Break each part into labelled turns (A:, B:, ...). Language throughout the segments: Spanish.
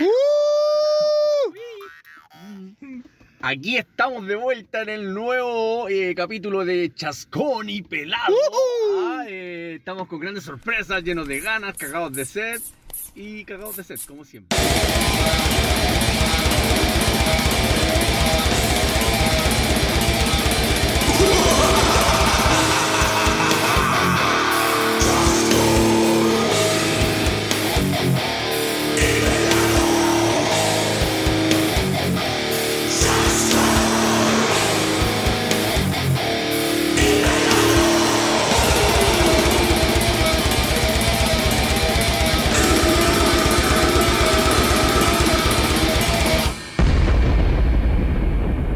A: ¡Uh!
B: Aquí estamos de vuelta en el nuevo eh, capítulo de Chascón y Pelado. Ah, eh, estamos con grandes sorpresas, llenos de ganas, cagados de sed y cagados de sed, como siempre.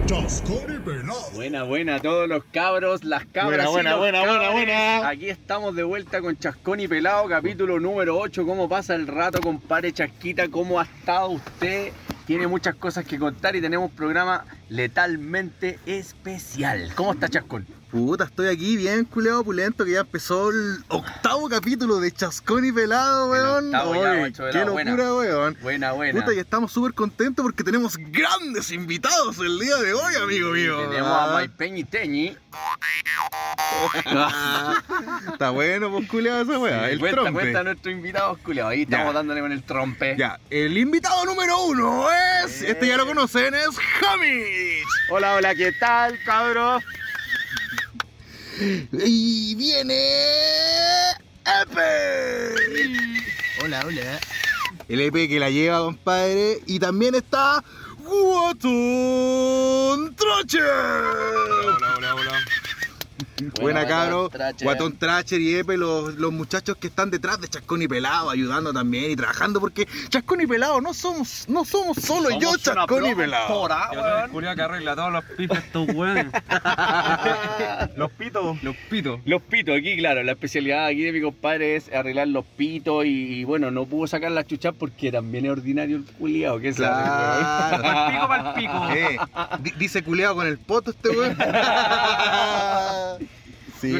C: Chascón y pelado.
B: Buena, buena, todos los cabros, las cabras.
A: Buena,
B: y los
A: buena, buena,
B: cabres.
A: buena, buena.
B: Aquí estamos de vuelta con Chascón y Pelado, capítulo número 8. ¿Cómo pasa el rato, compadre Chasquita? ¿Cómo ha estado usted? Tiene muchas cosas que contar y tenemos un programa letalmente especial. ¿Cómo está Chascón?
A: Puta, estoy aquí bien culeado opulento que ya empezó el octavo capítulo de Chascón y Pelado,
B: El
A: weón.
B: octavo ya,
A: Oy,
B: guacho, de
A: qué
B: la
A: locura,
B: buena.
A: weón.
B: Buena, buena.
A: Puta, y estamos súper contentos porque tenemos grandes invitados el día de hoy, amigo mío.
B: Tenemos
A: Ah,
B: a Maipeñi Teñi.
A: Ah. Está bueno, pues culeado esa weá. el
B: cuenta,
A: trompe.
B: cuenta a nuestros invitados, culiao. Ahí
A: Ya.
B: estamos dándole con el trompe.
A: Ya, el invitado número uno es.
B: Eh.
A: Este ya lo conocen, es Hamid.
B: Hola, hola, ¿qué tal, cabros?
A: Y viene. Epe.
D: Hola, hola.
A: El EP que la lleva, compadre. Y también está Guatón Tracher. Buena,
D: Buena,
A: cabro.
D: Guatón Tracher.
A: Guatón Tracher y Epe, los, los muchachos que están detrás de Chascón y Pelado, ayudando también y trabajando, porque Chascón y Pelado no somos, no somos solo
B: Somos
A: yo,
B: una
A: Chascón y
B: promotora,
A: Pelado.
E: Yo soy el
B: weón.
E: culiao que arregla todos los pifes estos weones. los pitos. Los pitos.
B: Los pitos, aquí claro, la especialidad aquí de mi compadre es arreglar los pitos y, y, bueno, no pudo sacar las chuchas porque también es ordinario el culiao, que sabe,
A: Claro.
E: Pico para el pico.
A: Eh, di- dice culeado con el poto este weón. sí, pues,
B: weón.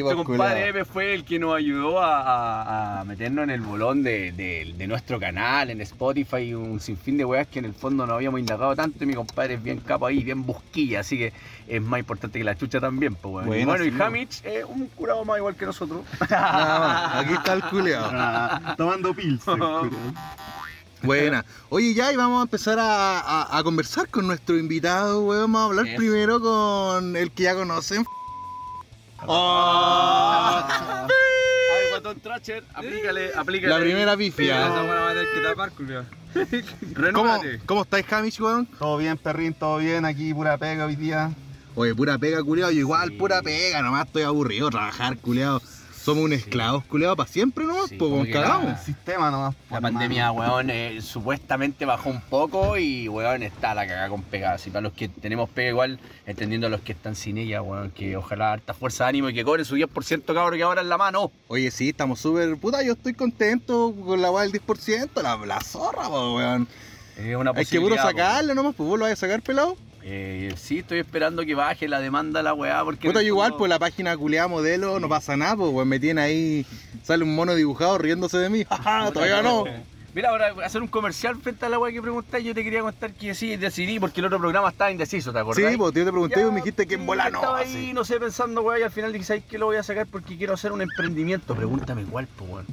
B: Nuestro
A: vos,
B: compadre
A: culeado.
B: Epe fue el que nos ayudó a, a- a meternos en el bolón de, de- de nuestro canal, en Spotify, y un sinfín de weas que en el fondo no habíamos indagado tanto y mi compadre es bien capo ahí, bien busquilla, así que es más importante que la chucha también, pues weón. Y
A: Bueno,
B: Bueno, y
A: sí, weón.
B: Hamich es un curado más igual que nosotros.
A: Nada más, aquí está el culeado.
C: Ah, Tomando pils.
A: Buena. Oye, ya, y vamos a empezar a, a- a conversar con nuestro invitado, weón. Vamos a hablar
B: Eso.
A: primero con el que ya conocen.
B: Ay, guatón Tracher, aplícale, aplícale.
A: La primera
E: Esa
A: pifia.
E: weá va a tener que tapar, culiao.
A: ¿Cómo,
B: Renúvate.
A: ¿Cómo estáis, Hamish, weón?
C: Todo bien, perrín, todo bien. Aquí pura pega hoy día.
A: Oye, pura pega, culeado. Yo igual, pura pega. Nomás estoy aburrido de trabajar, culeado. Somos un esclavos, culeado, para siempre nomás,
B: Sí,
A: pues,
B: como
A: weón,
B: que
A: cagamos.
C: El sistema nomás. pues,
B: La pandemia, weón, eh, supuestamente bajó un poco y, weón, está la cagada con pegada. Así para los que tenemos pega igual, entendiendo a los que están sin ella, weón, que ojalá harta fuerza de ánimo y que cobren su 10% cabrón que ahora en la mano.
A: Oye, sí, estamos súper. Puta, yo estoy contento con la weá del 10%, la, la zorra, po, weón.
B: Es una
A: Hay que puro
B: posibilidad,
A: sacarla nomás, pues vos lo vas a sacar pelado.
B: po. Eh, sí, estoy esperando que baje la demanda la weá porque...
A: Puta, yo
B: en el
A: igual,
B: fondo-
A: pues la página culeada modelo no pasa nada, pues weón. Me tiene ahí, sale un mono dibujado riéndose de mí. Jaja, todavía no.
B: Mira, ahora hacer un comercial frente a la weá que preguntáis, yo te quería contar que sí, decidí porque el otro programa estaba indeciso, ¿te acordás?
A: Sí, pues yo te pregunté y
B: Ya,
A: me dijiste que en
B: sí,
A: bola no.
B: Estaba ahí,
A: así.
B: no sé, pensando, weón, y al final dije, ¿sabes qué lo voy a sacar? Porque quiero hacer un emprendimiento. Pregúntame cuál, pues, weón.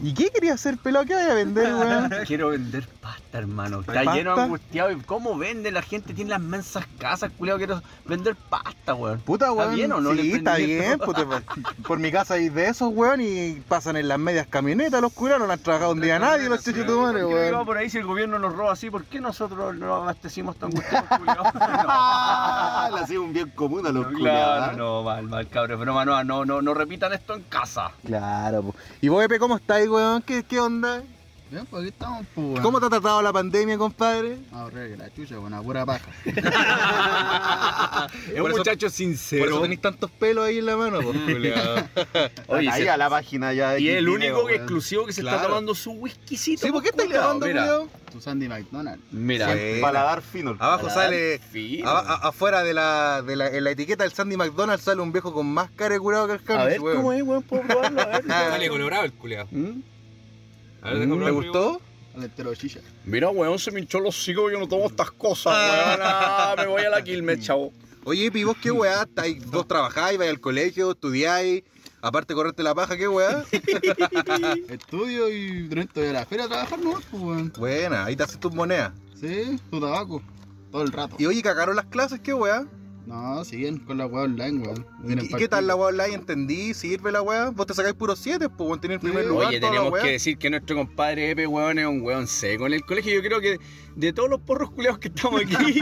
A: ¿Y qué quería hacer pelado? ¿Qué vaya a vender, weón?
B: Quiero vender pasta, hermano. Está
A: ¿Pasta?
B: lleno angustiado. ¿Y cómo vende la gente? Tiene las mensas casas, culiao. Quiero vender pasta, weón.
A: Puta, weón.
B: bien o no el
A: Sí, está bien. pues,
B: emprendimiento?
A: puta, por- por mi casa hay de esos, weón, y pasan en las medias camionetas los culeros. No han trabajado un día a nadie, los chichos tu madre,
B: Creo que va
A: weón.
B: por ahí si el gobierno nos roba así, ¿por qué nosotros no abastecimos tan angustiados, culiao?
C: Ah, la sido un bien común a los
B: No,
C: culiados,
B: claro,
C: ¿eh?
B: no, mal, mal, cabrón. Pero, mano, no, no, no repitan esto en casa.
A: Claro, po. ¿Y vos, Epe, cómo estáis, weón? ¿Qué, qué onda?
D: Bien, pues aquí estamos, pues. weón.
A: ¿Cómo te ha tratado la pandemia, compadre?
D: Ahorré la chucha, buena pura paja.
B: Es
A: Por
B: un
A: eso-
B: muchacho
A: Por eso
B: sincero.
A: tenéis tantos pelos ahí en la mano, po, culiao.
B: Oye,
C: ahí
B: se-
C: a la página ya. de
B: Y es el
C: Xvideo,
B: único que
C: weón.
B: exclusivo que se está
A: Claro.
B: tomando su whiskycito.
A: Sí, ¿por
E: pues,
A: qué estáis
B: culiao?
A: grabando, culiao?
D: Tu Sandy McDonald.
B: Mira, eh. mira.
A: Sí.
C: Paladar fino. el
A: Abajo
B: Paladar
A: sale.
B: fino.
A: a- a- afuera de la, de la, en la etiqueta del Sandy McDonald's sale un viejo con más cara de curado que el James, weón.
B: es, weón, puedo probarlo, a ver.
A: Sale
B: colorado el culeado.
E: A ver, deja probar, amigo.
A: Al entero de chicha.
B: Mira, weón, se me hinchó los hocico, yo no tomo estas cosas, weón. Ah, me voy a la Quilmes, chavo.
D: Oye, Pi, vos qué weá, estáis- vos trabajáis, vais al colegio, estudiáis, aparte correrte la paja, qué weá.
A: Estudio y de repente voy a la feria a trabajar nomás, pues, weón.
D: Buena, ahí te haces tus monedas.
A: Sí, tu tabaco. Todo el rato.
D: Y oye, cagaron las clases, qué weá.
A: No, siguen con la weá online, weón. Miren,
D: ¿Y
A: pa'
D: qué
A: el
D: tal la
A: pico.
D: weá online? ¿Entendí? ¿Sirve la weá? Vos te sacáis puros 7, pues vos tenés el primer
A: Sí.
D: lugar.
B: Oye,
D: toda la
B: tenemos
D: weá.
B: que decir que nuestro compadre Epe, weón, es un weón seco en el colegio. Yo creo que de todos los porros culeados que estamos aquí,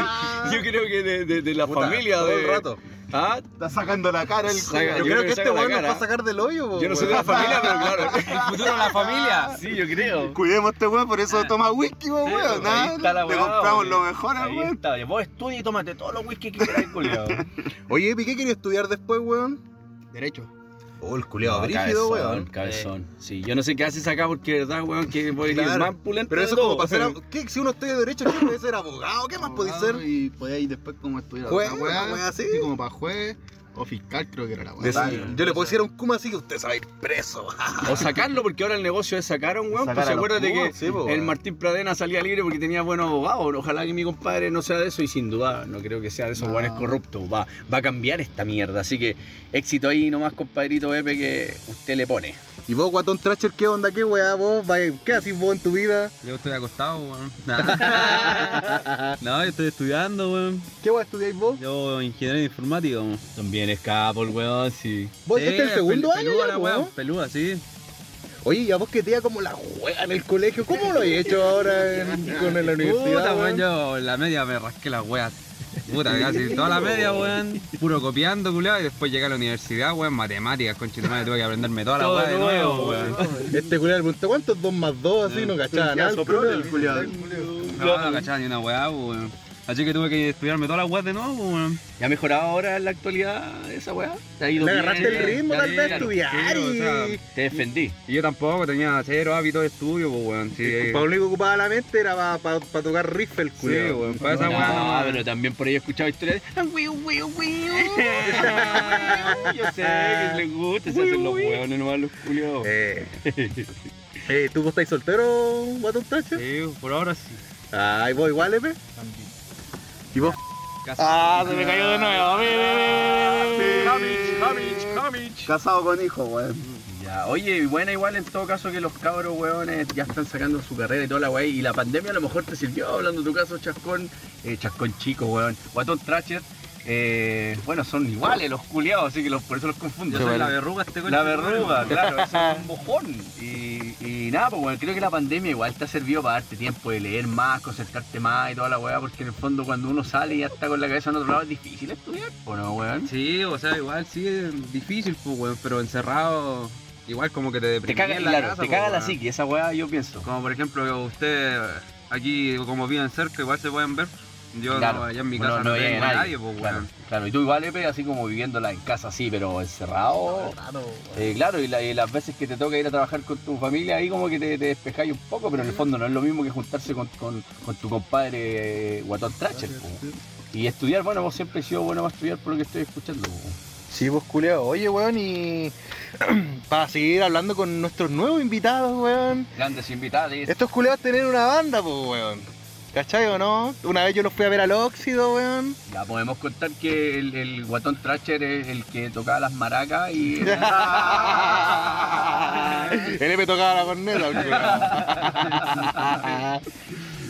B: yo creo que de, de- de la
D: Puta,
B: familia
D: todo
B: de.
D: el rato.
B: Ah,
C: Está sacando la cara el
B: Saca-
C: culiao.
D: Yo,
B: yo
D: creo
B: creo
D: que,
B: que
D: este
B: saca la
D: weón nos
B: cara.
D: va a sacar del hoyo, po,
B: yo no soy de
D: weón.
B: la familia, pero claro.
E: El futuro de la familia.
F: Sí, yo creo.
C: Cuidemos a este weón, por
A: Ah.
C: eso toma whisky, weón.
F: Sí,
C: weón,
F: pues, ahí
C: ¿ah?
F: está la
C: Le
F: weá,
C: compramos
F: weón.
C: lo mejor al
B: Ahí
C: weón.
B: está, vos estudia y tómate todos los whisky que quieras, culiado.
D: Oye, Epi, ¿qué quería estudiar después, weón?
A: Derecho.
D: Oh, el culiado
B: No,
D: brígido,
B: cabezón,
D: weón.
B: Cabezón. Sí, yo no sé qué haces acá porque, de verdad, weón, que voy a ir
D: Claro,
B: más pulento
D: Pero
B: de
D: eso es como
B: todo.
D: para ser. ab- ¿Qué? Si uno estudia Derecho, ¿qué puede ser abogado? ¿Qué más puede
A: Abogado
D: ser?
A: Ah, Y podía ir después como a estudiar
D: Juez,
A: otra weá,
D: una weá así.
A: sí, como para juez o fiscal, creo que era la weá.
D: De-
A: Dale.
D: Yo le puedo decir a un Kuma así que usted se va a ir preso.
B: O sacarlo, porque ahora el negocio es sacaron, weón.
C: Sacar
B: Pues
C: a los
B: acuérdate que
D: cubos, sí, po,
B: el
D: weón.
B: Martín Pradena salía libre porque tenía buenos abogados. Ojalá que mi compadre no sea de eso y sin duda no creo que sea de esos
A: No.
B: weones corruptos. Va, va a cambiar esta mierda. Así que éxito ahí nomás, compadrito Pepe, que usted le pone.
D: Y vos, Guatón Trasher, ¿qué onda? ¿Qué weá? ¿Vos? va- ¿Qué haces vos en tu vida?
E: Yo estoy acostado, weón. Nah. no, yo estoy estudiando, weón.
D: ¿Qué weá estudiáis vos?
E: Yo ingeniería informática, weón. También escapo el weón, sí.
D: ¿Vos este es el segundo año
E: Peluda
D: ya,
E: la
D: weón?
E: weón, peluda, sí.
D: Oye, ¿y a vos que te iba como la juega en el colegio? ¿Cómo lo has hecho ahora en- con en la universidad?
E: Puta,
D: weón?
E: weón, yo en la media me rasqué las weas. Puta, casi toda la media, weón. Puro copiando, culiado. Y después llegué a la universidad, weón, matemáticas, concha de madre, tuve que aprenderme toda la
F: Todo
E: wea de nuevo,
F: nuevo,
E: weón.
D: Este culiao le preguntó, ¿cuántos dos más dos? Así, no cachaba nada. el culiao.
E: No, no cachaba ni una wea, weón. Así que tuve que estudiarme todas las weas de nuevo, weón.
B: ¿Ya ha mejorado ahora en la actualidad esa weá? ¿Te ha ido
D: Le
B: bien?
D: agarraste el ritmo
E: ya,
D: tal vez
E: ya,
D: a estudiar
E: sí, o sea,
D: y...
B: Te defendí.
E: Y yo tampoco tenía cero hábito de estudio, pues, weón. Sí,
D: Para lo único que ocupaba la mente era para tocar riff el
E: sí,
D: culiao.
E: weón. Para esa
B: no,
E: wea no.
B: pero también por ahí he escuchado historias de... "Wiu, wiu, wiu". Yo sé que les gusta, se hacen los hueones nomás los culiados.
D: Eh. Eh, ¿Tú vos estáis soltero, Guatón Trasher?
E: Sí, por ahora sí.
D: Ay, vos igual, Epe. ¿Y vos?
E: Casi.
B: Ah, se me cayó de nuevo.
C: Casado con hijo, weón.
B: Ya, oye, buena igual en todo caso que los cabros hueones ya están sacando su carrera y toda la wey. Y la pandemia a lo mejor te sirvió, hablando de tu caso, Chascón. eh, Chascón chico, hueón. Guatón Trasher. eh, bueno, son iguales los culiados, así que los, por eso los confundo.
E: Yo soy
B: Son
E: la
B: la-
E: verruga este coche.
B: La verruga, claro, eso es un mojón. Y, y nada, pues bueno, creo que la pandemia igual te ha servido para darte tiempo de leer más, concentrarte más y toda la weá, porque en el fondo cuando uno sale y ya está con la cabeza en otro lado es difícil estudiar, ¿o no, weón?
E: Sí, o sea, igual sí es difícil, pues, weón, pero encerrado, igual como que te
B: Te
E: deprimí
B: caga,
E: en la
B: claro,
E: casa,
B: te
E: pues,
B: caga la
E: weón.
B: psiqui, esa weá yo pienso.
E: Como por ejemplo, usted aquí, como viven cerca, igual se pueden ver. Yo
B: Claro,
E: no, allá en mi
B: Bueno,
E: casa no,
B: llega
E: tengo a nadie, pues,
B: claro,
E: weón.
B: claro, y tú igual, Epe, así como viviéndola en casa, sí, pero encerrado. Eh, claro, y, la- y las veces que te toca ir a trabajar con tu familia, ahí como que te, te despejáis un poco, pero en el fondo no es lo mismo que juntarse con, con- con tu compadre eh, Guatón Thatcher. Y estudiar, bueno, vos siempre has sido bueno para estudiar por lo que estoy escuchando. pues, po.
D: Sí, vos, culiao. Oye, weón, y... para seguir hablando con nuestros nuevos invitados, weón.
B: Grandes invitados.
E: Eh.
D: Estos culeados tenían una banda, pues, weón. ¿Cachai o no? Una vez yo los fui a ver al óxido, weón.
B: Ya podemos contar que el, el Guatón Thatcher es el que tocaba las maracas y... ¡Ah!
D: El EP tocaba la corneta, el culiao.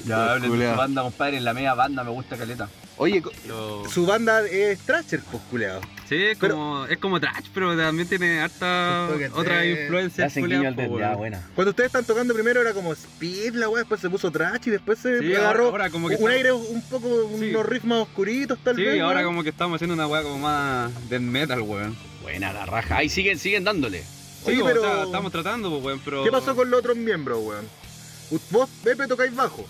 B: ya, hablen de
D: Culeado.
B: su banda, compadre, la media banda me gusta caleta.
D: Oye, co-
E: Lo-
D: su banda es Thrasher, pues, culeado.
E: Sí, es
D: Pero-
E: como, es como trash, pero también tiene harta
A: Toque
E: otra
A: tres.
E: influencia. pues,
B: buena.
D: Cuando ustedes están tocando primero era como speed, la weá, después se puso Thrash y después se
E: Sí, ahora,
D: agarró
E: ahora como
D: un
E: que está-
D: aire un poco,
E: Sí.
D: unos riffs más oscuritos, tal vez.
E: Sí, ahora
D: weón.
E: como que estamos haciendo una weá como más death metal, weón.
B: Buena la raja. Ahí siguen, siguen dándole.
E: Sí,
D: Oye,
E: o
D: pero-
E: sea, estamos tratando, pues, weón, pero...
D: ¿Qué pasó con los otros miembros, weón? U- Vos, Pepe, tocáis bajo.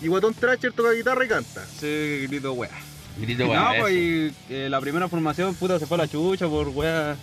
D: Y Guatón Thrasher toca guitarra y canta.
E: ese grito weá?
B: Grito bueno,
E: No,
B: eso.
E: pues y, eh, la primera formación puta se fue a la chucha por weas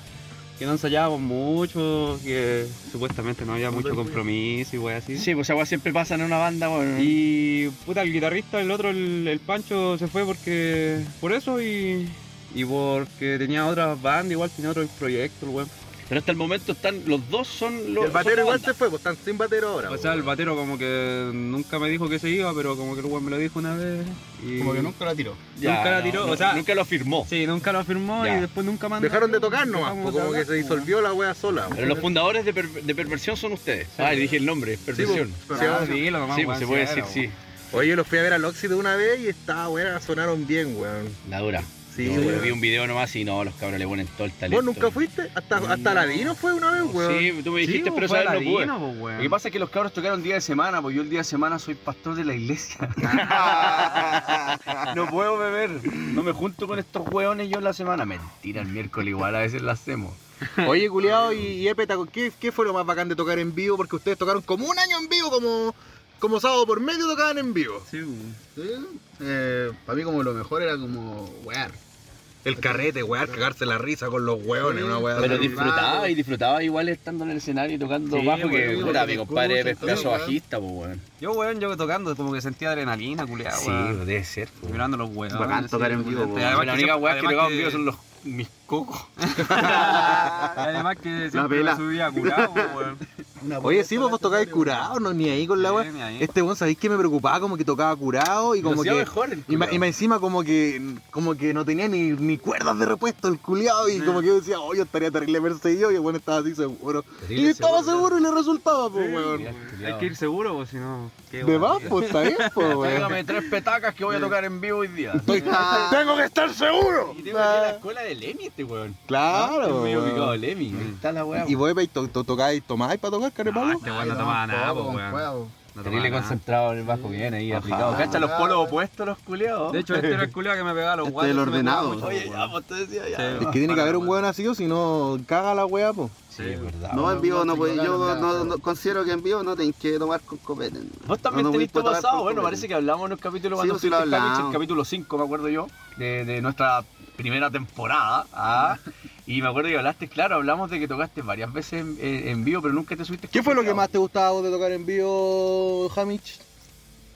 E: que no ensayábamos mucho, que supuestamente no había mucho compromiso y weas así.
B: Sí, pues agua siempre pasa en una banda, bueno.
E: Y puta, el guitarrista, el otro, el, el Pancho, se fue porque por eso y, y porque tenía otras bandas, igual tenía otros proyectos, el weón.
B: Pero hasta el momento están, los dos son los.
D: el batero
B: son la
D: igual
B: banda.
D: se fue, pues están sin batero ahora.
E: O sea, el batero como que nunca me dijo que se iba, pero como que el weón me lo dijo una vez. Y
A: Como que nunca la tiró.
E: nunca la tiró, o sea-
B: Nunca lo firmó.
E: Sí, nunca lo afirmó
B: Ya.
E: y después nunca mandó.
D: Dejaron de tocar nomás,
E: Dejamos
D: pues,
E: de
D: como que
E: hablar,
D: se
E: pues, weón.
D: disolvió la wea sola.
B: Pero los fundadores de, Per- de Perversión son ustedes. Ah, le dije el nombre, Perversión. Sí,
D: pues,
E: Ah,
D: sí,
E: dilo nomás,
B: pues,
E: weón,
B: se puede
E: sí,
B: decir,
E: era,
B: sí.
D: Oye, los fui a ver al Oxy de una vez y estaba buena, sonaron bien, weón.
B: La dura.
D: Sí,
B: Yo
D: weón.
B: vi un video nomás y no, los cabros le ponen todo el talento.
D: ¿Vos nunca fuiste? Hasta, hasta Ladino fue una vez, weón.
B: Sí, tú me
E: Sí,
B: dijiste,
E: pues,
B: pero
E: fue
B: esa vez no pude.
E: Aladino, pues, weón.
B: Lo que pasa es que los cabros tocaron día de semana, porque yo el día de semana soy pastor de la iglesia. no puedo beber. No me junto con estos hueones yo en la semana. Mentira, el miércoles igual a veces la hacemos.
D: Oye, culiado, y, y Epeta, ¿qué, ¿qué fue lo más bacán de tocar en vivo? Porque ustedes tocaron como un año en vivo, como, como sábado por medio tocaban en vivo.
F: Sí, weón.
A: para mí como lo mejor era como wear.
D: El carrete, weón, cagarse la risa con los weones, una weá.
B: Pero
D: así.
B: disfrutaba y disfrutaba igual estando en el escenario y tocando
E: Sí,
B: bajo, que
E: bueno,
B: puta,
A: que
B: mi
A: te
B: compadre es
A: escuchan,
B: pedazo
A: todo, weón.
B: bajista, pues weón.
E: Yo, weón, yo tocando, como que sentía adrenalina, culiado,
B: Sí, pues,
E: weón.
B: debe ser. po, weón.
E: Mirando los weones.
C: Bacán
E: sí,
C: tocar en vivo,
E: weón.
C: weón.
E: Además
B: La única
E: siempre-
B: weá que
E: además
B: tocaba en
E: que-
B: vivo son los, mis cocos.
E: Además que siempre
C: pela.
E: me subía curado, weón.
D: Oye, sí, vos, vos tocabais curado, no, ni ahí con la
E: Sí, ni
D: weá.
E: ahí.
D: Este weón, ¿sabéis que me preocupaba? Como que tocaba curado y como
B: Lo
D: que.
B: hacía mejor el
D: Y ma- y
B: culiao.
D: más encima como que como que no tenía ni, ni cuerdas de repuesto el culiado y como que yo decía, oh, yo estaría terrible perseguido y el bueno estaba así seguro.
B: Terrible
D: Y estaba
B: seguro.
D: seguro y le resultaba, pues, weón.
B: Mira,
E: Hay
B: culiao.
E: que ir seguro, pues, si no. qué
D: De
E: weón.
D: más, pues, está bien, pues, weón.
B: Tráigame tres petacas que voy a tocar en vivo hoy día.
D: Estoy- ¡Tengo que estar seguro!
B: Y tengo aquí la escuela de Lemmy este weón.
D: Claro,
B: Es medio
D: weón.
B: picado Lemmy. eh. Ahí está la weá.
D: ¿Y vos veis, to- to- tocáis, tomáis para tocar,
E: Ah,
D: carepalo?
E: este weón no tomaba nada, pues, weón. No tomaba
B: Terrible
E: nada.
B: concentrado en el bajo, bien ahí aplicado. ¿Cachan los polos opuestos los culeados?
E: De hecho, este era el culiao que me pegaba los
C: Este es el
E: guantes, me pegaba
C: ordenado.
E: mucho,
B: oye,
E: weón.
B: ya, pues te decía ya.
E: Sí,
D: Es que tiene que haber un weón así o si no, caga la weá, pues.
B: Sí, es verdad.
C: No, en vivo no podéis. Yo
A: Claro,
C: no,
A: claro.
C: no- considero que en vivo no tenéis que tomar con copete. ¿no?
B: Vos también
C: No, no
B: tenéis
C: voy a
B: tu
C: tratar
B: pasado,
C: con
B: bueno,
C: copete.
B: parece que hablamos en un capítulo
C: Sí,
B: cuando
C: pues sí
B: fuiste
C: lo
B: al Caliche, el
C: hablamos.
B: capítulo 5, me acuerdo yo, de, de nuestra primera temporada. ah, y me acuerdo que hablaste, claro, hablamos de que tocaste varias veces en, en- en vivo, pero nunca te subiste.
D: ¿Qué fue lo que más te gustaba vos de tocar en vivo, Hamich?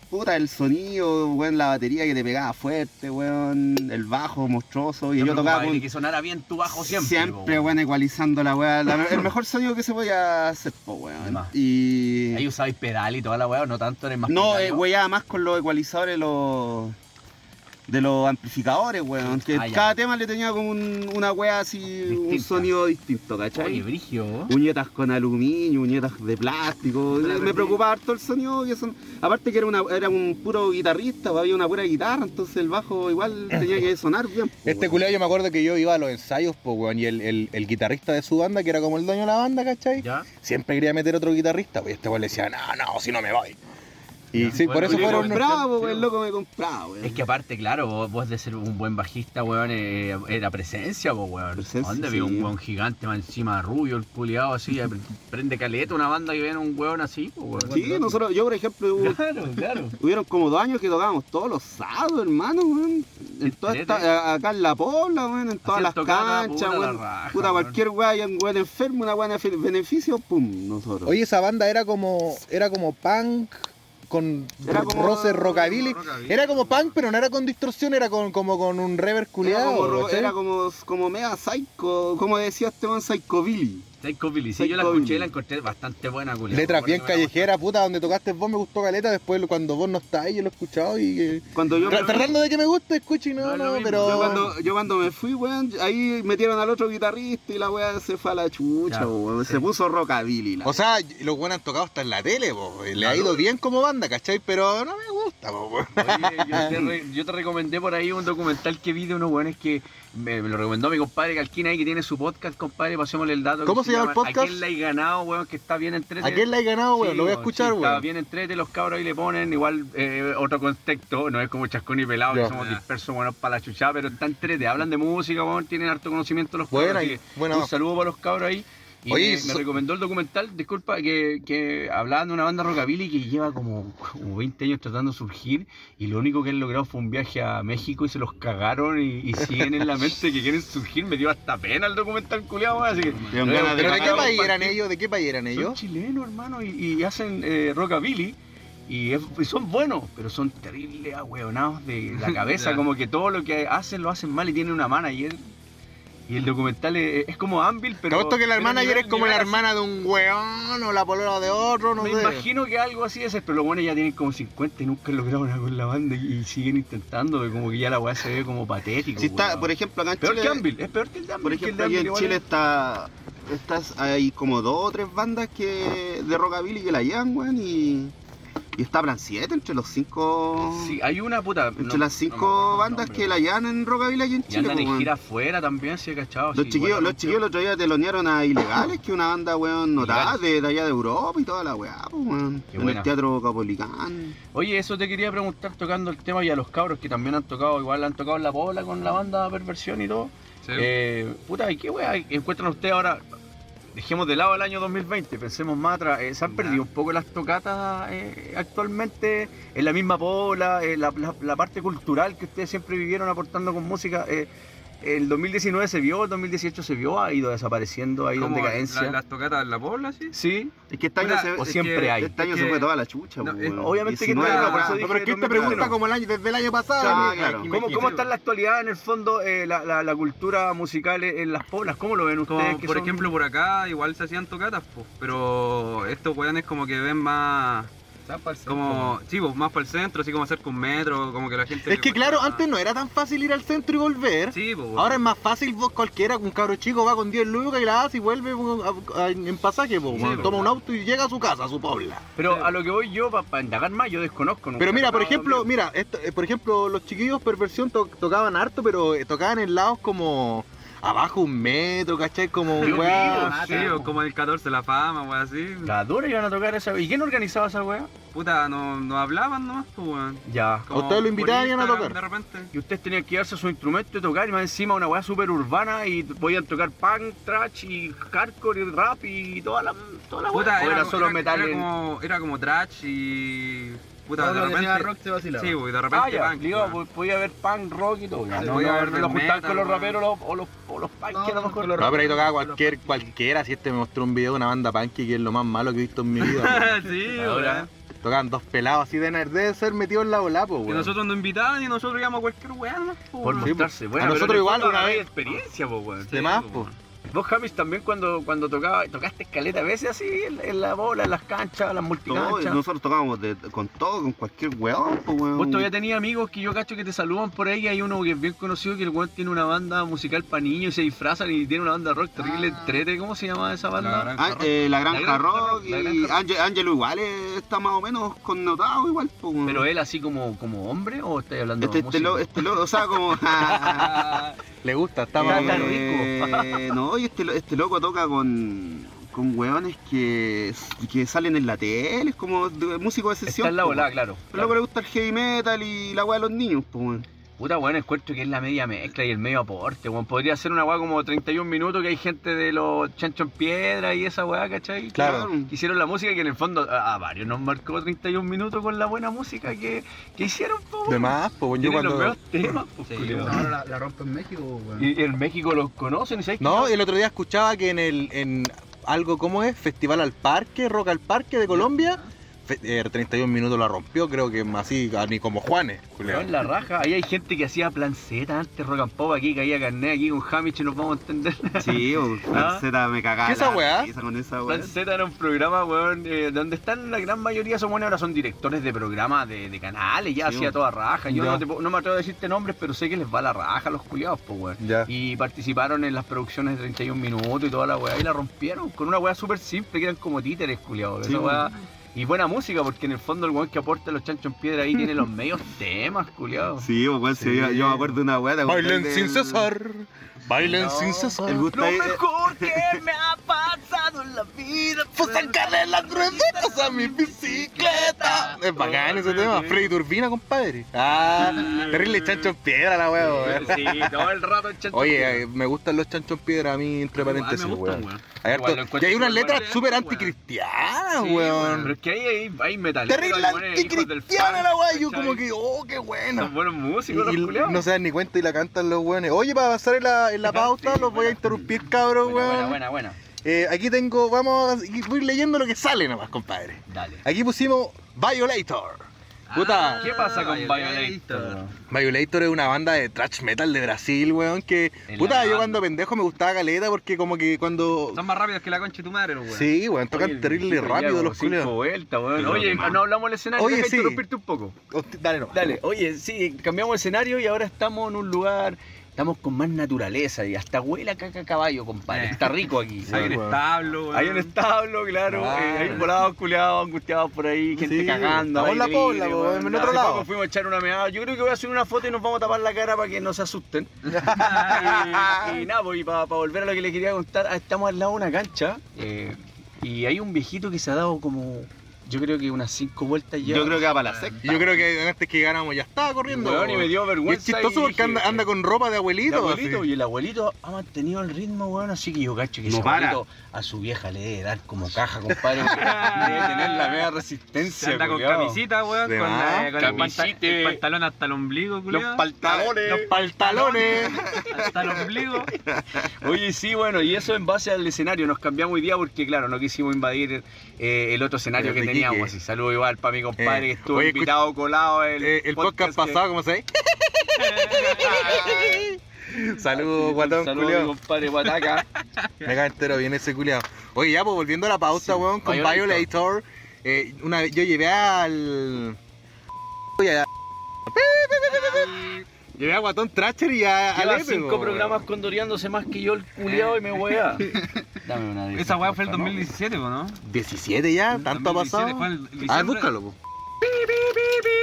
C: Puta, el sonido, weón, la batería que te pegaba fuerte, weón, el bajo monstruoso. Y yo tocaba con
B: Que sonara bien tu bajo siempre.
C: Siempre,
B: po,
C: weón, ecualizando la weá. la- el mejor sonido que se podía hacer, po, weón.
B: Además.
C: Y.
B: Ahí usabais pedal y toda la weá, no tanto en el más
C: No,
B: pedal,
C: eh, weyaba más con los ecualizadores los, de los amplificadores, weón. Que
B: Ah, ya.
C: cada tema le tenía como un- una wea así, un
B: Distinta.
C: sonido distinto,
B: Oye,
C: ¿cachai?
B: brigio. ¿no?
C: Uñetas con aluminio, uñetas de plástico. eh, Me preocupaba harto el sonido. Que son... Aparte que era, una, era un puro guitarrista, pues, había una pura guitarra, entonces el bajo igual tenía que sonar bien. po,
D: Este
C: weón.
D: culiao yo me acuerdo que yo iba a los ensayos, po, weón, y el, el- el guitarrista de su banda, que era como el dueño de la banda, ¿cachai?
B: ¿Ya?
D: Siempre quería meter otro guitarrista, pues y este weón le decía, no, no, si no me voy. Y sí, por
B: Bueno,
D: eso
B: oye,
D: fueron...
B: bueno,
C: Bravo, weón, pues, loco me compraba, weón.
B: Es que aparte, claro, vos, vos de ser un buen bajista, weón, eh, era presencia, vos, weón.
C: Presencia,
B: ¿Dónde
C: sí.
B: vio un weón gigante más encima rubio, el culiado así? eh, Prende caleta una banda que viene un weón así, po, weón.
C: Sí, nosotros, yo por ejemplo, hubo-
B: Claro, claro.
C: Hubieron como dos años que tocábamos todos los sábados, hermano, weón. En toda esta-
B: Entrete.
C: a- acá en la pobla, weón, en todas
B: Así
C: las
B: tocaba,
C: canchas,
B: puta, la
C: weón.
B: raja,
C: puta,
B: weón.
C: cualquier weón, weón enfermo, una weón en beneficio, pum, nosotros.
D: Oye, esa banda era como, era como punk con
C: Era como-
D: roces rockabilly. Era como punk, pero no era con distorsión, era con, como con un reverb
C: era como,
D: culiado.
C: ro- era como, como mega psycho, como decía este weón, psycho Billy.
B: Psycho Billy, sí, yo la
C: Psycho
B: escuché y
C: Billy.
B: la encontré bastante buena, culiado.
D: Letras bien callejeras, puta, donde tocaste vos me gustó caleta, después cuando vos no estás ahí yo lo he escuchado y... eh,
C: Cuando yo,
D: tra- tratando de que me guste, escucho y
B: No
D: no,
B: es lo
D: no,
B: mismo.
D: pero...
C: yo cuando, yo cuando me fui, weón, ahí metieron al otro guitarrista y la weá se fue a la chucha,
B: Ya,
C: weón. Se puso rockabilly, la
D: O sea, y los buenos han tocado hasta en la tele, po. y le ha ido bien como banda, ¿cachai? Pero no me gusta, po, weón.
B: Oye, yo, te re- yo te recomendé por ahí un documental que vi de unos weones que me, me lo recomendó mi compadre Calquina ahí que tiene su podcast, compadre, pasémosle el dato. que
D: ¿Cómo se llama el podcast?
B: ¿A quién le hay ganado, weón, que está bien
D: ¿A
B: entretenido?
D: quién la he ganado, weón?
B: Sí,
D: lo voy a
B: weón,
D: escuchar,
B: sí, Está
D: weón.
B: bien entrete, los cabros ahí le ponen, igual eh, otro contexto, no es como chascón y pelado,
D: Ya.
B: que somos dispersos, bueno, para la chuchada, pero está entrete, hablan de música, weón, tienen harto conocimiento los cabros.
D: Buena,
B: así que
D: buena.
B: Un saludo para los cabros ahí. Y
D: Oye,
B: me, me
D: so-
B: recomendó el documental, disculpa, que, que hablaban de una banda rockabilly que lleva como, como 20 años tratando de surgir y lo único que han logrado fue un viaje a México y se los cagaron y, y siguen en la mente que quieren surgir. Me dio hasta pena el documental culiado, weón, así que... Pero-
C: Dieron ganas
D: ¿Pero de qué
B: Claro,
D: país eran
B: compartir.
D: ellos? ¿De qué país eran
B: Son
D: ellos?
B: chilenos, hermano, y, y hacen eh, rockabilly. Y, es- y son buenos, pero son terribles ahueonados de la cabeza.
E: Ya.
B: como que todo lo que hacen lo hacen mal y tienen una manager. Y Y el documental es, es como Anvil,
D: Te
B: pero.
D: apuesto que la
B: pero
D: hermana
B: nivel-
D: eres como la
B: nivel así.
D: hermana de un weón o la polola de otro, no
B: Me
D: sé.
B: imagino que algo así es, pero los buenos ya tienen como 50 y nunca lograron algo con la banda y, y siguen intentando, y como que ya la weá se ve como patético.
C: Si está,
B: weón.
C: por ejemplo, acá en
B: peor que
C: Chile,
B: Anvil, es peor que el de Anvil.
C: por
B: que el
C: ejemplo,
B: de
C: aquí
B: Anvil
C: en
B: igual
C: Chile
B: es-
C: está, estas, hay como dos o tres bandas que de rockabilly que la llevan, weón, y, y está Plan 7 entre los cinco,
B: Sí, hay una puta.
C: entre
B: no-
C: las
B: no me
C: cinco
B: acuerdo el
C: bandas
B: nombre,
C: que la
B: weón.
C: llevan en rockabilly aquí en
B: Y
C: Chile,
B: andan
C: pues,
B: en
C: weón.
B: gira afuera también, si he cachado.
C: Los
B: sí,
C: chiquillos,
B: igual
C: los chiquillos el otro día telonearon a Ilegales, que es una banda, weón, notada de, de allá de Europa y toda la weá, pues, weón.
B: Qué
C: En
B: buena.
C: el Teatro Capolicán.
B: Oye, eso te quería preguntar tocando el tema y a los cabros que también han tocado, igual han tocado en la bola con la banda Perversión y todo.
E: Sí.
B: Eh, puta, ¿y qué weá encuentran ustedes ahora? Dejemos de lado el año 2020, pensemos más atrás. eh, ¿Se han
E: Ya.
B: perdido un poco las tocatas eh, actualmente en la misma bola? eh, la, la- la parte cultural que ustedes siempre vivieron aportando con música. eh, el 2019 se vio, el 2018 se vio, ha ido desapareciendo, ha ido en
E: Como
B: decadencia.
E: la- las tocatas en la bola, sí.
B: Sí,
C: Es que este año,
E: Puta,
C: se,
B: o
C: es
B: siempre
C: que
B: hay.
C: este año
E: es
C: se
E: que-
C: fue toda la chucha,
E: no,
C: pues,
E: es-
C: weón.
B: obviamente que no,
C: 19
B: pero
C: weá.
B: por eso dije
D: pero es que esta
B: 2021.
D: pregunta como el año, desde el año pasado.
C: Ah,
D: me-
C: claro.
D: me-
B: ¿Cómo,
D: me-
B: ¿Cómo está en la actualidad, en el fondo, eh, la, la- la cultura musical en en las poblas? ¿Cómo lo ven
E: Como,
B: ustedes? que
E: por
B: son-
E: ejemplo, por acá igual se hacían tocatas, po, pero estos weones como que ven más, como, sí, po, más para el centro, así como cerca un metro, como que la gente...
D: Es que
E: le
D: claro,
E: cuesta-
D: antes no era tan fácil ir al centro y volver.
E: Sí, po,
D: Ahora es más fácil, vos cualquiera, un cabro chico va con 10 lucas y la hace y vuelve po, a- a- en pasaje, po,
E: Sí,
D: weón.
E: po.
D: toma un auto y llega a su casa, a su pobla.
B: Pero a lo que voy yo, para indagar más, yo desconozco. nunca
D: Pero mira, por
B: he tocado,
D: ejemplo,
B: mira.
D: mira, esto- eh, por ejemplo, los chiquillos perversión to- tocaban harto, pero eh, tocaban en lados como abajo un metro, ¿cachai? Como Ah,
B: Dios
D: weá.
B: mío.
E: Sí, po, como el 14 de la fama, weón, así.
B: La dura iban a tocar esa. ¿Y quién organizaba esa weá?
E: Puta, no, no hablaban nomás, pues, weón.
B: Ya.
E: Como
D: ustedes lo
E: por
D: invitaban y iban a
E: Instagram,
D: tocar?
E: De repente.
B: Y ustedes tenían que llevarse su instrumento y tocar, y más encima una weá súper urbana, y podían tocar punk, trash, y hardcore, y rap, y toda la, toda la weá.
E: Puta,
B: ¿O
E: era,
B: era solo
E: era-
B: metal.
E: era
B: en-
E: como, era como trash y... Puta,
A: Todo
E: de
A: lo que sea
E: repente...
A: rock se vacilaba.
E: Sí, po, y de repente
B: Ah, ya,
E: punk,
B: digo,
E: weón.
B: po- podía haber punk, rock y todo. ya,
A: Sí,
B: no,
E: podía
B: no,
E: haber
B: no lo
E: death
B: juntaban
E: metal,
B: con los
E: weón.
B: raperos los- o los, o los punk, que a lo
A: No,
B: mejor-
A: con los
D: No, pero ahí tocaba cualquier, cualquiera, si este me mostró un video de una banda punk que es lo más malo que he visto en mi vida.
E: sí,
B: Ahora,
E: weón.
D: po. Tocaban dos pelados así de nerd, ser metidos en la bola, po,
E: Y
D: weón.
E: nosotros nos invitaban y nosotros íbamos a cualquier weá, nomás, po,
B: Por
E: weón.
D: Sí,
B: mostrarse.
D: po.
B: Bueno,
D: A
B: pero
D: nosotros
B: en el
D: igual
B: fondo
D: una
B: agarráis
D: vez-
B: experiencia, po, weón.
D: De más, po.
B: Vos, Javis, también cuando, cuando tocaba, tocaste escaleta a veces así, en, en la bola, en las canchas, las
C: Todo-
B: multicanchas.
C: nosotros tocábamos de- con todo, con cualquier weón, pues,
B: Vos todavía
C: weón.
B: tenías amigos que yo cacho que te saludan por ahí. Hay uno que es bien conocido que el weón tiene una banda musical para niños y se disfrazan y tiene una banda rock terrible entrete. ¿Cómo se llama esa
E: Ah. La
B: banda?
E: gran
C: Ah,
E: rock.
C: eh, la
B: La
C: Granja
B: Granja
C: Rock
B: Rock, la
C: y
B: Granja
C: Ángel- Ángelo igual eh, está más o menos connotado igual, pues, weón.
B: Pero él así como, como hombre o estáis hablando
C: Este,
B: de
C: este, lo, este lo- o sea, como...
D: Le gusta, está
B: Está
D: más
B: tan
D: bueno.
C: Eh, no, y este, lo- este loco toca con, con hueones que, que salen en la tele, es como de- músico de sesión.
B: Está en la
C: po,
B: volada,
D: pues.
C: weón.
B: claro.
C: Al loco le gusta el heavy metal y la hueá de los niños, pues, weón.
B: Puta, weón, encuentro que es la media mezcla y el medio aporte, weón. Podría ser una weá como 31 minutos que hay gente de los chanchos en piedra y esa weá, ¿cachai?
D: Claro.
B: Que hicieron la música que en el fondo a, a varios nos marcó 31 minutos con la buena música que, que hicieron, po, weón.
D: De más, po, weón. yo
B: Tienen los
D: cuando...
B: mejores temas, po, culiao.
A: Ahora la, la rompe en México, weón.
B: Y en México los conocen, ¿y sabes qué?
D: No, el otro día escuchaba que en el... En algo como es, Festival al Parque, Rock al Parque de Colombia, fe- eh, 31 minutos la rompió, creo que así, ni como Juanes. culiao.
B: Weón, la raja. Ahí hay gente que hacía planceta antes, rock and pop aquí, caía carné aquí con Hamish, nos vamos a entender.
C: Sí, weón.
B: Ah.
C: Z me cagaba.
D: ¿Qué esa
C: la
D: weá?
C: risa Con esa weá.
B: Plan Z era un programa, weón, eh, donde están la gran mayoría, son buenos, ahora son directores de programas, de, de canales, ya
C: Sí,
B: hacía
C: weón.
B: toda raja. Yo
D: Ya.
B: no, te puedo- no me atrevo a decirte nombres, pero sé que les va la raja a los culiados, pues, weón.
D: Ya.
B: Y participaron en las producciones de 31 minutos y toda la weá, y la rompieron con una weá súper simple, que eran como títeres, culiados.
D: Sí,
B: esa weá- Y buena música, porque en el fondo el weón que aporta los chanchos en piedra ahí tiene los medios temas, culiados.
C: Sí, weón, sí,
D: Sí.
C: Yo, yo me acuerdo de una weá. ¿te acuerdas
D: Bailen sin
C: del-
D: cesar, bailen sin cesar.
C: El eh, gusto
B: Lo
E: Eh,
B: mejor que me ha pasado en la vida
D: Fue sacarle las rueditas a mi bicicleta. Es bacán ese tema. Freddy Turbina, compadre. Ah, terrible chancho en piedra la wea, weón.
B: Sí, todo el rato el chancho en piedra.
D: Oye, eh, me gustan los chanchos en piedra a mí, entre
E: Igual me
D: paréntesis,
E: gustan,
D: weón.
E: weón.
D: Hay harto-
B: Igual lo encuentro
D: que hay unas
B: igual
D: letras
E: bueno.
D: súper anticristianas,
E: Sí,
B: Pero
D: weón.
B: es que ahí hay, hay metaleros,
D: Terrible
B: los buenos hijos del
D: anticristiana
B: funk,
D: la weá. Yo
B: ¿cachai?
D: como que, oh, qué
B: Son
D: buena.
B: buenos
D: Y,
B: músicos los
D: y
B: culiados.
D: no se dan ni cuenta y la cantan los weones. Oye, para pasar en la, en la pauta,
B: Sí,
D: los voy a
B: buena.
D: interrumpir, cabros,
B: buena, buena,
D: weón.
B: buena, buena.
D: Eh, aquí tengo, vamos, a- voy leyendo lo que sale nomás, compadre.
B: Dale.
D: Aquí pusimos Violator. Puta.
B: Ah, ¿Qué pasa con
E: Violator?
B: Violator?
D: Violator es una banda de thrash metal de Brasil, weón, que...
E: Es la
D: Puta, yo
E: banda.
D: cuando pendejo me gustaba Caleta porque como que cuando...
E: Son más rápidos que la concha de tu madre, los weón.
D: Sí, weón, tocan
B: Oye, el
D: terrible
B: viejito
D: rápido
B: ya,
D: los
B: cinco
D: culiados.
B: vueltas, weón.
D: Pero
B: Oye,
D: más.
B: no hablamos del escenario,
D: Oye,
B: deja
D: sí.
B: interrumpirte un poco.
D: Hosti- Dale, no.
B: Dale, oye, sí, cambiamos de escenario y ahora estamos en un lugar, estamos con más naturaleza y hasta huele a caca a caballo, compadre.
E: Eh.
B: Está rico aquí.
E: Hay un
D: weón.
E: establo, weón.
B: Hay un establo, claro,
D: Claro.
B: eh, hay volados culeados, angustiados por ahí, gente
D: Sí,
B: cagando. al
D: estamos en la
B: aire libre,
D: pobla, po,
B: weón.
D: en otro
B: Hace
D: lado.
B: poco fuimos a echar una meada. Yo creo que voy a hacer una foto y nos vamos a tapar la cara para que no se asusten.
D: Ah.
B: y, y nada, pues, y para volver a lo que les quería contar, ah, estamos al lado de una cancha eh, y hay un viejito que se ha dado como, yo creo que unas cinco vueltas ya.
C: Yo creo que va para la sexta.
D: Yo creo que antes que ganamos ya estaba corriendo.
B: Weón, y me dio
D: Y es
B: vergüenza.
D: chistoso
B: y
D: porque
B: dije,
D: anda, anda con ropa de
B: el
D: abuelito.
B: abuelito,
D: así.
B: y el abuelito ha mantenido el ritmo, weón, así que yo cacho que
C: No
B: ese
C: para.
B: abuelito a su vieja le debe dar como caja, compadre. porque debe tener la media
E: Se
B: resistencia.
E: anda con
B: culiao.
E: camisita, weón,
D: De
E: con, la-
D: más.
E: con el, panta-
B: Camisita.
E: el pantalón hasta el ombligo,
B: Los
E: culiado.
B: pantalones.
D: Los pantalones.
E: hasta el ombligo.
B: Oye, sí, bueno, y eso en base al escenario. Nos cambiamos hoy día porque, claro, no quisimos invadir eh, el otro escenario
D: El
B: que
D: de
B: teníamos.
D: Quique.
B: Así, saludo igual para mi compadre
D: Eh,
B: que estuvo
D: oye,
B: invitado colado el,
D: Eh, el podcast
B: que-
D: pasado, ¿cómo se dice? Saludos, guatón,
B: Saludo a mi
D: culiao.
B: compadre Guataca.
D: Me cae entero bien ese culiao. Oye, ya, pues volviendo a la pausa,
B: Sí,
D: weón, con
B: Violator.
D: Violator. eh, una, vez- yo llevé al. y a- Llevé a Guatón Thrasher y a. a
B: Lleva
D: Lepe,
B: cinco
D: weón.
B: programas condoreándose más que yo el culiao y me wea. Dame una de
E: Esa
B: esas,
E: weá fue el
B: porfa, ¿no?
E: 2017, po, ¿no?
D: 17 ya, tanto ha
E: 2017
D: pasado.
E: fue el diciembre.
D: Ah, búscalo, po.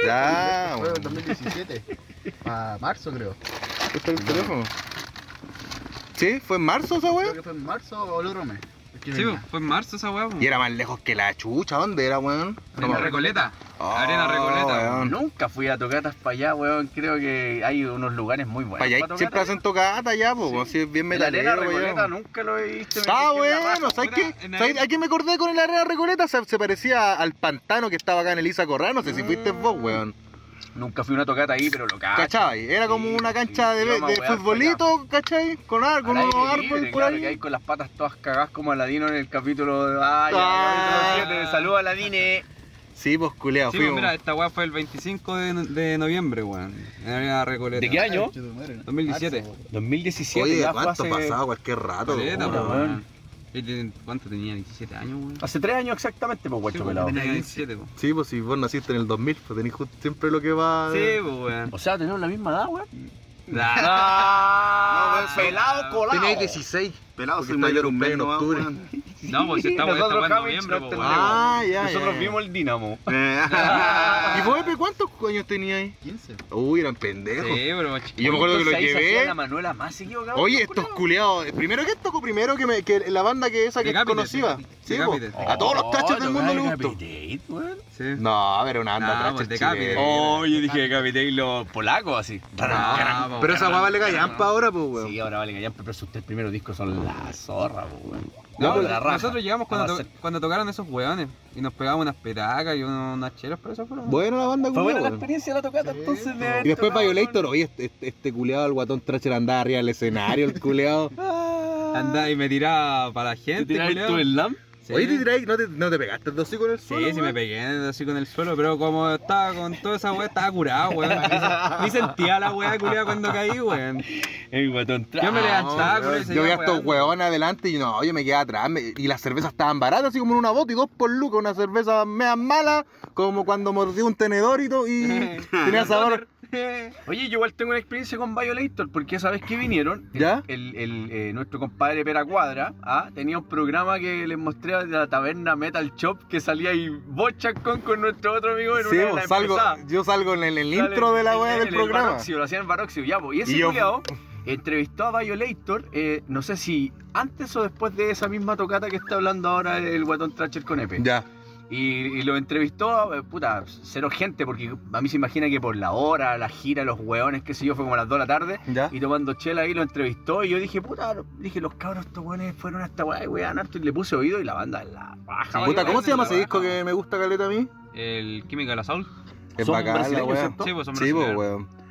D: Ya,
A: Fue en
D: weón.
A: 2017. A marzo, creo.
D: ¿Está el teléfono? Sí, fue en marzo esa
A: Creo
D: weón.
A: que fue en marzo o el otro mes. Es que
E: Sí, po,
A: venía.
E: fue en marzo esa weá, po.
D: Y era más lejos que la chucha, ¿dónde era, weón? No
E: Arena
D: me-
E: Recoleta.
D: Ah,
E: Arena Recoleta.
D: weón.
B: Nunca fui a tocatas para allá, weón. Creo que hay unos lugares muy buenos.
D: Para allá
B: pa'
D: siempre
B: tocatas.
D: hacen tocata ya, po, así es bien
B: La arena
D: metalero,
B: Recoleta
D: weón.
B: nunca lo he visto. me
D: Ah,
B: fijé en la
D: bueno,
B: raja.
D: ¿sabes
E: pura-
D: qué?
E: en
D: ¿Sabes
E: arena.
D: a qué me acordé con el Arena Recoleta? Se, se parecía al pantano que estaba acá en Elisa Corral, no sé si fuiste vos, weón.
B: Nunca fui a una tocata ahí, pero lo cacho.
D: ¿Cachai? Era como
B: Ah, Sí,
D: una
B: sí,
D: cancha de,
B: sí, vamos a
D: de
B: wear para
D: futbolito, ¿cachai? Con, ar- con
B: Al
D: unos
B: aire libre,
D: árboles por
B: claro,
D: ahí.
B: que hay con las patas todas cagadas como Aladino en el capítulo de... Ay,
D: Ah.
B: el capítulo siete. Saluda a Aladine.
D: Sí, pues culeado,
E: Sí,
D: fuimos.
E: pues mira, esta weá fue el 25 de, no- de noviembre, weón. En Arena Recoleta.
B: ¿De qué año?
A: Ay, chuta madre.
D: Ah,
E: 2017.
A: Marzo,
B: 2017
D: Oye,
B: ya fue
D: ¿cuánto
B: hace...
D: ha pasado? Cualquier rato,
E: Recoleta,
B: Puta,
E: po,
B: weón.
E: weón. Y te- ¿Cuánto tenía? ¿17 años, weón?
B: Hace tres años exactamente, pues, guacho
E: Sí, po,
B: pelado.
E: tenía 17, po.
D: Ah, Sí, pues si vos naciste en el 2000, pues tenés justo siempre lo que va...
E: Sí, pues, weón.
B: O sea, tenemos la misma edad, weón.
E: Nah.
B: Ah,
D: pues,
E: weón,
B: pelado colado.
D: Tenés 16.
C: Pelado,
D: Porque
C: soy
D: está
C: mayor
D: yo
C: un
D: cumpleaños
C: mes
D: en
C: nomás,
D: octubre.
C: weón.
E: No, pues esta weá esta
B: Nosotros,
E: weá en
B: Javi, no
E: noviembre, po,
B: entendemos.
E: weón.
D: Ah, ya,
B: Nosotros
D: ya, ya.
B: vimos el Dinamo.
C: Eh.
D: ¿Y vos, Pepe, cuántos años tenías ahí?
A: 15.
D: Uy, eran pendejos.
E: Sí, pero más
D: Y yo me acuerdo que lo
B: Entonces, ahí se hacía
D: llevé.
B: la Manuela más equivocada.
D: Oye, estos culeados. Primero que esto, primero que, me- que la banda que esa que es
E: Decapitated.
D: conocida. Sí, po.
E: Decapitated.
D: a todos
B: Oh,
D: los tachos del mundo les gustó.
E: Sí.
D: No, pero una
E: Nah,
D: banda
E: pues,
D: trash
E: Decapitated.
D: chilena.
B: Oh, yo dije Capitán y los polacos, así.
E: Ah, po,
D: Pero esa
E: weón.
D: guava le callampa ahora, pues, weón.
B: Sí, ahora vale que ya pero sus tres primeros discos son la zorra, po, weón.
E: No,
B: No,
E: pero
B: la raja.
E: nosotros llegamos cuando,
B: Ah,
E: to-
B: sí.
E: cuando tocaron esos hueones y nos pegábamos unas petacas y unos- unas chelas, pero eso fueron.
D: Bueno, la banda
B: Fue buena
D: culeada.
B: la
D: weón.
B: experiencia de la tocata,
A: Sí,
B: entonces. de
A: po.
B: haber
D: Y después
B: tocado,
D: Violator, oye, este, este, este culeado, el guatón Thrasher andaba arriba del escenario, el culeado.
E: Andaba y me tiraba para la
B: weón.
E: gente.
B: ¿Te tiráis
E: culiao.
B: tú el lamp?
E: Sí.
D: Oye, te tiráis, ¿no te, no te pegaste dos sí con el
E: Sí,
D: suelo?
E: sí
D: weón?
E: me pegué así con el suelo, pero como estaba con toda esa weá, estaba curado, weón. Ni sentía la weá culiada cuando caí, weón.
B: El guatón tra-
E: Yo me levantaba,
D: No,
E: culiao, y
D: weón,
E: seguía
D: Yo veía a estos
E: weando.
B: pues.
D: hueones adelante y no, yo me quedaba atrás. me- y las cervezas estaban baratas, así como en una bota y dos por lucas. Una cerveza mea mala, como cuando mordí un tenedor y, todo, y tenía sabor.
B: Oye, yo igual tengo una experiencia con Violator, porque esa vez que vinieron, el-
D: ¿Ya?
B: el- el, eh, nuestro compadre Pera Cuadra ¿ah? tenía un programa que les mostré de la taberna Metal Shop que salía ahí bocha con, con nuestro otro amigo en
D: Sí,
B: una de
D: pues,
B: las
D: salgo,
B: empezadas.
D: yo salgo en el, en el
B: Sale
D: intro de la
B: en-
D: wea
B: en
D: del
B: el
D: programa.
B: Baroxio, lo hacían en Baroxio, ya, po. Y ese
D: Y yo-
B: culiao entrevistó a Violator, eh, no sé si antes o después de esa misma tocata que está hablando ahora el guatón Tracher con Epe.
D: Ya,
B: Y, y lo entrevistó, eh, puta, cero gente, porque a mí se imagina que por la hora, la gira, los hueones, qué sé yo, fue como a las 2 de la tarde.
D: ya.
B: Y tomando chela ahí lo entrevistó y yo dije, puta, dije, los cabros estos hueones fueron hasta weá y weón harto y le puse oído y la banda la baja.
E: Sí,
D: Puta,
B: weón.
D: ¿cómo se llama
E: la
D: ese disco
E: raja.
D: que me gusta caleta a mí?
E: El químico de la Soul.
D: Es
B: Son
D: bacán la
B: brasileños,
D: wea.
B: ¿cierto?
E: Sí, pues son
D: Sí, pues,
E: brasileños.
D: weón.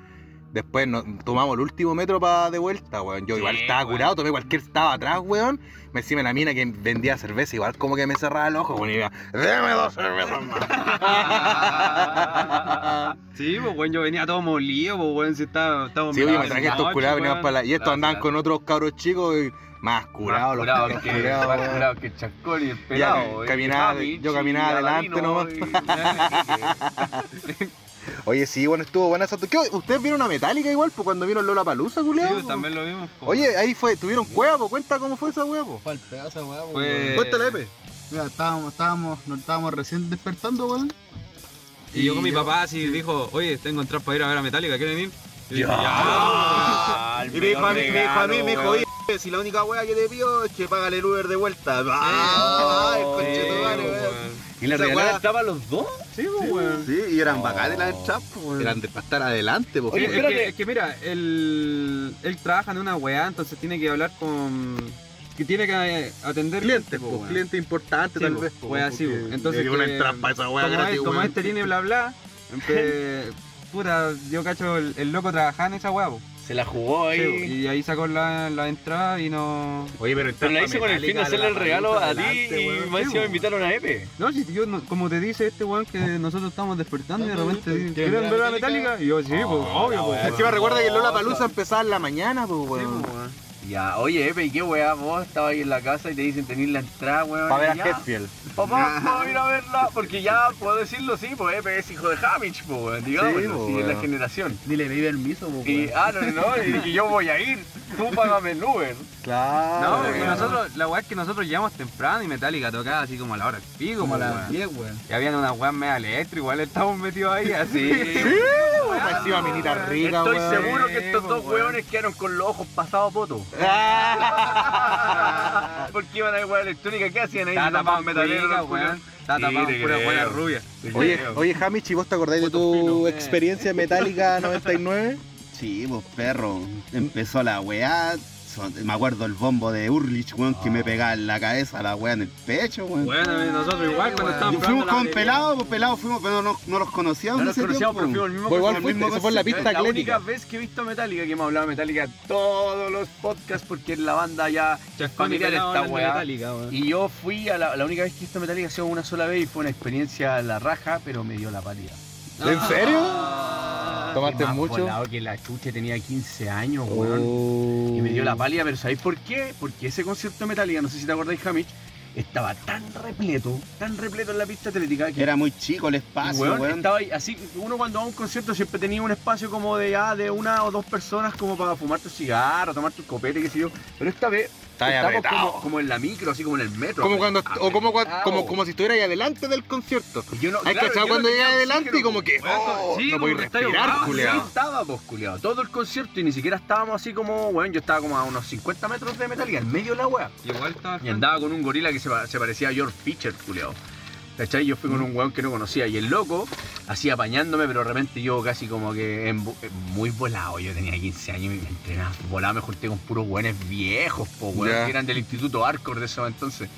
D: Después nos tomamos el último metro para de vuelta, weón. Yo
B: Sí,
D: igual estaba
B: weón.
D: curado, tomé cualquier estaba atrás, weón. Me encima la mina que vendía cerveza, igual como que me cerraba el ojo, weón. Y iba, deme dos cervezas más.
E: Sí, pues bueno, yo venía todo molido, pues bueno, si estaba, estábamos
D: sí, oye, me
E: meados en
D: traje
E: la
D: estos
E: noche,
D: curados,
E: weón.
D: veníamos para la... Y estos
B: La
D: andaban
B: verdad.
D: con otros cabros chicos y más curados, los
B: curado,
D: cabros
B: que,
D: curados,
B: más
D: weón.
B: curado que el chascón y el
D: Ya, pues,
B: pelado.
E: Ah,
D: caminaba- yo caminaba adelante nomás. Oye, sí, bueno, estuvo buena esa... ¿Qué? ¿Ustedes vieron a Metallica igual? Pues cuando vieron Lola Palusa,
E: Sí,
D: culiao.
E: pues, también lo vimos. pues.
D: Oye, ahí fue, tuvieron cueva, pues cuenta cómo fue esa hueá, pues.
A: Fue al pedazo, weón.
E: Fue-
D: Cuéntale, Epe.
A: Mira, estábamos, estábamos, nos estábamos recién despertando, weón.
E: Y yo con mi papá así dijo, oye, tengo entradas para ir a ver a Metallica, ¿quieren ir? Y yo dije,
D: Ah,
C: Y me dijo a mí, me dijo a mí, me dijo, "Oye, si la única wea que te pido es que págale el Uber de vuelta. Ah,
D: oh,
C: el
E: "Ya". Sí,
C: conchetumare,
E: pues,
C: weón.
E: weón.
B: ¿Y le
C: Esa
B: regalaron
C: weá-
B: estaba los dos?
E: Sí, pues, weón.
C: Sí, y eran bacanes las chapas, weón.
D: Eran de para estar adelante, pues.
B: Oye,
E: es,
B: espérate.
E: que, es que mira, él, él trabaja en una weá, entonces tiene que hablar con. que tiene que eh, atender
D: clientes,
E: po,
D: pues,
E: weón.
D: clientes importantes,
E: Sí,
D: tal
E: po,
D: vez. po,
E: weá, sí,
D: porque
E: po. Entonces.
D: le dio una
E: que-
D: entrada pa' esa weá
E: como
D: gratis,
E: es- Como
D: weón.
E: este tiene bla bla. empe- puta, yo cacho, el, el loco trabajaba en esa weá, po.
B: Se la jugó ahí.
E: Sí, po, y ahí sacó la, la entrada y no.
F: Oye, pero
B: Pero la hice con el fin de hacerle el regalo a ti y más encima me invitaron a Epe.
E: No, si yo, no- como te dice este weón, que nosotros estamos despertando y de repente. dicen,
A: ¿Quieren
E: ¿Quieren
A: ver
E: ver
A: a
E: a Metallica? Y yo, sí, pues,
D: Ah,
B: Oh, la
E: obvio, pues.
B: weá.
E: weón.
D: Encima recuerda que Lola Palusa empezaba en la mañana, pues,
E: Sí,
D: weón.
E: pues, weón.
B: Ya, oye, Epe, ¿y qué weá? Vos estabas ahí en la casa y te dicen tenés la entrada, weón.
D: Para ver
B: y
D: a
B: ya.
D: Hetfield.
B: Papá, puedo ir a verla, porque ya puedo decirlo, sí, pues Epe es hijo de Hamish, pues, weón, digamos,
D: Sí, pues,
B: así es la
D: weón.
B: generación.
A: Dile, pedí permiso, po,
B: Y,
A: weón.
B: ah, no, no, no, y, y yo voy a ir, tú págame el Uber.
D: Claro.
E: No, porque
B: weón.
E: nosotros, la weá es que nosotros llegamos temprano y Metallica tocaba así como a la hora del pico,
A: Como
E: como
A: a las
E: la.
A: 10, weón.
E: Y habían unas weas media eléctricas, igual estábamos metidos ahí así.
D: Para encima, minita rica,
B: Ah, Estoy
D: weón.
B: seguro que estos
E: pues,
B: dos
E: weón.
B: weones quedaron con los ojos pasados a poto. Porque iban a ir weá electrónica, ¿qué hacían ahí?
E: Estaba tapado
B: Tapaban
E: en cuica,
B: metaleros,
E: weón.
B: weón.
E: Estaba
B: Sí,
E: tapado
B: te
E: en pura
B: creo.
E: buena rubia.
D: Oye, oye, Hamish, ¿y vos te acordás de tu experiencia en Metallica 99?
C: Sí, pues perro. Empezó la weá. son- Me acuerdo el bombo de Urlich, weón, que
D: Ah.
C: me pegaba en la cabeza, la weá en el pecho, weón.
E: Bueno, y nosotros igual cuando
C: Yo
E: estábamos.
C: fuimos
E: probando
C: con
E: la-
C: pelados, pues pelados fuimos, pero no, no los conocíamos.
B: No
C: en
B: nos
C: ese
B: conocíamos, pero
C: tiempo,
B: fuimos el mismo
D: Vos igual
B: concierto.
C: el
D: fuiste,
C: mismo
D: se fue en la
B: Es
D: pista
B: la única
D: atlética.
B: vez que he visto Metallica, que hemos hablado de Metallica en todos los podcasts, porque en la banda ya
E: Chascón y
B: familiar
E: pelado
B: esta
E: hablando de
B: weá.
E: Metallica, weón.
B: Y yo fui a la, la única vez que he visto Metallica, ha sido una sola vez y fue una experiencia a la raja, pero me dio la pálida.
D: ¿En serio? ¿Tomaste
B: Fui más
D: mucho?
B: volado que la chucha tenía 15 años, weón. Y
D: Y
B: me dio la pálida, pero ¿sabéis por qué? Porque ese concierto de Metallica, no sé si te acordáis, Hamish, estaba tan repleto, tan repleto en la pista atlética que
C: Era muy chico el
B: y,
C: espacio,
B: weón,
C: weón.
B: estaba ahí, así, uno cuando va a un concierto siempre tenía un espacio como de, ah, de una o dos personas como para fumar tu cigarro, tomar tu copete, qué sé yo. Pero esta vez
D: Estaba
B: estábamos
D: apretado.
B: como, como en la micro, así como en el metro.
D: Como cuando, o como,
B: apretado.
D: cua- como, como si estuviera ahí adelante del concierto.
B: Y yo no-
D: Hay
B: claro,
D: cachado
B: yo
D: cuando
B: no tenía
D: llegas adelante y
B: oxígeno,
D: como que. Oh,
E: Sí,
D: no
E: como
D: podéis
E: que está
D: respirar,
E: ahogado,
B: Así
D: culeado.
B: estaba, pues, culiado. Todo el concierto y ni siquiera estábamos así como, weón, yo estaba como a unos 50 metros de Metallica, en medio de la wea.
E: Igual estaba.
B: Y andaba con un gorila que se, pa- se parecía a George Fisher, culiao. ¿Cachai? Yo fui con un weón que no conocía y el loco, así apañándome, pero de repente yo casi como que en bu- en muy volado. Yo tenía 15 años y me entrenaba volado, me junté con puros weones viejos, po, weón,
D: Ya.
B: que eran del Instituto Arcor de esos entonces.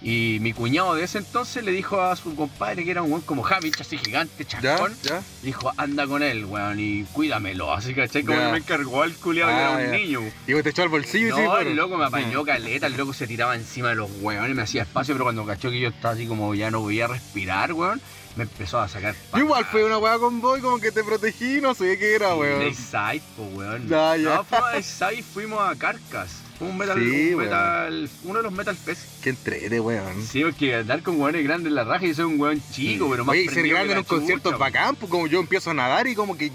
B: Y mi cuñado de ese entonces le dijo a su compadre, que era un weón como Hamich, así gigante,
D: Ya,
B: chascón,
D: ya.
B: dijo, anda con él, weón, y cuídamelo. Así, ¿cachai? Como
D: Ya.
B: que me encargó al culiao, que
D: Ah,
B: era un
D: ya.
B: niño
D: Y vos te echó al bolsillo y sí,
B: no,
D: fueron.
B: el loco me apañó caleta, el loco se tiraba encima de los hueones, me hacía espacio, pero cuando cachó que yo estaba así como ya no podía respirar, weón, me empezó a sacar.
D: Yo igual fue una weá con vos, como que te protegí, no sé qué era, weón.
B: Side, po, weón.
D: Ya, ya.
B: No, fuimos a Dayside, fuimos a Carcas. Fue Un metal,
D: Sí,
B: un
D: weón. Mm.
B: metal- uno de los metal fest.
D: Qué entrete, weón.
B: Sí, porque andar con hueones grandes en la raja, yo soy un weón chico, pero más
D: Oye, y ser
B: prendido
D: grande
B: que
D: en
B: la
D: un concierto
B: chucha,
D: es bacán, pues como yo empiezo a nadar y como que.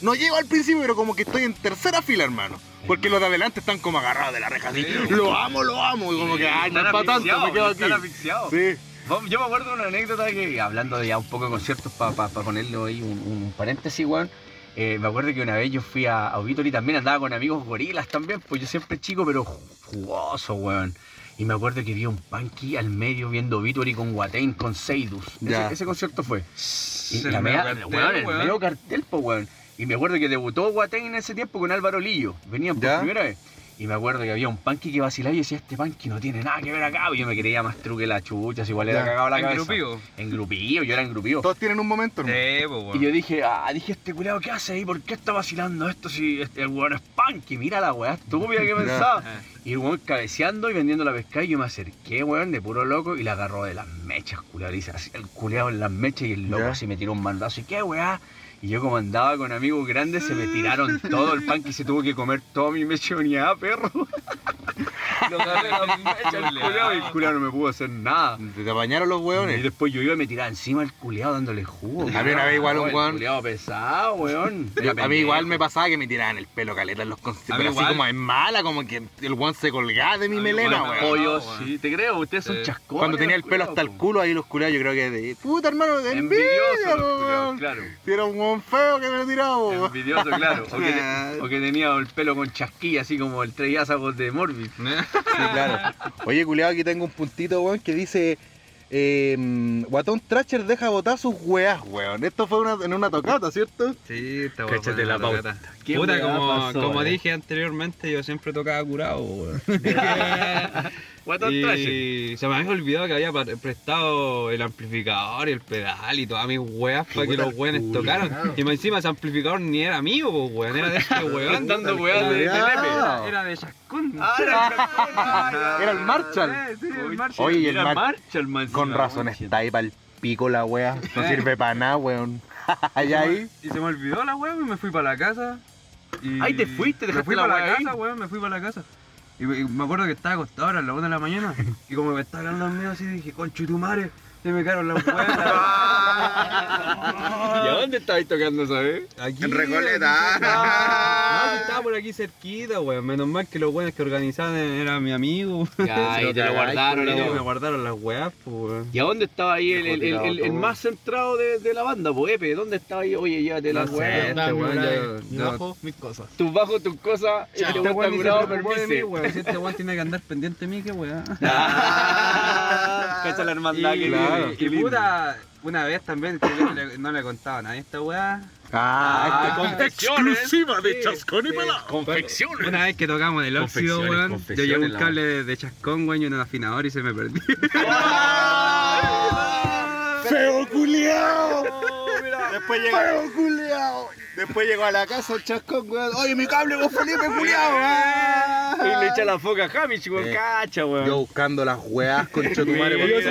D: No llego al principio, pero como que estoy en tercera fila, hermano. Porque los de adelante están como agarrados de la reja así.
E: Sí.
D: Lo amo, lo amo. Y como que, ay, no es
B: Están
D: para tanto, me quedo
B: asfixiados,
D: aquí.
B: están asfixiados.
D: Sí.
B: Vos- Oh, Yo me acuerdo de una anécdota que, hablando de ya un poco de conciertos, para ponerle ahí un, un paréntesis, weón. eh, me acuerdo que una vez yo fui a Auditor y también andaba con amigos gorilas también, pues yo siempre chico, pero ju- jugoso, weón. Y me acuerdo que vi a un punky al medio viendo Vitori con Guatain, con Seidus.
D: Ya.
B: Ese, ese concierto fue. Y
E: El
B: la
E: medio
B: media-
E: cartel,
B: weón, el
E: weón.
B: medio cartel, po, weón. Y me acuerdo que debutó Guatain en ese tiempo con Álvaro Lillo. Venían por
D: Ya.
B: primera vez. Y me acuerdo que había un panqui que vacilaba y decía, este panqui no tiene nada que ver acá. Y yo me creía más true que la chucha, si igual era
A: Ya,
B: cagado la cabeza.
E: Engrupido.
B: Engrupido, yo era engrupido.
D: Todos tienen un momento, hermano.
E: Sí, pues, weón.
B: Y yo dije, ah, dije, este culiado, ¿qué hace ahí? ¿Por qué está vacilando esto si este el weón es punky? Mira la weá estúpida que pensaba. y el weón cabeceando y vendiendo la pesca. Y yo me acerqué, weón, de puro loco, y la agarró de las mechas, culiado. Le hice así, el culiado en las mechas y el loco
D: Ya.
B: así me tiró un mandazo. ¿Y qué weá? Y yo como andaba con amigos grandes, se me tiraron todo. El punky se tuvo que comer todo mi mechoneada, perro. Lo agarré de las mechas, el culiao, y el culiao no me pudo hacer nada.
D: Te apañaron los
B: Y
D: hueones.
B: después yo iba y me tiraba encima al culeado dándole jugo.
D: A mí una
B: weón.
D: vez igual un
B: El
D: weón-
B: culeado pesado, weón.
D: Yo- a mí igual me pasaba que me tiraban el pelo caleta en los conciertos.
E: A mí
D: Pero así
E: igual.
D: como en mala, como que el weón se colgaba de mi
E: A mí
D: melena,
E: igual me
D: weón.
E: apoyo.
B: Pollo,
E: weón.
B: sí, te creo, ustedes son
E: Sí.
B: chascones.
D: Cuando tenía el pelo hasta el culo, ahí los culiados, yo creo que de. Puta hermano, de envidia,
B: Envidioso, los culeados,
D: weón.
B: claro.
D: Si era un weón feo que me lo tiraba, weón.
B: Envidioso, claro. O que, te- o que tenía el pelo con chasquilla, así como el tres ásagos de Morbid.
D: Sí, claro. Oye, culiado, aquí tengo un puntito, weón, que dice. eh,
C: em,
D: Guatón Tracher deja botar sus weas, weón. Esto fue una- en una tocata, ¿cierto?
E: Sí, está
B: Cáchate la pauta. ¿Qué
E: Puta,
B: weá
E: como,
B: pasó,
E: como
B: eh?
E: dije anteriormente, yo siempre tocaba curado, weón.
B: Guatón traje.
E: y se me había olvidado que había pre- prestado el amplificador y el pedal y todas mis weas para que los weones tocaran. Y más encima ese amplificador ni era mío, po, weón, era de este weón.
B: Andando weón de de Lepe.
D: Ah,
F: Era de Chascún.
B: Ah, era el chascón, ah,
D: Era el Marshall.
F: Sí, sí, el Marshall.
D: Oye, y el
B: Era
D: Mar-
B: Marshall, man,
D: Con
B: encima,
D: razón
B: weón.
D: este está ahí para el pico la wea. No
C: Eh.
D: sirve para nada, weón. Allá ahí.
F: Y se me olvidó la weá, y me fui para la casa. Y
B: Ay, te fuiste,
F: me
B: dejaste
F: fui
B: la
F: para
B: weá
F: la
B: ahí.
F: casa, weón, me fui para la casa. Y, y me acuerdo que estaba acostado ahora a las 1 de la mañana. Y como me estaba hablando mío así, dije, concho tu madre. Y me quedaron las weas.
B: ¿Y a dónde estabais tocando, sabes?
E: Aquí,
D: En
E: aquí cerca. No, si estaba por aquí cerquita, weón. Menos mal que los weones que organizaban eran mi amigo.
B: Ya, y te lo guardaron,
E: Y
B: y todo.
E: me guardaron las weas, pues, weón.
B: ¿Y a dónde estaba ahí el, el- el-
D: tirado
B: el- el
D: todo.
B: más centrado de, de la banda, po, Epe? ¿Dónde estaba ahí? Oye, llévate la
E: No sé.
B: weá.
E: Este weón ya-
A: Mi
E: ya-
A: bajo, mis cosas.
B: Tus bajos, tus cosas, y te
E: Este
B: gusta
E: weón ni se
B: curado,
E: preocupó de mí,
B: permiso.
E: weón. Si este weón tiene que andar pendiente de mí, qué weón.
B: Ah, Cacha la hermandad que
E: y,
B: claro.
E: y puta, una vez también que yo no le, no le contaba a nadie esta weá.
D: Ah, este-
E: exclusiva de Chascón y
B: Confecciones.
E: Una vez que tocamos en el óxido,
B: Confecciones,
E: weón, yo
B: confecciones,
E: llevé un
B: la
E: cable de, de Chascón, weón, y un afinador y se me perdió.
D: ¡Feo culiao! Después llegó, ¡Feo culiao! Después llegó a la casa el chascón, weón. ¡Oye, mi cable, vos Felipe, culiao! Ah.
B: Y le echa la foca a Hamish, weón.
D: Eh,
B: Cacha, weón.
D: Yo buscando las weas con Chetumare,
B: Sí, Ah, yo sé.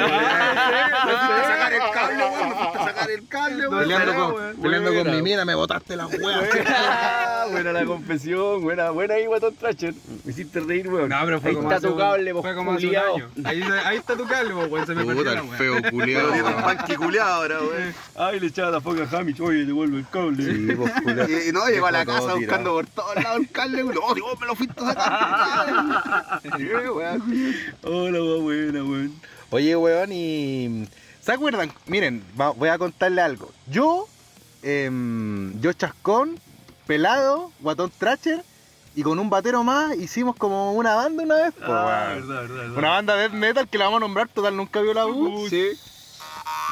E: Ah,
D: sacar el cable, weón. Me fuiste a sacar el cable, weón. Peleando con, peleando con mi mina, me botaste las weas.
B: Ah, buena la confesión, buena, buena ahí, guatón Tracher. Me hiciste reír, weón.
E: No, pero fue
B: ahí
E: como
B: está
E: hace
B: tu
E: un-
B: cable, vos,
E: Fue como hace un
B: culiao.
E: año. Ahí, se- ahí está tu cable, weón, se me perdió la weá.
D: feo culiao.
A: Pero tiene un panqui culiao ahora, weón.
B: Ay, le echaba la foca a Hamish, oye, devuelve el cable.
D: Sí, vos culiao.
A: Y, y no, llegó a la
D: Dejó
A: casa
D: todo
A: buscando por todos lados el cable, weón. ¡Oh, Dios, me lo fuiste a sacar! Sí, weón.
B: Hola, weón, buena, weón.
D: Oye, weón, y. ¿Se acuerdan? Miren, va- voy a contarle algo. Yo, em, yo Chascón, Pelado, Guatón Tracher, y con un batero más hicimos como una banda una vez. po,
B: Ah,
D: weón.
B: verdad, verdad, verdad.
D: Una banda death metal que la vamos a nombrar, total nunca vio la U. Sí.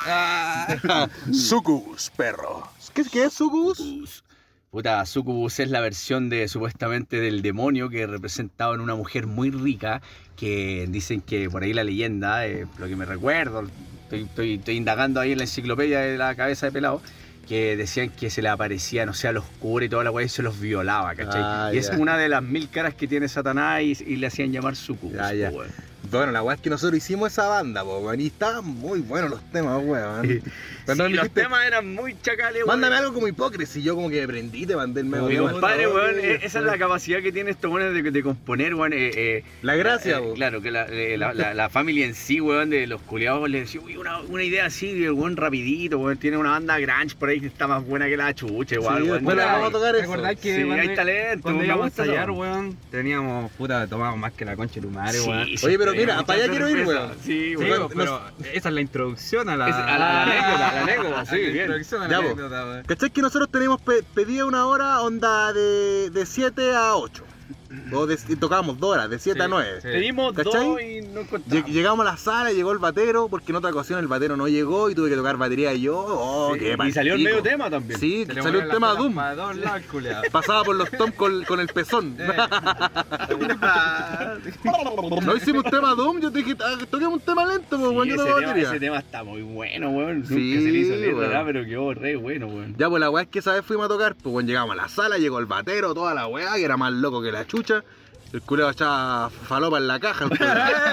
B: ah.
D: Sucus, perro. ¿Qué, qué es Sucus?
B: Puta, Sucubus es la versión de supuestamente del demonio que representaba en una mujer muy rica, que dicen que por ahí la leyenda, eh, lo que me recuerdo, estoy, estoy- estoy indagando ahí en la enciclopedia de la cabeza de pelado, que decían que se le aparecía, no sé, a los curas y toda la weá y se los violaba, ¿cachai?
D: Ah,
B: y es
D: ya.
B: una de las mil caras que tiene Satanás y, y le hacían llamar Sucubus.
D: Ah, Ya, ya.
B: po, weón.
D: Bueno, la weá es que nosotros hicimos esa banda, po, weón, y estaban muy buenos los temas, weón. Cuando
B: Sí,
D: me
B: los
D: dijiste,
B: temas eran muy chacales, weón.
D: Mándame algo como hipócrita, y yo como que me prendí, y te mandé el medio
B: Mi
D: tema.
B: compadre, weón, e- esa es la capacidad que tiene estos weones de, de componer, weón. eh, eh,
D: La gracia,
B: Eh,
D: po.
B: Claro, que la, eh, la, la- la familia en sí, weón, de los culiados le decía, uy, una, una idea así, y el weón rapidito, weón, tiene una banda grunge por ahí que está más buena que la chucha, igual,
D: Sí,
B: weón.
D: después la
B: Mira,
D: vamos a tocar
E: ¿Te
D: eso.
E: acordás que
B: Sí,
E: cuando-
B: hay talento,
E: Cuando
B: me
E: íbamos a
B: gusta
E: ensayar,
B: esa
E: weón, teníamos, puta, tomábamos más que la concha de tu madre,
B: sí,
E: weón.
B: sí,
D: Oye, pero
B: sí,
D: mira,
B: mucha
D: para allá quiero ir,
B: cerveza.
D: weón.
B: Sí,
E: Sí,
B: weón.
E: pero, esa es la introducción a la,
B: Es- a la- a la anécdota, a la anécdota, sí,
E: a la
B: bien.
E: introducción a la
D: Ya, po.
E: anécdota, weón.
D: ¿Cachai que nosotros tenemos pe- pedida una hora onda de de 7 a 8? Dos de- y tocábamos dos horas, de 7 a 9.
E: sí.
B: Pedimos
D: ¿Cachai?
B: dos y no encontramos.
D: Lleg- Llegamos a la sala, llegó el batero, porque en otra ocasión el batero no llegó y tuve que tocar batería yo. Oh,
B: Sí,
D: qué
B: y salió el
D: palpico.
B: medio tema también.
D: Sí,
E: Se le
D: salió
E: mueven
D: el
E: las
D: tema
E: patas
D: Doom.
E: pa' dos lados, culiao.
D: Pasaba por los tom con, con el pezón.
E: Eh,
D: No hicimos un tema Doom, yo te dije, ah, toquemos un tema lento, pues,
B: Sí,
D: weón, yo
B: ese,
D: no
B: tema,
D: batería.
B: ese tema está muy bueno, weón. Nunca
D: Sí,
B: se le hizo letra,
D: weón.
B: nada, pero quedó re bueno, weón.
D: Ya, pues la weá es que esa vez fuimos a tocar, pues bueno, llegamos a la sala, llegó el batero, toda la weá, que era más loco que la chucha. El culeo echaba falopa en la caja. weón.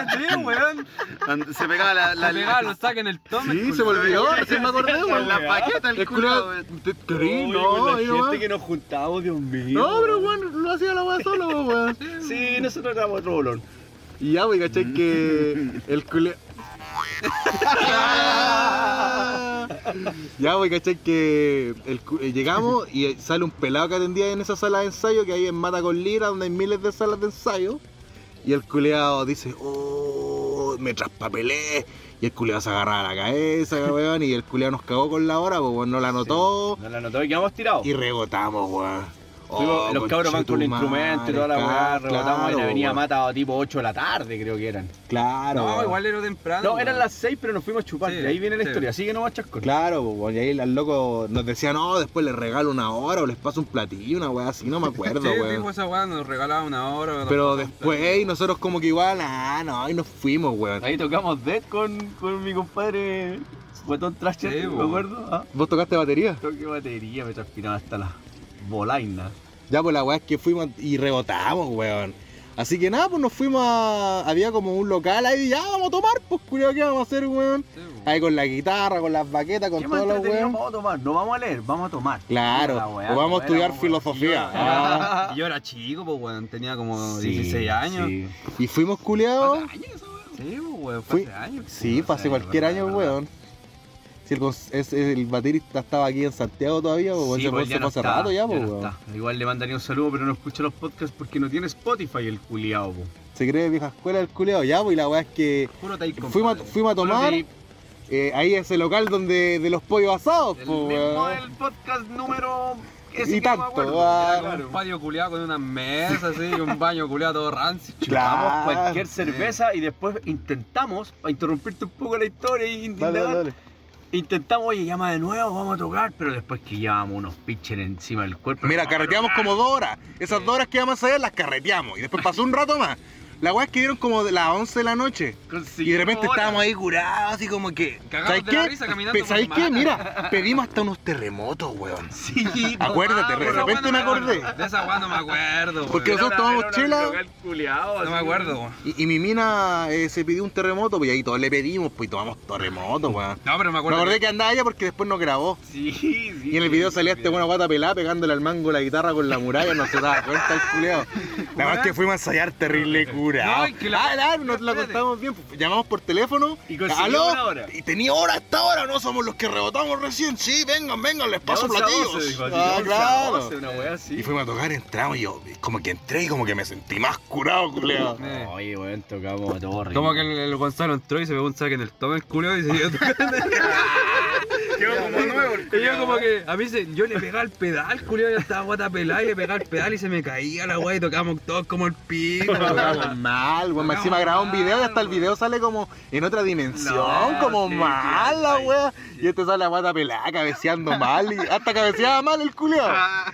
E: Sí, weón.
C: And- Se pegaba la. la-
E: La pegaba, lo saca en el tome.
D: Sí, se me olvidó, se me acordé,
C: con
D: weón.
C: la
B: Ah,
C: paqueta el
D: El
C: culo.
D: culeo,
C: weón.
D: te- te rí,
B: Uy,
D: no,
B: con la
D: ahí
B: gente
D: nomás.
B: que nos juntamos, Dios mío.
D: Ah. No, pero weón, lo hacía la weá solo, pues, weón.
B: Sí, nosotros éramos otro bolón.
D: Y ya, wey, caché que el culeo. ya, wey, caché que el cu- eh, llegamos y eh, sale un pelado que atendía en esa sala de ensayo que hay en Mata con Lira, donde hay miles de salas de ensayo. Y el culeado dice, oh, me traspapelé. Y el culeado se agarraba la cabeza, weón. Y el culeado nos cagó con la hora, pues weón, no la anotó.
B: Nos la notó y quedamos tirados.
D: Y oh, rebotamos, weón.
B: Fuimos- los cabros van con el instrumento y toda la weá,
D: claro,
B: rebotamos en la avenida
D: weón.
B: Mata tipo 8 de la tarde, creo que eran.
D: Claro.
E: Ah, No,
D: Ah, weón.
E: igual era temprano.
B: No,
E: weón.
B: eran las 6, pero nos fuimos a chupar.
E: Sí,
B: y ahí viene la
E: sí.
B: historia, sigue nomás chascón.
D: Claro, po, y ahí el loco nos decía, no, después les regalo una hora o les paso un platillo, una weá así, no me
E: Sí,
D: acuerdo,
E: dijo
D: weón.
E: esa weá, nos regalaba una hora. nos
D: Pero
E: regalaba un
D: después,
E: plato.
D: y nosotros como que igual, ah, no, y nos fuimos, weón.
B: Ahí tocamos Dead con, con mi compadre Guatón Trasher,
E: Sí,
B: ¿me
E: bo.
B: acuerdo? Ah,
D: ¿Vos tocaste batería?
B: toqué batería, me transpiraba hasta las bolainas.
D: Ya, pues la weá es que fuimos y rebotamos, weón. Así que nada, pues nos fuimos a... Había como un local ahí, ya, vamos a tomar, pues, culiao, ¿qué vamos a hacer, weón?
E: Sí, weón.
D: Ahí con la guitarra, con las baquetas, con
B: ¿Qué más
D: todos los
B: entretenido
D: weón.
B: vamos a tomar? No vamos a leer, vamos a tomar.
D: Claro,
B: La weá,
D: o vamos a
B: la
D: estudiar
B: weá.
D: filosofía. Ah.
E: Y yo era chico, pues, weón. Tenía como
B: Sí,
E: 16 años. Sí,
B: sí.
D: Y fuimos, culiados.
E: pues, weón. Fue
D: Fui-
E: hace años.
D: Sí,
B: fue
D: pasé
B: hace
D: cualquier
B: años,
D: año,
B: ¿verdad?
D: weón. pues, Si el, cons- es- es- el baterista estaba aquí en Santiago todavía, pues,
B: Sí,
D: ese
B: pues,
D: weón
B: ya
D: se
B: no
D: fue hace
B: está,
D: rato ya,
B: ya
D: pues,
B: no
D: weón.
B: está. Igual le mandaría un saludo, pero no escucha los podcasts porque no tiene Spotify el culiao, po.
D: Se cree vieja escuela el culeado, ya, pues, y la weá es que
E: Puro tape, compadre.
D: fuimos a, fuimos a tomar
B: Bueno,
D: eh, ahí ese local donde de los pollos asados,
B: El
D: pues,
B: mismo
D: weón.
B: del podcast número...
D: Y
B: ese que no me
D: tanto,
B: acuerdo.
D: ah,
B: Ya,
E: Era como
B: claro.
E: un patio culiado con unas mesas así, y un baño culiado todo rancio.
B: Chupamos
D: Claro.
B: cualquier cerveza y después intentamos, para interrumpirte un poco la historia y
D: Dale,
B: indagar,
D: dale, dale.
B: intentamos, oye, llama de nuevo, vamos a tocar, pero después que llevábamos unos pitchers encima del cuerpo.
D: Mira, carreteamos como dos horas. Esas dos horas que íbamos allá las carreteamos. Y después pasó un rato más. La weá es que dieron como de las 11 de la noche.
B: Conseguimos
D: Y de repente
B: horas.
D: estábamos ahí curados, así como que.
E: Cagados
D: ¿Sabes
E: de la
D: qué?
E: risa caminando
D: Pe-
E: por
D: ¿Sabes
E: Mata.
D: qué? Mira, pedimos hasta unos terremotos, weón.
B: Sí, no,
D: Acuérdate,
E: Ah,
D: de
E: esa weá
D: repente
E: no
D: me acordé.
E: acuerdo. De esa weá no me acuerdo.
D: Porque
E: weón.
D: nosotros tomamos chela.
E: No me acuerdo, weón.
D: Y, y mi mina eh, se pidió un terremoto, pues y ahí todos le pedimos, pues y tomamos terremoto, weón.
E: No, pero me
D: Me
E: acuerdo.
D: acordé que andaba ella porque después nos grabó.
B: Sí, sí.
D: Y en el video salía este bueno guata pelada pegándole al mango la guitarra con la muralla, no se daba cuenta el culeado. La verdad es que fuimos a ensayar terrible cura.
E: No, que la-
D: Ah, claro, nos la
E: espérate.
D: contamos bien. pues, Llamamos por teléfono.
B: Y consiguió una hora.
D: Y tenía hora hasta ahora, no somos los que rebotamos recién. Sí, vengan, vengan, les paso
B: De once a doce,
D: platillos.
B: dijo, así,
D: Ah,
B: de once a
D: claro.
B: doce, una wea así.
D: Y fuimos a tocar, entramos y yo como que entré y como que me sentí más curado, culeado.
E: Eh.
B: Oye, weón, tocamos todo rico.
E: Como que el, el Gonzalo entró y se pegó un saque en el tono el culo y se dio
A: Quedó como nuevo el
E: Y yo como que, a mí se, yo le pegaba el pedal, culiao, yo estaba guata pelada y le pegaba el pedal y se me caía la weá y tocábamos todos como el pico.
D: Tocamos mal, weón. Encima grabó un video y hasta el video sale como en otra dimensión,
B: No,
D: como
B: sí,
D: mal la
B: sí,
D: weá. Y este sale a guata pelada cabeceando mal y hasta cabeceaba mal el culio.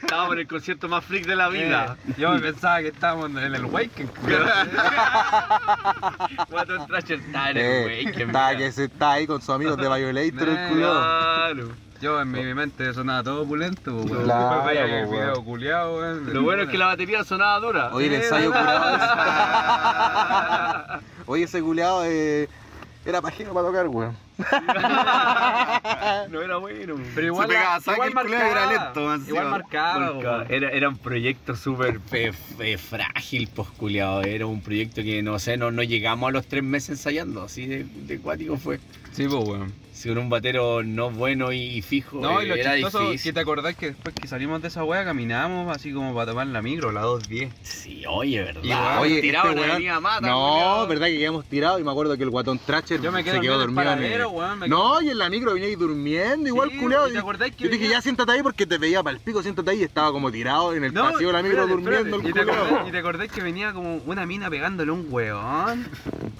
B: estábamos en el concierto más freak de
D: Eh.
B: la vida.
E: Yo me pensaba que estábamos en el Waken, culiao.
B: Cuatro trashers estaba en el
D: Eh,
B: wey. que
D: Está
B: mira.
D: que se está ahí con sus amigos de Violator el
E: Eh,
D: culio.
B: Claro.
E: Yo en mi, mi mente sonaba todo opulento, po, weón.
D: Claro,
E: Después veía
D: po,
E: el
D: weón.
E: video culiao, weón.
B: Lo bueno es que la batería sonaba dura.
D: Oye, el ensayo culiado. Oye, ese culiado era pajero para tocar, weón.
B: No era bueno.
E: Pero igual,
A: Se pegaba
E: la-
A: saque
E: igual
A: el culiao y era
E: marcaba,
A: lento, weón,
E: Igual
A: encima.
E: marcaba, po, weón.
B: Era, era un proyecto súper fe- fe- frágil, posculeado. Era un proyecto que no sé, no, no llegamos a los tres meses ensayando. Así de, de cuático fue.
E: Sí, po, weón.
B: Si era un batero no bueno y fijo,
E: No, y lo
B: era
E: chistoso que
B: difícil.
E: te acordás que después que salimos de esa wea caminamos pues, así como para tomar la micro, la 210.
B: Sí, oye, ¿verdad?
E: Igual,
D: Oye,
B: Tirado
D: este
B: en la
D: weón-
B: avenida Mata,
D: No,
B: culiao.
D: verdad que quedamos tirados y me acuerdo que el guatón Tracher
E: Yo me quedé
D: se quedó
E: dormido en el
D: dormido en el
E: paradero, micro, weón. me-
D: No, y en la micro venía ahí durmiendo, igual
E: Sí,
D: culeado.
E: ¿y te acordás que
D: yo dije,
E: venía-
D: ya siéntate ahí porque te veía para el pico, siéntate ahí. y Estaba como tirado en el
E: No,
D: pasillo de la micro
E: espérate,
D: durmiendo
E: espérate,
D: el
E: ¿Y te,
D: culeado.
E: acordás, y te acordás que venía como una mina pegándole a un weón.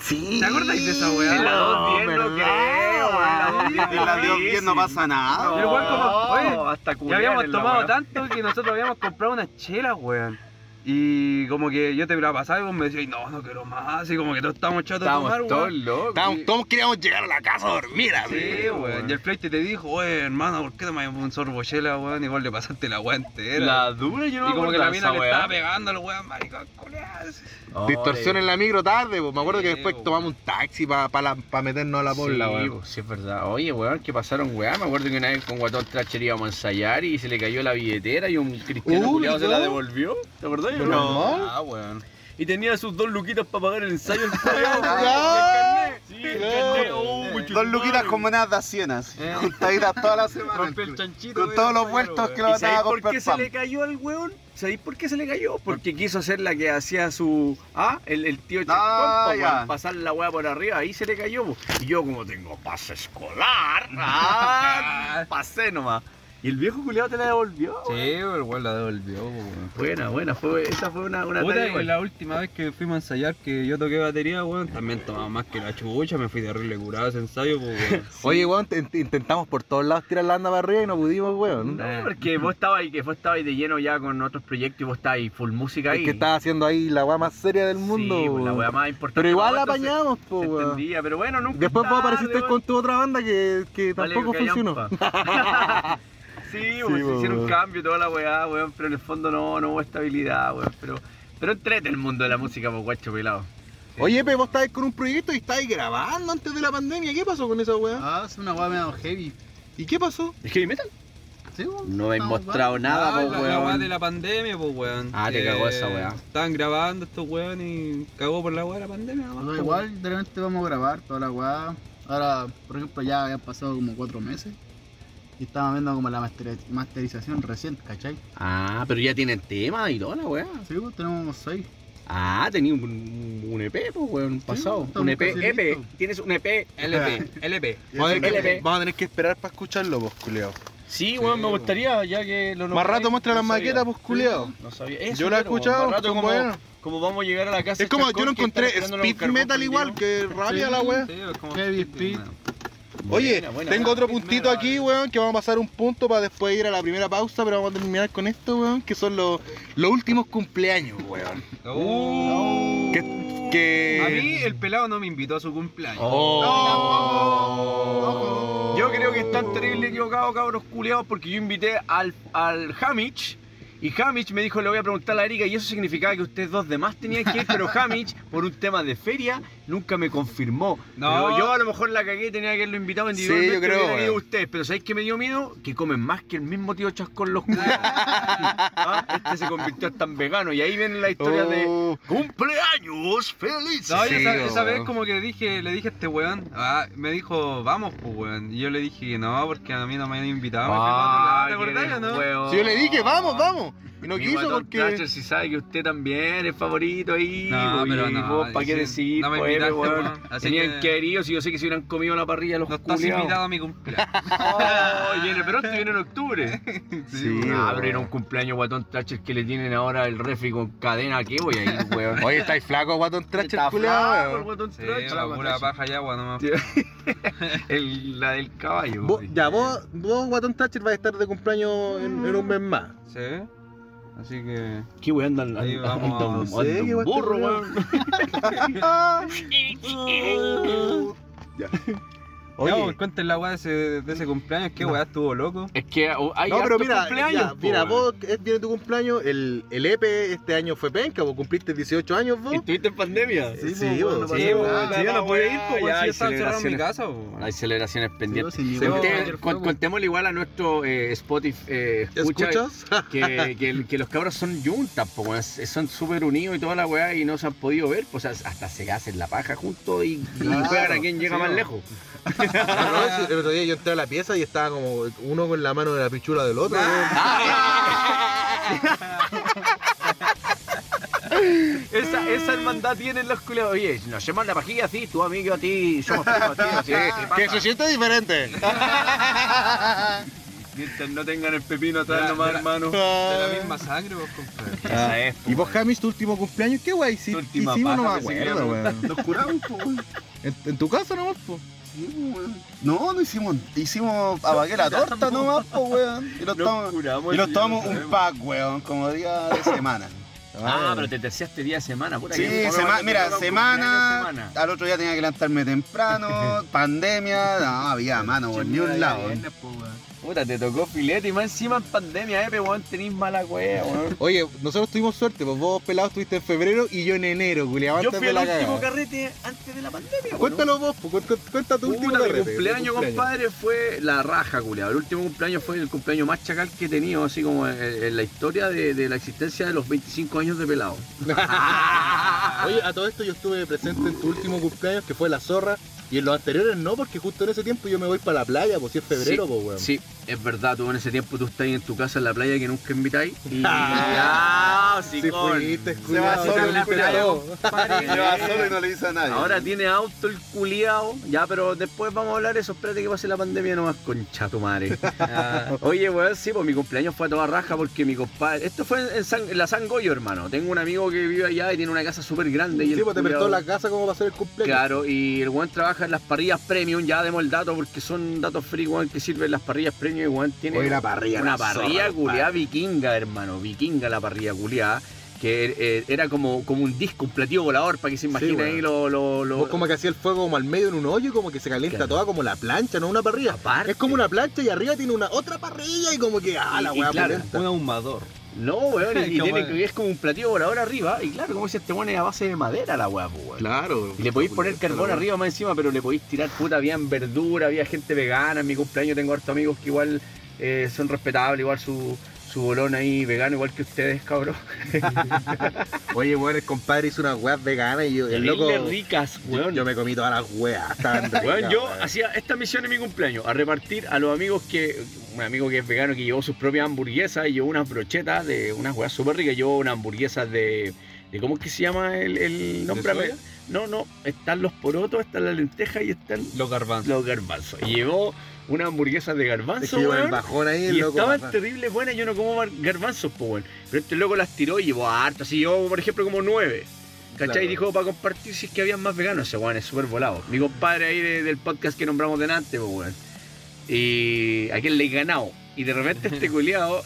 D: Sí.
E: ¿Te acordás de esa weá?
B: La
D: No,
B: 210 no creo,
D: verdad,
B: la 210
D: weón.
C: En la 10 no pasa nada.
E: Y el weón como, oye,
B: hasta
E: Ya
B: culiar
E: habíamos
B: en la
E: tomado
B: weá.
E: tanto que nosotros habíamos comprado unas chelas, weón. Y como que yo te la pasaba y vos me decías, no, no quiero más. Así como que todos estábamos chatos de tomar,
B: Estábamos todos
E: weón.
B: locos.
D: Estábamos- Todos queríamos llegar a la casa a dormir, así.
E: Sí, weón. Y el flight te dijo, oye, hermano, ¿por qué tomas un sorbo chela, weón? Igual le pasaste la weá entera.
B: La dura yo no
E: y
B: me
E: como que
B: acordaba
E: la mina
B: esa
E: le
B: weá.
E: estaba pegando al weón, maricón, culiás.
B: Oh,
D: Distorsión en la micro tarde, pues. Me acuerdo que
E: Sí,
D: después
E: weón.
D: tomamos un taxi para meternos a la pobla,
B: sí,
D: weón.
B: po, sí, es verdad. Oye, weón, que pasaron weá. Me acuerdo que una vez con Guatón Tracher íbamos a ensayar y se le cayó la billetera y un cristiano
D: Uh,
B: culiao se
D: ¿no?
B: la devolvió. ¿Te acordás?
D: No.
B: Ah, weón. Y tenía sus dos luquitas para pagar el ensayo el culiao.
C: Ah,
B: Sí, el carnet. Oh,
C: Claro.
B: mucho
C: Dos luquitas
B: madre.
C: con monedas de a cienas. Juntaditas toda la semana.
B: Rompe el chanchito.
C: Con
B: de
C: todos los
B: ensayar,
C: vueltos
B: weón.
C: que lo
B: ¿Y sabéis
C: mataba con
B: por qué se
C: Perpam.
B: le cayó al weón? ¿Sabéis por qué se le cayó? Porque quiso hacer la que hacía su. Ah, el, el tío Chacón,
C: Ah,
B: po,
C: ya.
B: weón, pasar la weá por arriba, ahí se le cayó. po. Y yo, como tengo pase escolar, ah, pasé nomás. Y el viejo culiado te la devolvió.
E: Sí,
B: weón.
E: el weón la devolvió, weón.
B: Buena, buena, fue, esa fue una, una
E: Puta,
B: talla
E: y
B: igual.
E: la última vez que fuimos a ensayar que yo toqué batería, weón, también tomaba más que la chucha, me fui terrible curado a ese ensayo, pues, weón.
D: Oye, weón, te- int- intentamos por todos lados tirar la anda para arriba y no pudimos, weón.
B: No, porque vos estabas ahí, que vos estabas ahí de lleno ya con otros proyectos y vos estabas ahí full música ahí.
D: Es que estaba haciendo ahí la weá más seria del mundo,
B: Sí, pues, la
D: weón.
B: weá más importante.
D: Pero igual
B: la
D: la apañamos, po,
B: Se
D: weón.
B: entendía, pero bueno, nunca.
D: Después
B: tarde,
D: vos apareciste
B: weón.
D: con tu otra banda que, que
B: Vale,
D: tampoco
B: que
D: funcionó.
B: callampa. sí, pues, se
D: pues,
B: hicieron
D: weón.
B: cambio y toda la weá, weón, pero en el fondo no, no hubo estabilidad, weón. Pero, pero entrete el mundo de la música, pues guacho pelado.
D: Oye, pero vos estabas con un proyecto y estabas grabando antes de la pandemia. ¿Qué pasó con esa weá?
A: Ah, es una weá medio heavy.
D: ¿Y qué pasó?
B: ¿Es heavy metal?
A: Sí, weón.
B: No me he
A: Ah,
B: mostrado
A: weón.
B: nada,
E: Ah,
B: pues
E: la la weá de
B: weón.
E: la pandemia, pues weón.
B: Ah, te
E: Que
B: cagó esa weá.
E: Estaban grabando estos weón y cagó por la weá de la pandemia.
A: O
E: nomás,
A: sea,
E: pues,
B: Ah,
E: weón.
A: igual de repente vamos a grabar toda la weá. Ahora, por ejemplo, ya habían pasado como cuatro meses. Y estábamos viendo como la masteriz- masterización recién, ¿cachai?
B: Ah, pero ya tienen tema y toda la weá.
A: Sí, pues, tenemos seis.
B: Ah, tenía un, un EP, pues weón, pasado.
A: estamos
B: un EP,
A: casi
B: EP.
A: listos.
B: Tienes un E EP.
E: LP, LP.
D: Vamos a, tener que-
B: LP.
D: vamos a tener que esperar para escucharlo, vos, culeado.
B: Sí, weón, me gustaría, ya que lo
D: Más rato muestra las maquetas,
B: pues.
D: vos, culeado.
B: No sabía.
D: Yo la he escuchado, son
B: pues, como,
D: buenas.
B: como vamos a llegar a la casa.
D: Es como,
B: Chacón,
D: yo lo
B: que está
D: encontré
B: esperándolo con
D: speed
B: carbón
D: metal
B: prendido.
D: igual, que rabia
A: Sí.
D: la weá.
E: Sí, pues, como
A: Heavy Speed.
E: weón.
D: Oye,
B: Buena, buena,
D: tengo
B: buena.
D: otro puntito aquí, weón, que vamos a pasar un punto para después ir a la primera pausa, pero vamos a terminar con esto, weón, que son los, los últimos cumpleaños, weón.
E: Uh,
D: Que... que...
E: A mí el pelado no me invitó a su cumpleaños.
D: Oh.
B: Yo creo que están terrible equivocados, cabros culiados, porque yo invité al, al Hamich. Y Hamich me dijo, le voy a preguntar a la Erika, y eso significaba que ustedes dos demás tenían que ir, pero Hamich, por un tema de feria, nunca me confirmó.
E: No.
B: Pero yo a lo mejor la cagué, tenía que haberlo invitado individualmente,
D: Sí, yo creo,
B: hubiera ido
D: weón.
B: ustedes, pero ¿sabéis qué me dio miedo? Que comen más que el mismo tío Chascón los culiados. Ah, Este se convirtió hasta en vegano, y ahí viene la historia de...
D: Oh.
B: ¡Cumpleaños felices!
E: No,
D: Sí,
E: yo esa,
D: weón.
E: esa vez como que dije, le dije a este weón, ah, me dijo, vamos pues weón. Y yo le dije que no, porque a mí no me han invitado.
B: Ah,
E: me
B: que
E: fui para otro lado,
B: eres
E: ¿Te acordás o no?
B: hueón.
D: Oh. Si yo le dije, vamos, vamos. Y no
B: Ah. Mi
D: quiso
B: guatón
D: porque...
B: Thatcher, si sabe que usted también es favorito ahí.
E: No,
B: pues,
E: pero
B: y
E: no,
B: vos, ¿Para qué
E: sí,
B: decir?
E: no me
B: pues,
E: invitaste,
B: weón?
E: weón. Así
B: Tenían
E: que-
B: que haber ido si yo sé que se hubieran comido la parrilla los
E: No estás
B: culiaos.
E: invitado a mi cumpleaños.
B: Oh, viene pronto, viene en octubre.
D: Sí,
B: No,
D: weón.
B: pero era un cumpleaños guatón Thatcher que le tienen ahora el refri con cadena. ¿Qué voy a ir, weón?
D: Oye, estáis flaco, guatón tracher,
B: Está flaco
D: culeado,
B: el
D: weón.
B: guatón
E: Sí,
B: Thatcher,
E: la
B: weón.
E: pura paja y agua nomás.
B: El- La del caballo.
D: Vos-
B: weón.
D: Ya, vos, vos, guatón tracher, vas a estar de cumpleaños en, en un mes más.
E: Sí. Así que.
B: ¿Qué weón andan?
E: Ahí
B: andan-
E: vamos,
B: andan-
E: sí,
B: andan
D: qué weón,
B: burro,
D: este
B: weón.
E: Oye,
D: Oye,
E: pues, cuenten la weá de ese, de ese cumpleaños, qué weá estuvo loco.
B: Es que oh, hay
D: no, pero
B: hartos
D: mira,
B: cumpleaños.
D: ya,
B: po,
D: mira,
B: weón.
D: vos eh, viene tu cumpleaños, el, el EP este año fue penca, vos cumpliste 18 años, vos.
B: ¿Estuviste en pandemia?
D: Sí,
B: weón,
D: vos,
B: no
D: sí,
B: pasó
D: vos,
B: nada,
E: sí, yo no
B: la
E: podía
B: weá,
E: ir, pues,
B: ya,
E: weón,
B: hay
E: si estaba encerrado en mi
B: celebraciones-
E: casa, pues.
B: Hay celebraciones pendientes.
A: Sí, vos, sí,
B: Conté-
A: vos,
B: cuen-
A: ayer fue,
B: cuen-
A: vos.
B: contémosle igual a nuestro eh, Spotify eh, escucha
D: ¿Escuchas?
B: Que, que el- que los cabros son juntas, po, weón, son súper unidos y toda la weá y no se han podido ver, pues hasta se hacen la paja juntos y, y juegan a quien llega
E: sí,
B: más
E: weón.
B: lejos.
D: No, si el otro día yo entré a la pieza y estaba como uno con la mano de la Ah, pichula del otro. weón.
B: Esa, esa hermandad tienen los culiados. Oye, nos llaman la pajilla así, tu amigo a ti, somos primos a ti.
D: Que se siente diferente.
B: Mientras no tengan el pepino atrás nomás, hermano.
E: De la misma sangre pues, vos compadre.
B: Esa es,
D: eh. y vos,
B: pues,
D: Jamis, tu último cumpleaños, ¿qué guay? Si,
B: Tu última
D: hicimos, no me
B: paja que se
D: acuerdo, weón.
C: Nos curamos, po, weón.
D: En, en tu casa nomás, po.
C: Sí, weón. No, no hicimos, hicimos apagué la torta nomás, po, weón. Y nos tomamos,
B: curamos,
C: y nos
B: sí,
C: tomamos
B: no
C: un
B: sabemos.
C: pack, weón, como día de semana.
B: Ah, pero te terciaste día de semana, pura
C: Sí,
B: que-
C: sema-
B: Ahora,
C: mira,
B: ahora un
C: semana,
B: cumpleaños
C: al otro día tenía que levantarme temprano, pandemia, no había mano, weón, ni un lado. weón.
B: Puta, te tocó filete y más encima en pandemia, eh, pe, weón, tenís mala wea, weón.
D: Oye, nosotros tuvimos suerte, pues vos pelados estuviste en febrero y yo en enero, culiado.
B: Yo fui al último carrete antes de la pandemia, weón.
D: Cuéntalo vos, pues, cu- cu- cuenta tu
B: Puta,
D: último
B: mi
D: carrete, tu
B: cumpleaños, compadre, fue la raja, culiao. El último cumpleaños fue el cumpleaños más chacal que he tenido, así como en, en la historia de, de la existencia de los 25 años de pelado.
G: Oye, a todo esto yo estuve presente en tu último cumpleaños, que fue la zorra, y en los anteriores no, porque justo en ese tiempo yo me voy para la playa, pues si es febrero,
B: Sí,
G: pues weón.
B: Sí, es verdad, tú en ese tiempo tú estás en tu casa en la playa que nunca invitáis. Y... ¡Ah,
G: Sí, fuiste,
C: Se va
G: culiao,
C: solo
G: te
C: el
G: fuiste
B: culiao.
G: todo.
C: Se va solo y no le dice a nadie.
B: Ahora tiene auto el culiao. Ya, pero después vamos a hablar eso. Espérate que pase la pandemia nomás, concha tu madre. Ah, Oye, weón, sí, pues mi cumpleaños fue a toda raja porque mi compadre. Esto fue en, en San- en la San Goyo, hermano. Tengo un amigo que vive allá y tiene una casa súper grande. Y el
G: Sí, pues te prestó
B: culiao-
G: la casa como para hacer el cumpleaños.
B: Claro, y el weón trabaja en las parrillas premium, ya demos el dato porque son datos free, weón, que sirven las parrillas premium y weón tiene
C: Oye, la parrilla,
B: una
C: la zorra,
B: parrilla
C: compadre.
B: culiá vikinga, hermano, vikinga la parrilla culiá, que eh, era como, como un disco, un platillo volador, para que se imaginen
G: weón.
B: ahí lo... lo, lo-
G: Vos como que hacía el fuego como al medio en un hoyo y como que se calienta
B: Claro.
G: toda como la plancha, no una parrilla.
B: Aparte.
G: Es como una plancha y arriba tiene una otra parrilla y como que, ah, la
B: Y- y
G: weá
B: claro,
G: polenta.
E: Un ahumador.
B: No, weón, y, y
E: Como-
B: tiene que- es como un platillo volador arriba, y claro, como dice este weón, es a base de madera la weá, pues, weón.
C: Claro.
B: Y le podéis poner carbón arriba más encima, pero le podéis tirar puta, habían verdura, había gente vegana, en mi cumpleaños tengo hartos amigos que igual eh, son respetables, igual su, su bolón ahí vegano, igual que ustedes, cabrón.
G: Oye, weón, el compadre hizo unas weas veganas y yo, el
B: Terrible
G: loco.
B: ricas,
G: Yo,
B: weón.
G: yo me comí todas las weas. estaban ricas,
B: Weón, yo
G: weón.
B: hacía esta misión en mi cumpleaños, a repartir a los amigos que, un amigo que es vegano que llevó sus propias hamburguesas y llevó unas brochetas de unas weas súper ricas, llevó unas hamburguesas de, de ¿cómo es que se llama el, el nombre?
E: soya?
B: No, no, están los porotos, están las lentejas y están
E: Los garbanzos.
B: los garbanzos. Y llevó una hamburguesa de
G: Es
B: garbanzo,
G: que yo
B: weón,
G: el bajón ahí, el
B: Y
G: loco.
B: estaban
G: bajón.
B: terribles buenas, yo no como mar- garbanzos, po, weón. Pero este loco las tiró y llevó harto, así llevó, por ejemplo, como nueve. ¿Cachai?
G: Claro.
B: Y dijo para compartir si es que había más veganos. Ese weón es súper volado. Mi compadre ahí de- del podcast que nombramos delante, po, weón. Y a quien le he ganado. Y de repente este culiado,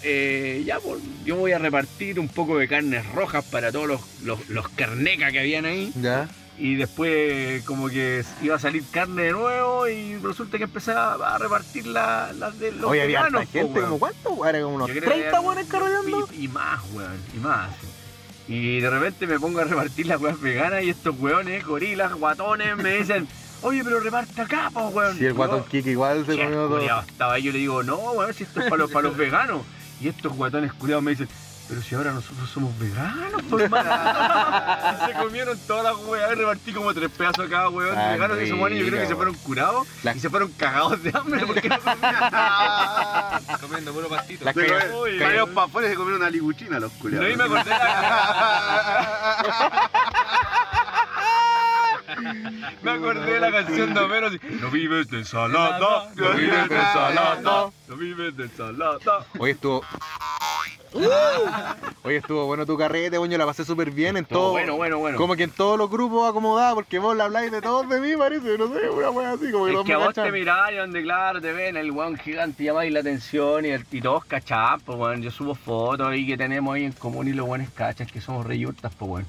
B: ya, po, yo voy a repartir un poco de carnes rojas para todos los, los, los carnecas que habían ahí.
D: Ya.
B: Y después como que iba a salir carne de nuevo y resulta que empecé a, a repartir las la de los
D: Oye, había harta
B: veganos, po,
D: gente,
B: weón.
D: como cuánto, Era como unos
B: Yo creo
D: 30
B: que-
D: buenos carrollando.
B: Y, y más, weón, y más. Y de repente me pongo a repartir las weas veganas y estos weones, gorilas, guatones, me dicen, oye, pero reparta acá, po, weón.
D: Sí, el
B: Y
D: guatón
B: yo,
D: Kiki igual se
B: "Qué
D: comió todo.
B: culiao Estaba ahí, yo le digo, no, weón, si esto es para los, para los veganos. Y estos guatones culiados me dicen, pero si ahora nosotros somos veganos, por
D: Ah.
B: hermano. Y se comieron todas las weas, repartí como tres pedazos acá, weón,
D: Ah,
B: veganos y esos weones yo creo que
D: rico.
B: se fueron curados
D: Las-
B: y se fueron cagados de hambre porque no comían
E: Comiendo puro pastito.
C: Las
B: Pero-
C: cayeron-
B: Uy,
C: cayeron
B: weón.
C: para afuera y se comieron una liguchina los
B: No, y
C: culiados.
B: me acordé de la- Me acordé de la canción de Homero. así, No vives de ensalada, no vives de ensalada, no vives de ensalada.
D: Hoy estuvo.
B: Uh.
D: Hoy estuvo bueno tu carrete, coño, la pasé súper bien en todo.
B: bueno, bueno.
D: Como que en todos los grupos acomodada, porque vos la habláis de todos de mí, parece, no sé, una wea así, como que
B: Es
D: todos
B: que
D: me
B: a vos te
D: cachan.
B: mirás y donde, claro, te ven el guan gigante, llamáis la atención y, el, y todos cachán, pues, weón. Yo subo fotos ahí que tenemos ahí en común y los buenos cachas, que somos re yurtas, pues, weón.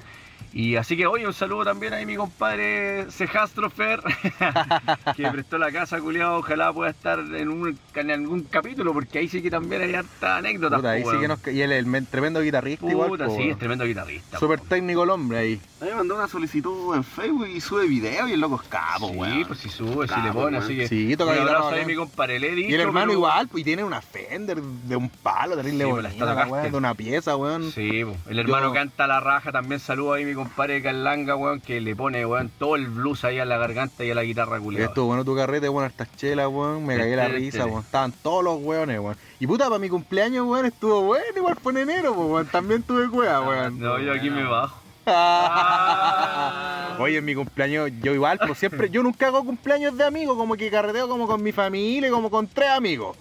B: Y así que, oye, un saludo también ahí mi compadre Cejastrofer, que prestó la casa, culiado. Ojalá pueda estar en, un, en algún capítulo, porque ahí sí que también hay harta anécdota,
D: Puta, ahí sí que nos ca- Y el, el men- tremendo guitarrista igual.
B: Puta,
D: po,
B: sí,
D: weón.
B: es tremendo guitarrista.
D: Súper
B: po.
D: técnico el hombre ahí.
C: A mí me mandó una solicitud en Facebook y sube video y el loco es capo,
B: Sí,
C: weón.
B: pues si sube, si
C: Capo,
B: le pone,
C: weón.
B: así que.
D: Sí,
B: Un
D: toca guitarra.
B: abrazo ahí
D: bacán.
B: mi compadre, le he
D: Y el
B: dicho,
D: hermano
B: pero-
D: igual, pues y tiene una Fender de un palo, terrible
B: Sí, pues, la
D: bonita,
B: está
D: la
B: la
D: weá,
B: Caster.
D: de una pieza, weón.
B: Sí, po. el hermano
D: Yo-
B: canta la raja, también saludo ahí mi compadre Carlanga, weón, que le pone, weón, todo el blues ahí a la garganta y a la guitarra culiada.
D: Estuvo bueno tu carrete, bueno, estas chelas, weón. Me cagué la
B: Este,
D: risa,
B: este.
D: weón. Estaban todos los weones, weón. Y puta, para mi
E: Ah,
D: cumpleaños, weón, estuvo bueno. Igual fue en enero, po, weón. También tuve cueva, weón.
B: No, yo aquí me bajo.
D: Oye, en mi cumpleaños, yo igual, pues siempre, yo nunca hago cumpleaños de amigos, como que carreteo como con mi familia, como con tres amigos.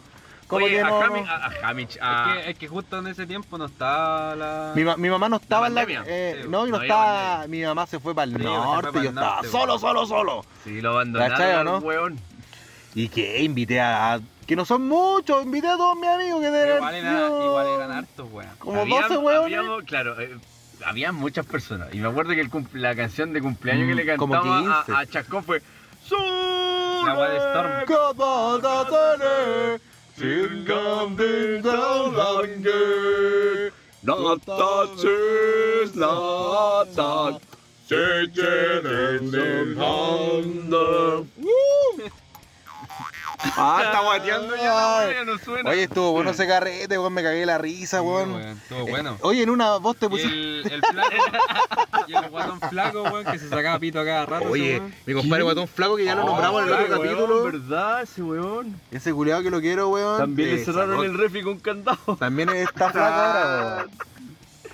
D: Como
B: Oye,
D: que
B: a
D: no-
B: Hamich- a- a Hamich, a-
E: Es, que, es que justo en ese tiempo no estaba la.
D: Mi, ma- mi mamá no estaba en la.
B: pandemia.
D: eh,
B: Sí,
D: no, y no
B: no había
D: estaba. Mi mamá se fue para el
E: Sí, se fue
D: norte,
E: pa'l
D: yo estaba
E: norte,
D: solo,
E: weón.
D: solo, solo.
B: Sí, lo abandonaron,
D: ¿Cachai o
B: al
D: no?
B: weón.
D: ¿Y que Invité a. a- que no son muchos, invité a todos mis amigos que
E: Pero
D: eran.
E: Igual, era, igual eran hartos, weón.
D: Como
B: Había-
D: 12 huevos.
B: habíamos- Claro, eh, había muchas personas. Y me acuerdo que el cum- la canción de cumpleaños que le
D: Mm, como
B: cantaba a-
D: 15.
B: a, Chascón fue.
E: La weá de Storm.
C: No touches, no Ah, está guateando ya.
B: Ya no suena.
D: Oye, estuvo bueno ese carrete, weón, me cagué la risa,
E: Sí,
D: weón. Eh,
E: weón, Estuvo bueno.
D: Oye, en una vos te
E: Y
D: pusiste.
E: el, el flaco. y el guatón flaco, weón, que se sacaba pito a cada rato. ese
D: Oye,
E: weón.
D: mi compadre Guatón Flaco, que ya lo
B: Oh,
D: nombramos en el otro
B: weón,
D: capítulo.
B: verdad, ese weón.
D: Ese culiado que lo quiero, weón.
B: También le
D: eh,
B: cerraron
D: sacó-
B: el refi con candado.
D: También está flaco ahora, weón.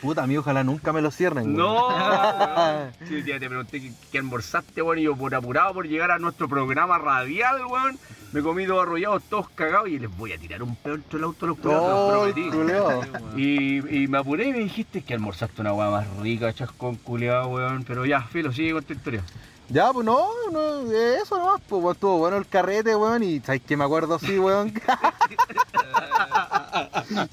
D: Puta, a mí ojalá nunca me lo cierren,
B: No, weón. Sí, hoy día te pregunté qué- qué almorzaste, weón, y yo por apurado por llegar a nuestro programa radial, weón. Me comí dos arrollados, todos cagados, y les voy a tirar un peor entre el auto a los
D: weón.
B: culiados,
D: Oh,
B: te lo prometí.
D: culiao.
B: Y, y me apuré y me dijiste que almorzaste una weá más rica, chascón, culiado, weón. Pero ya, filo, sigue con tu historia.
D: Ya, pues no, no, eso nomás, pues weón, estuvo bueno el carrete, weón, y sabes que me acuerdo así, weón.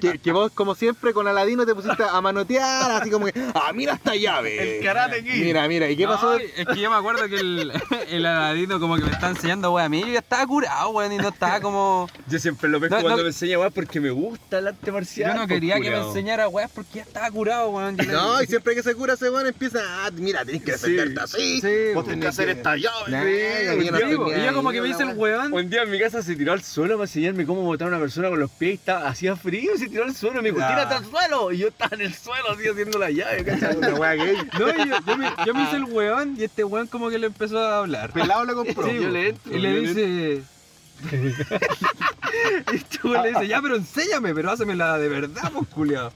D: que, que vos, como siempre, con Aladino te pusiste a manotear, así como que, ah, mira esta
G: Eh,
D: llave.
F: eh,
B: karate aquí.
D: Mira, mira, ¿y qué pasó?
E: Ay, es que yo me acuerdo que el, el Aladino como que me está enseñando, weón, a mí yo ya estaba curado, weón, y no estaba como...
F: Yo siempre lo pesco
E: No, no.
F: cuando me enseña weón porque me gusta el arte marcial. pues,
E: Yo no quería que me
F: enseñara
E: enseñara, weón, porque ya estaba curado, weón. Yo le-
D: No, y siempre que se cura ese weón empieza, ah, mira, tenés que defenderte así.
E: Sí,
D: Vos
G: Tenés que hacer esta llave.
D: Nah,
E: weón.
D: yo no
E: Sí,
D: tenía
E: weón. Y yo como que me
D: idea,
E: dice el
D: weón.
E: weón...
F: Un día en mi casa se tiró al suelo para enseñarme cómo botar a una persona con los pies y estaba, hacía frío y se tiró al suelo y me dijo, tírate al suelo. Y yo estaba en el suelo así haciendo la llave, ¿cachai?
D: Una weá gay.
E: No, y yo, yo me, yo me hice el weón y este weón como que le empezó a hablar.
G: Pelado la compró.
E: Sí, y le dice... y este weón le dice, ya, pero enséñame, pero hácemela de verdad, pues, culiao.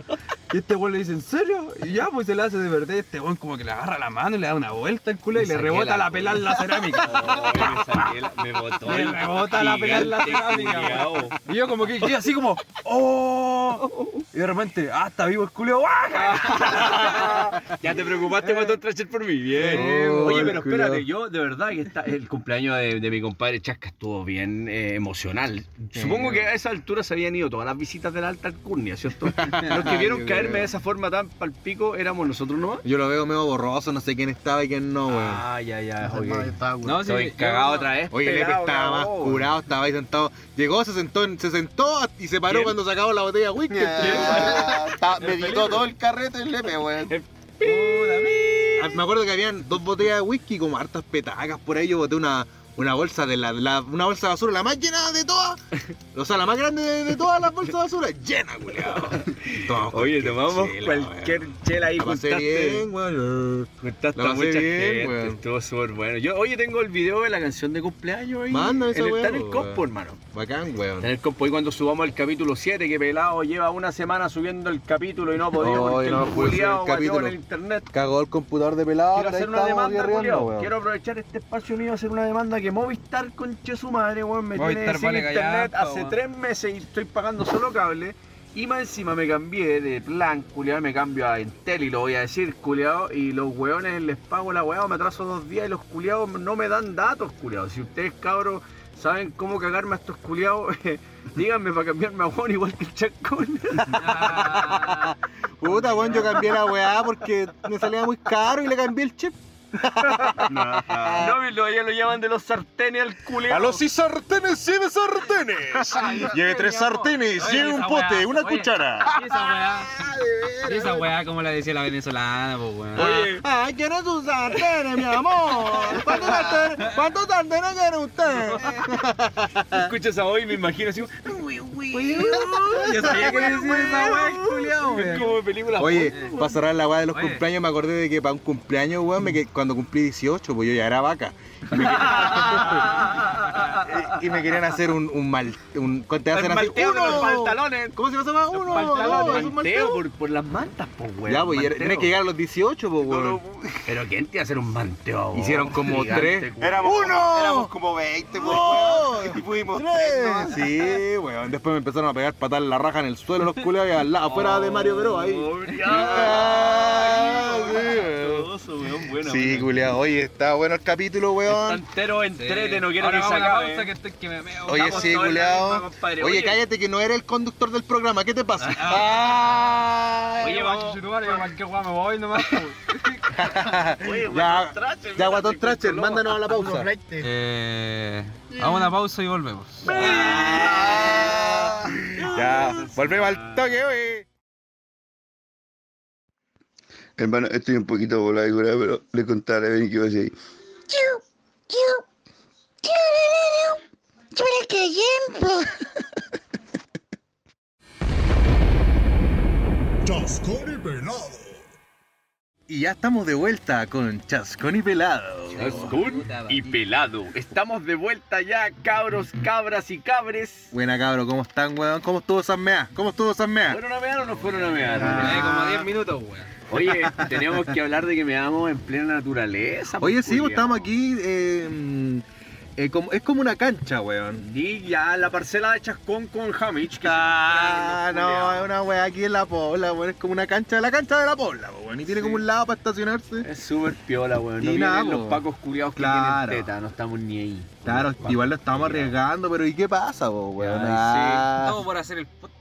E: Y este weón le dice, ¿en serio? Y ya, pues, se la hace de verdad. Y este weón como que le agarra la mano y le da una vuelta al culo y le rebota la pela en la cerámica.
B: me botó.
E: Le rebota la pela en la cerámica, weón. Y yo como que quedé así como, ¡oh! Y de repente, ¡ah, está vivo el culiao! ¡guaja!
B: Ya te preocupaste cuando tracher por mí, bien.
D: Oh,
B: Oye, pero
D: el culiao.
B: espérate, yo de verdad que está, el cumpleaños de, de mi compadre Chasca estuvo bien eh, emocional. Supongo que a esa altura se habían ido todas las visitas de la alta alcurnia, ¿cierto? Los que vieron
D: Yo
B: caerme
D: creo.
B: de esa forma tan palpico éramos nosotros nomás.
D: Yo lo veo medio borroso, no sé quién estaba y quién no, weón.
B: Ah, ya, ya, ok.
A: Hermano, yo estaba curado.
E: No, sí,
B: Estoy
E: yo-
B: cagado otra vez.
D: Oye, Lepe
B: pelado,
D: estaba más
B: cagado.
D: curado, estaba ahí sentado. Llegó, se sentó, en- se sentó y se paró
B: ¿Quién?
D: cuando sacaba la botella de whisky.
G: Ah, está- Meditó todo el carrete el lepe, weón.
D: Ah, Me acuerdo que habían dos botellas de whisky como hartas petacas por ahí. Yo boté una, una bolsa de la, la- una bolsa de basura, la más llena de todas. O sea, la más grande de, de todas las bolsas de basura. Llena, culiado.
B: Oye, tomamos cualquier chela ahí,
D: La pasé
B: juntaste,
D: bien, weón.
B: juntaste
D: La
B: a
D: pasé
B: mucha
D: bien,
B: gente,
D: weón.
B: estuvo súper bueno. Yo, oye, tengo el video de la canción de cumpleaños ahí.
D: Manda esa
B: en el-
D: weá, pues,
B: Está en el
D: weón.
B: compo, hermano.
D: Bacán, weón.
B: Está en el compo. Y cuando subamos el capítulo 7, que Pelado lleva una semana subiendo el capítulo y no ha podido
D: No,
B: porque
D: y no
B: el
D: pude subir el
B: culiao guayó
D: capítulo.
B: en el internet.
D: Cagó el computador de pelado.
B: Quiero
D: pero ahí
B: hacer una
D: estábamos
B: demanda,
D: guerreando,
B: culiao.
D: weón.
B: Quiero aprovechar este espacio mío a hacer una demanda que Movistar, conche su madre, weón, me tiene
E: Movistar
B: sin
E: vale
B: internet
E: callampa,
B: hace
E: weón.
B: tres meses y estoy pagando solo cable. Y más encima me cambié de plan, culiao, me cambio a Entel y lo voy a decir, culiao, y los weones les pago la weá, o me atraso dos días y los culiados no me dan datos, culiao. Si ustedes, cabros, saben cómo cagarme a estos culiados, díganme para cambiarme a weón igual que el chacón.
D: Puta, weón, yo cambié la weá porque me salía muy caro y le cambié el chip.
B: No, y lo, ya lo llaman de los sartenes al culiao.
D: A los sí sartenes, siete sartenes. Lleve tres sartenes,
E: Oye,
D: lleve un
E: esa
D: pote,
E: weá,
D: una
E: oye.
D: cuchara.
E: Y esa weá. y esa weá, como la decía la venezolana, pues weón.
D: Ay, quiero sus sartenes, mi amor. ¿Cuántos sartenes, cuántos sartenes quiere usted?
F: Escuchas a hoy y me imagino así,
E: Yo sabía que iba a decir esa weá, culiao,
F: es
E: weón.
F: como de película.
D: Oye, para cerrar la weá de los
E: Oye.
D: cumpleaños, me acordé de que para un cumpleaños, weón, me qued- cuando cumplí 18, pues yo ya era vaca. Y, y me querían hacer un, un mal. Un, te hacen así,
B: Malteo de los
D: uno.
B: pantalones.
D: ¿Cómo se llama? esa weá? Uno.
B: Pantalón,
D: dos, es
B: manteo
D: un malteo.
B: por, por la
F: las mantas, pues, weón.
D: ya, pues, y era-
F: manteo.
D: tenés que llegar a los 18, pues, weón.
F: Pero ¿quién te iba a hacer un manteo?
D: Hicieron como tres.
C: Éramos
D: ¡Uno!
C: Como, éramos como 20, pues,
D: ¡Dos!
C: weón, Y fuimos tres, ¿no?
D: ¡Tres! Sí, weón. Después me empezaron a pegar patar la raja en el suelo los culeos y al lado, afuera de Mario Bros. Ahí. Ah, sí, weón. Sí, culiao. Oye, está bueno el capítulo, weón.
F: Entero entrete, no quiero
E: Ahora
F: que se
E: vamos a la
F: acabe.
B: eh.
E: pausa que estoy que me meo.
D: Oye,
F: Estamos
D: sí,
F: todos en la
D: culiao.
F: misma, compadre.
D: Oye, cállate que no era el conductor del programa. ¿Qué te pasa? Ay,
F: Oye,
E: Oye,
F: vamos-
E: vamos a qué guay me voy nomás.
F: Oye,
D: ya,
F: Guatón Tracher,
D: ya,
F: mira,
D: Guatón
F: te
D: Tracher,
F: controló.
D: mándanos a la pausa.
E: eh, a una pausa y volvemos.
D: Ya, volvemos al toque, wey.
H: Hermano, estoy un poquito volado y curado, pero le contaré a Benny que iba a decir.
D: Y ya estamos de vuelta con Chascón y Pelado.
B: Ascun y pelado. Estamos de vuelta ya, cabros, cabras y cabres.
D: Buena, cabro, ¿cómo están, weón? ¿Cómo estuvo San Mea? ¿Cómo estuvo San Mea?
B: ¿Fueron a mear o no fueron a mear?
D: Ah.
B: Ah. Eh,
E: como 10 minutos, weón.
B: Oye, tenemos que hablar de que me amo en plena naturaleza.
D: Oye,
B: pues,
D: sí, pues,
B: culiao.
D: estamos aquí. eh, eh, como- es como una cancha, weón.
B: Y ya la parcela de Chascón con Hamich. que
D: Ah,
B: se
D: no, es
B: encuentra en los
D: una weá aquí en la pobla, weón. Es como una cancha, la cancha de la pobla, weón. Y tiene como un lado para
B: culiados.
D: estacionarse.
B: Es súper piola, weón. No
D: Y nada,
B: vienen los
D: po.
B: pacos culiados que
D: Claro.
B: tienen teta, no estamos ni ahí.
D: Claro,
B: Los pacos
D: igual lo estamos
B: culiados.
D: arriesgando, pero ¿y qué pasa, po, weón?
B: Ay, sí.
D: Ah,
E: Todo por hacer el podcast.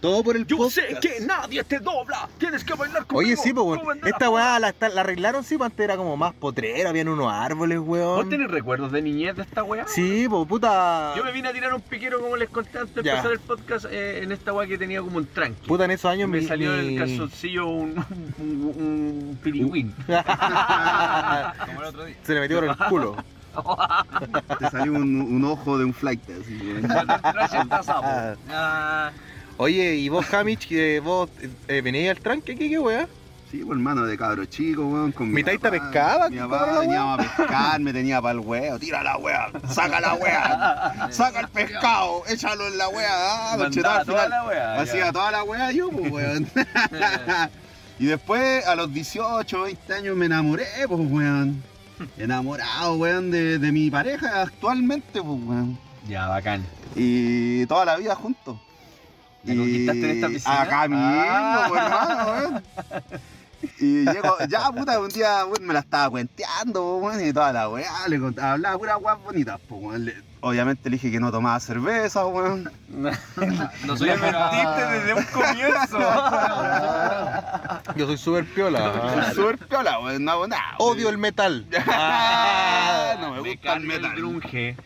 D: Todo por el podcast.
F: nadie te dobla. Tienes que bailar
D: Oye, sí, pues, weón. Esta weá la, está- la arreglaron, sí, pues antes era como más potrera, habían unos árboles,
F: ¿Vos
D: weón.
F: tenés recuerdos de niñez de esta weá?
D: Sí, pues, puta.
F: Yo me vine a tirar un piquero, como les conté antes de
D: Ya.
F: empezar el podcast, eh, en esta weá que tenía como un tranqui.
D: Puta, en esos años
F: me
D: mi-
F: salió en
D: mi-
F: el calzoncillo un, un, un pirigüín.
E: Como el otro día.
D: Se le metió por el culo.
C: Te salió un, un ojo de un flight. Así, weón.
D: Ah. Oye, ¿y vos, Hamich, que vos eh, venías al tranque aquí, qué weá?
C: Sí, pues, hermano, de cabro chico, weón. Con
D: ¿Mi taita
C: papá.
D: pescaba?
C: Mi
D: ¿Qué
C: papá
D: cabrón,
C: venía a pescar, me tenía para el huevo. Tira la wea, saca la wea, saca el pescado, échalo en la wea. Ah,
F: Mandaba
C: cachetado al
F: toda
C: final.
F: la weá.
C: Hacía toda la wea yo, pues, weón. y después, a los 18, 20 años, me enamoré, pues, weón. Enamorado, weón, de, de mi pareja actualmente, pues, weón.
F: Ya, bacán.
C: Y toda la vida juntos.
F: ¿La conquistaste en esta piscina? Ah.
C: Acá mismo, pues, hermano, weón. Y llego, ya puta, un día weón, me la estaba cuenteando, pues, weón, y toda la weá, le cont- hablaba puras weas bonitas, pues, weón. Le- obviamente le dije que no tomaba cerveza, weón.
E: No soy el
F: desde un comienzo.
D: Yo soy súper piola.
C: Soy Súper piola, weón, no hago nada.
D: Odio el metal.
C: Ah, no me gusta el
F: cambio
C: metal.
F: grunge.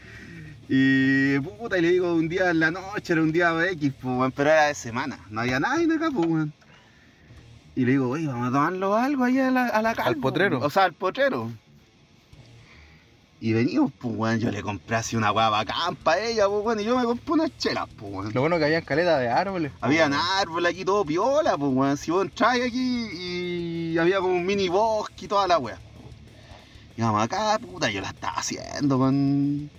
C: Y puta, y le digo un día en la noche, era un día X, pues, weón, pero era de semana, no había nadie acá, pues, weón. Y le digo, oye, vamos a tomarlo algo ahí a la, a la Calvo,
D: potrero.
C: O sea, al potrero. Y venimos, pues, weón, yo le compré así una weá bacán para ella, pues, weón, y yo me compré unas chelas, pues, weón.
D: Lo bueno que había caleta de árboles. po,
C: Había
D: weón.
C: árboles aquí, todo piola, pues, weón. Si vos entráis aquí y había como un mini bosque y toda la weá. Y vamos acá, puta, yo la estaba haciendo con.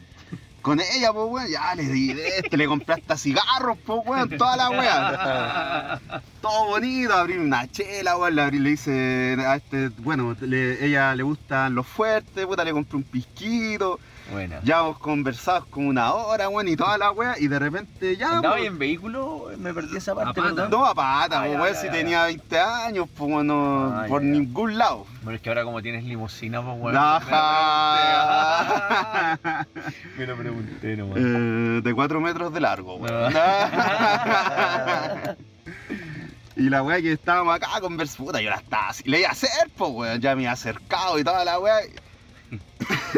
C: Con ella, pues, weón. Ya le di de este, le compré hasta cigarros, pues, weón, toda la weá. Todo bonito, abrí una chela, weón. Le, abrí, le hice a este. Bueno, le- ella le gustan los fuertes, puta, le compré un pisquito.
F: Bueno.
C: Ya hemos conversado como una hora, weón, y toda la weá. Y de repente, ya.
F: ¿Andaba
C: pues,
F: ahí en vehículo? Me perdí esa parte.
E: A pata.
F: perdón.
C: no, a pata,
F: Ah,
C: pues,
F: ya,
C: weón,
F: ya,
C: si
F: ya.
C: tenía 20 años, pues bueno,
F: Ah,
C: por
F: ya, ya.
C: ningún lado.
F: Bueno, es que ahora como tienes limusina, pues bueno.
C: Ajá.
F: Me lo pregunté nomás.
C: Eh, de 4 metros de largo, weón. y la weá que estábamos acá con puta, yo la estaba así. Le iba a hacer, pues weón, ya me había acercado y toda la weá.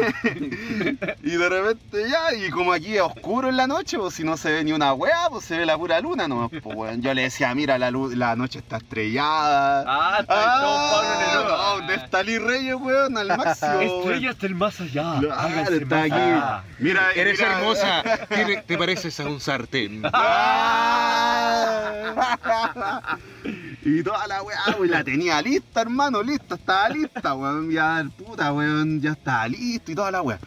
C: y de repente ya, y como aquí es oscuro en la noche, pues si no se ve ni una weá, pues se ve la pura luna nomás, pues weón. Yo le decía, mira, la, luz, la noche está estrellada.
F: Ah, está todo Pablo
C: Ah, de Stalin Reyes, weón, al máximo.
F: Neruda.
C: weón.
F: Estrellas del más allá.
C: Claro,
F: Háganse
C: está
F: más allá.
C: aquí. Mira,
D: Eres
C: mira. eh,
D: hermosa.
A: eh.
D: Tiene- Te pareces a un sartén.
C: Ah. y toda la weá, weón, la tenía lista, hermano, lista, estaba lista, weón. Ya, puta, weón, ya estaba listo y toda la weá.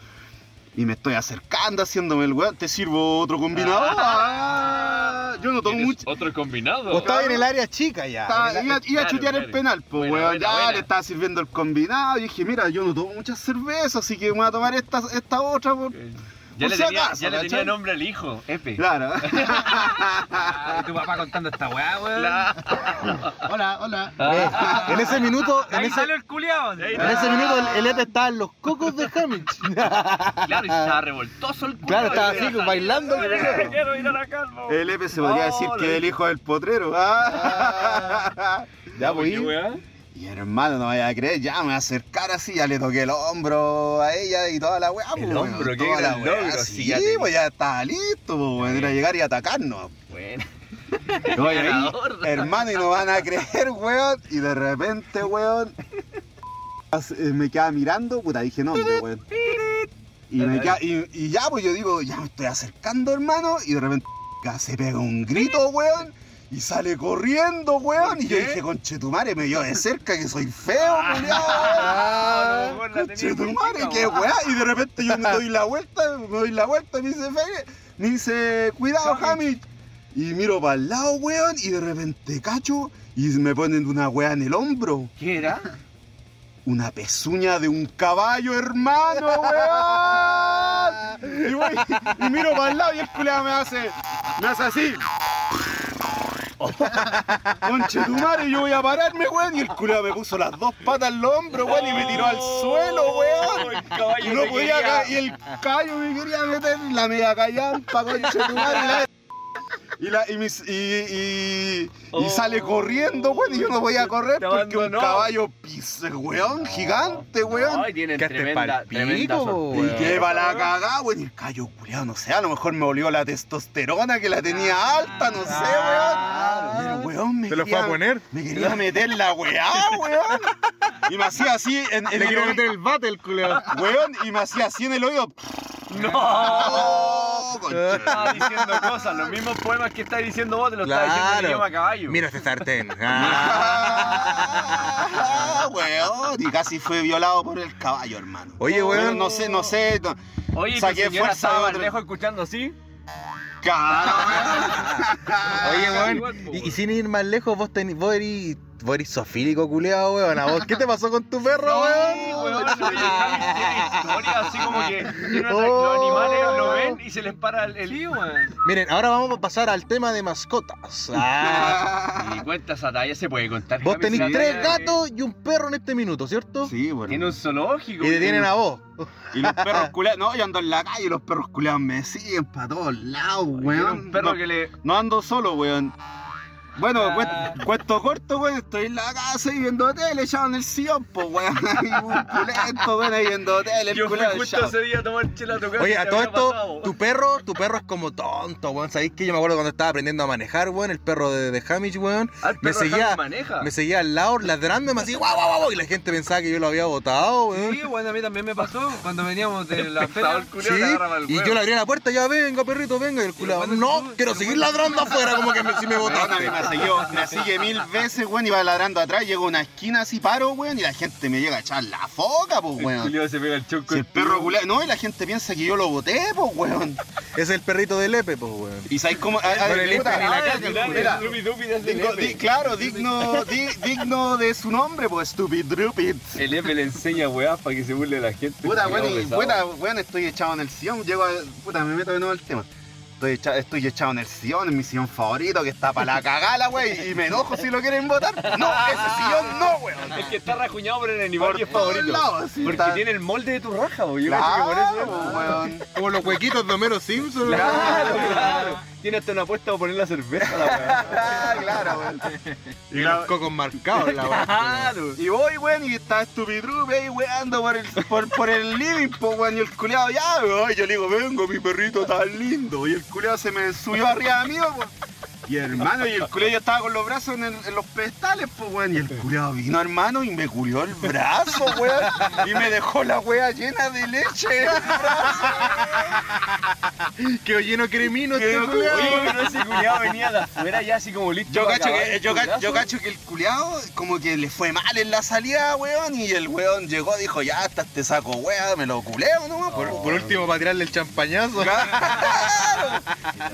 C: Y me estoy acercando, haciéndome el weón, te sirvo otro combinador. Ah, yo no explotó
I: Eres
C: mucho.
I: Otro combinado.
A: Vos estabas en el área chica ya.
C: Estaba-
A: en el
C: iba,
A: área-
C: iba a
I: claro,
C: chutear el
I: claro.
C: penal, pues
I: Buena,
C: weón,
I: buena,
C: ya
I: buena.
C: le estaba sirviendo el combinado y dije, mira, yo no tomo muchas cervezas, así que me voy a tomar esta, esta otra, por...
I: Ya
C: Por
I: le
C: si
I: tenía,
C: acaso,
I: ya le tenía
C: ¿cachai?
I: nombre al hijo, Epe.
C: Claro.
E: Ah, y tu papá contando esta weá, weón.
J: Hola, hola.
I: Ah.
A: Eh, en ese minuto, en
E: Ahí
A: ese,
E: salió el culiao.
I: Ahí
A: en ese minuto el, el Epe estaba en los cocos de Hamish.
I: Claro, y estaba revoltoso el culo.
A: claro, estaba así bailando.
I: Quiero ir a la calma.
B: Eh,
C: El EP se
I: Oh,
C: podría decir
I: la
C: que es el
I: hija.
C: hijo del potrero. Ah.
A: Ya
I: pues,
A: voy.
C: Y hermano, no me vaya a creer, ya me voy a acercar así, ya le toqué el hombro a ella y toda la weá,
D: El
C: pues, weón,
D: hombro, qué
C: toda la
D: gran
C: weá,
D: logro,
C: sí,
D: sí, ya te-
C: pues ya estaba listo, pues, weón, era llegar y atacarnos.
D: Bueno.
C: No, y ahí, hermano, y no van a creer, weón, y de repente, weón, eh, me queda mirando, puta, dije no, pues, weón. Y, me queda- y, y ya, pues yo digo, ya me estoy acercando, hermano, y de repente se pega un grito, weón. Y sale corriendo, weón. Y yo dije, conchetumare, me vio de cerca que soy feo, culiao, weón. Conchetumare, qué weá. Y de repente yo me doy la vuelta, me doy la vuelta, y me dice, "Fe- me dice, cuidado, Hamid. Y miro para el lado, weón, y de repente cacho y me ponen una weá en el hombro.
D: ¿Qué era?
C: Una pezuña de un caballo, hermano, weón. Y, voy- y miro para el lado y el culiao me hace. Me hace así. Conche tu madre, yo voy a pararme, weón. Y el culiao me puso las dos patas en el hombro, weón, y me tiró al suelo, weón. Y no podía ca- Y el caballo me quería meter en la media callampa, conche tu madre. Y, la, y, la- y, mis- y, y- y sale corriendo, weón. Y yo no voy a correr
D: Oh. Te
C: porque un
D: abandonó.
C: caballo pise, weón, gigante, weón.
D: Ay, tienen
A: Quedaste
D: tremenda,
A: pa'l pico,
D: tremenda sorpresa.
C: Y lleva la cagada, weón. Y el callo culiado, no sé, a lo mejor me olió la testosterona que la tenía alta, no sé, weón. Y el weón me
A: Te lo fue
C: quería-
A: a poner.
C: Me quería meter la weá, weón. Y me hacía así en, en
A: Le
C: el
A: quiero
C: oído.
A: meter el bate el culeado.
C: Weón, y me hacía así en el oído. ¡No!
B: Estaba diciendo cosas, los mismos poemas que está diciendo vos, te lo está diciendo en
A: Claro.
B: idioma caballo.
A: Mira este sartén. Ah.
C: Ah, weón, y casi fue violado por el caballo, hermano.
A: Oye, weón.
C: No sé, no sé. no-
B: Oye, ¿y tu
C: Saqué
B: señora
C: fuerza de
B: estaba
C: otro-
B: lejos escuchando así?
C: Claro.
A: Oye, weón. Y, y sin ir más lejos, vos, teni- vos eres vos eres zoofílico, culeado, weón. ¿A vos ¿Qué te pasó con tu perro,
B: Sí,
A: weón?
B: weón, oye, Javi tiene historia así como que tiene otra-
A: Oh.
B: los animales lo ven y se les para el... el...
A: Miren, ahora vamos a pasar al tema de mascotas. Ah.
D: Y cuenta esa talla, se puede contar.
A: Vos
D: Javi,
A: tenés
D: esa
A: tres
D: talla
A: gatos y un perro en este minuto, ¿cierto?
C: Sí, bueno.
D: que Tiene un zoológico.
A: Y te tienen a vos.
C: Y los perros culeados, Eh, no, yo ando en la calle y los perros culeados me siguen para todos lados,
B: Tiene
C: weón.
B: un perro
C: no,
B: que le...
C: no ando solo, weón. Bueno, cuen- cuento corto, weón, estoy en la casa y viendo tele, echado en el sillón, pues, weón. Ahí, un culento, weón, ahí viendo tele, el
B: Yo fui
C: culeado
B: justo
C: echado.
B: ese día a tomar chela a tu casa y
A: Oye,
B: te
A: a todo
B: había
A: esto,
B: pasado.
A: tu perro, tu perro es como tonto, weón. ¿Sabéis que yo me acuerdo cuando estaba aprendiendo a manejar, weón? El perro de, de Hamish, weón.
B: Ah, el
A: me
B: perro de
A: seguía-
B: Javi maneja.
A: Me seguía al lado ladrándome así, guau, guau, guau, guau. Y la gente pensaba que yo lo había botado, weón.
E: Sí, weón, a mí también me pasó cuando veníamos de la
B: Estaba el
E: feria.
B: culiao, le agarraba el
A: y
B: huevo.
A: yo le abría la puerta, ya venga, perrito, venga. Y el culo,
E: bueno,
A: no,
E: tú-
A: quiero
E: pero
A: seguir
E: bueno.
A: ladrando afuera, como que me, si me
C: Weón, a mí
A: botaste.
C: me siguió, me sigue mil veces, weón, y va ladrando atrás, llego a una esquina así, paro, weón, y la gente me llega a echar la foca, pues, weón.
B: Julio se pega el chonco.
C: Si el perro culeado, no, y la gente piensa que yo lo boté, pues, weón.
A: Es el perrito de Lepe, pues, weón.
C: Y sabéis cómo. ah, ah,
A: No le limpia
C: puta,
A: ni la
C: ah,
A: caca,
C: mira,
A: el
C: mira, Digno-
B: El
C: di- claro, digno, di- digno de su nombre, pues, Stupid Drupid.
B: Epe le enseña weas para que se burle la gente.
C: Puta,
B: Culiao
C: bueno, y,
B: pesado.
C: puta, bueno, estoy echado en el sillón, llego a, puta, me meto de nuevo al tema. Estoy, echa- estoy echado en el sillón, en mi sillón favorito, que está para la cagala, güey, y me enojo si lo quieren votar. No, ese sillón no, güey.
B: El que está rajuñado por el animal
C: Por
B: que es
C: todos
B: favorito.
C: lados, sí,
B: Porque
C: está-
B: tiene el molde de tu raja, güey. Yo
C: Claro,
B: creo que por eso.
C: weón.
A: Como los huequitos de Homero Simpson,
B: Claro, claro. Tiene hasta una apuesta para poner la cerveza, la wea.
C: Ah, claro, weón.
A: Y los cocos marcados, la weón.
C: Y voy, weón, y está estupidrupe ahí weando por el, por, por el living, po, weón, y el culeado ya, weón. Y yo le digo, vengo, mi perrito tan lindo. Y el culeado se me subió arriba mío, po. Y hermano, y el culeado yo estaba con los brazos en, el- en los pedestales, po, weón. Y el culeado vino, hermano, y me culió el brazo, weón. Y me dejó la wea llena de leche en el brazo.
D: Quedó lleno cremino este
B: Oye,
D: culiao.
B: pero ese culiado venía de afuera ya así como listo.
C: Yo
B: para
C: cacho,
B: acabar
C: que,
B: el
C: yo, ca- yo
B: culazo.
C: cacho que el culiado como que le fue mal en la salida, weón, y el weón llegó, dijo, ya, hasta este saco, weón, me lo culeo nomás.
D: Por, por último, para tirarle el champañazo.
C: Claro.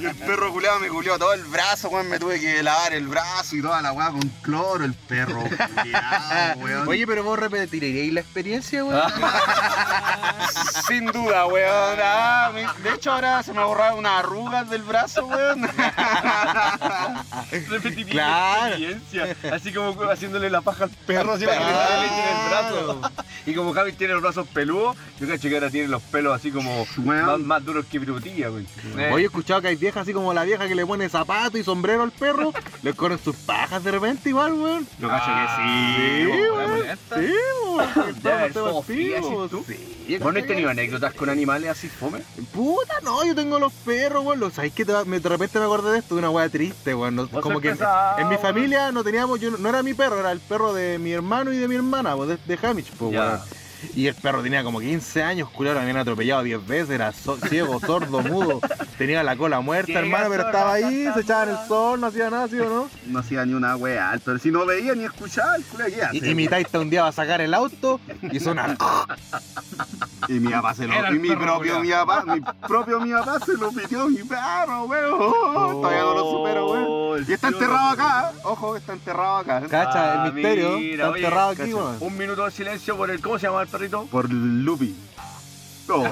C: Y el perro culeado me culeó todo el brazo, weón. Me tuve que lavar el brazo y toda la weá con cloro, el perro culeado, weón.
D: Oye, pero vos repetiréis la experiencia, weón.
A: Ah,
C: sin duda, weón. Ah, me- de hecho, ahora se me borraron unas arrugas del brazo, weón.
B: Repetiría
D: Claro.
B: la experiencia. Así como haciéndole la paja al perro, así para que le salga leche en el brazo. Y como Javi tiene los brazos peludos, yo cacho que ahora tiene los pelos así como más, más duros que pirutilla, güey.
D: Oye, he escuchado que hay viejas así como la vieja que le pone zapato y sombrero al perro. le corren sus pajas de repente igual, weón.
B: Yo cacho que sí.
D: weón. Ah, Sí, weón.
B: Ya,
D: Estamos todos
B: Sofía,
D: activos,
B: ¿sí tú?
D: sí,
B: ¿Vos no has
D: ¿cachai?
B: tenido anécdotas con animales así, fome?
D: Puta, no, yo tengo los perros, weón. Los- ¿Sabes qué? Te- me- De repente me acordé de esto, de una weá triste, weón. No-
B: Vos
D: como
B: sos
D: que en,
B: pesado,
D: en mi
B: weón.
D: familia no teníamos, yo, no- no era mi perro, era el perro de mi hermano y de mi hermana, weón, de, de Hamish, pues,
B: Ya.
D: weón. Y el perro tenía como 15 años, culiado, lo habían atropellado 10 veces, era so- ciego, sordo, mudo, tenía la cola muerta,
B: Ciega,
D: hermano, pero
B: sorda,
D: estaba ahí, se echaba en el
B: tartamuda.
D: sol, no hacía nada, ¿sí o no?
A: No hacía ni una wea alto. Si no veía ni escuchaba, el culo ¿qué hace?
D: Y, y mi taita un día va a sacar el auto y suena.
A: Y mi papá se
E: Era
A: lo.
E: el
A: Y mi
E: perro
A: propio mi
E: culiao.
A: papá, mi propio mi papá se lo metió a mi perro, weón. Todavía no lo supero, weón. Y está enterrado acá, ¿eh? ojo, está enterrado acá. ¿eh?
D: Cacha,
B: Ah,
D: el misterio,
B: mira,
D: está
B: oye,
D: enterrado aquí,
B: cacha.
D: weón.
B: Un minuto de silencio por el. ¿Cómo se llama el perrito?
A: Por Lupi. No.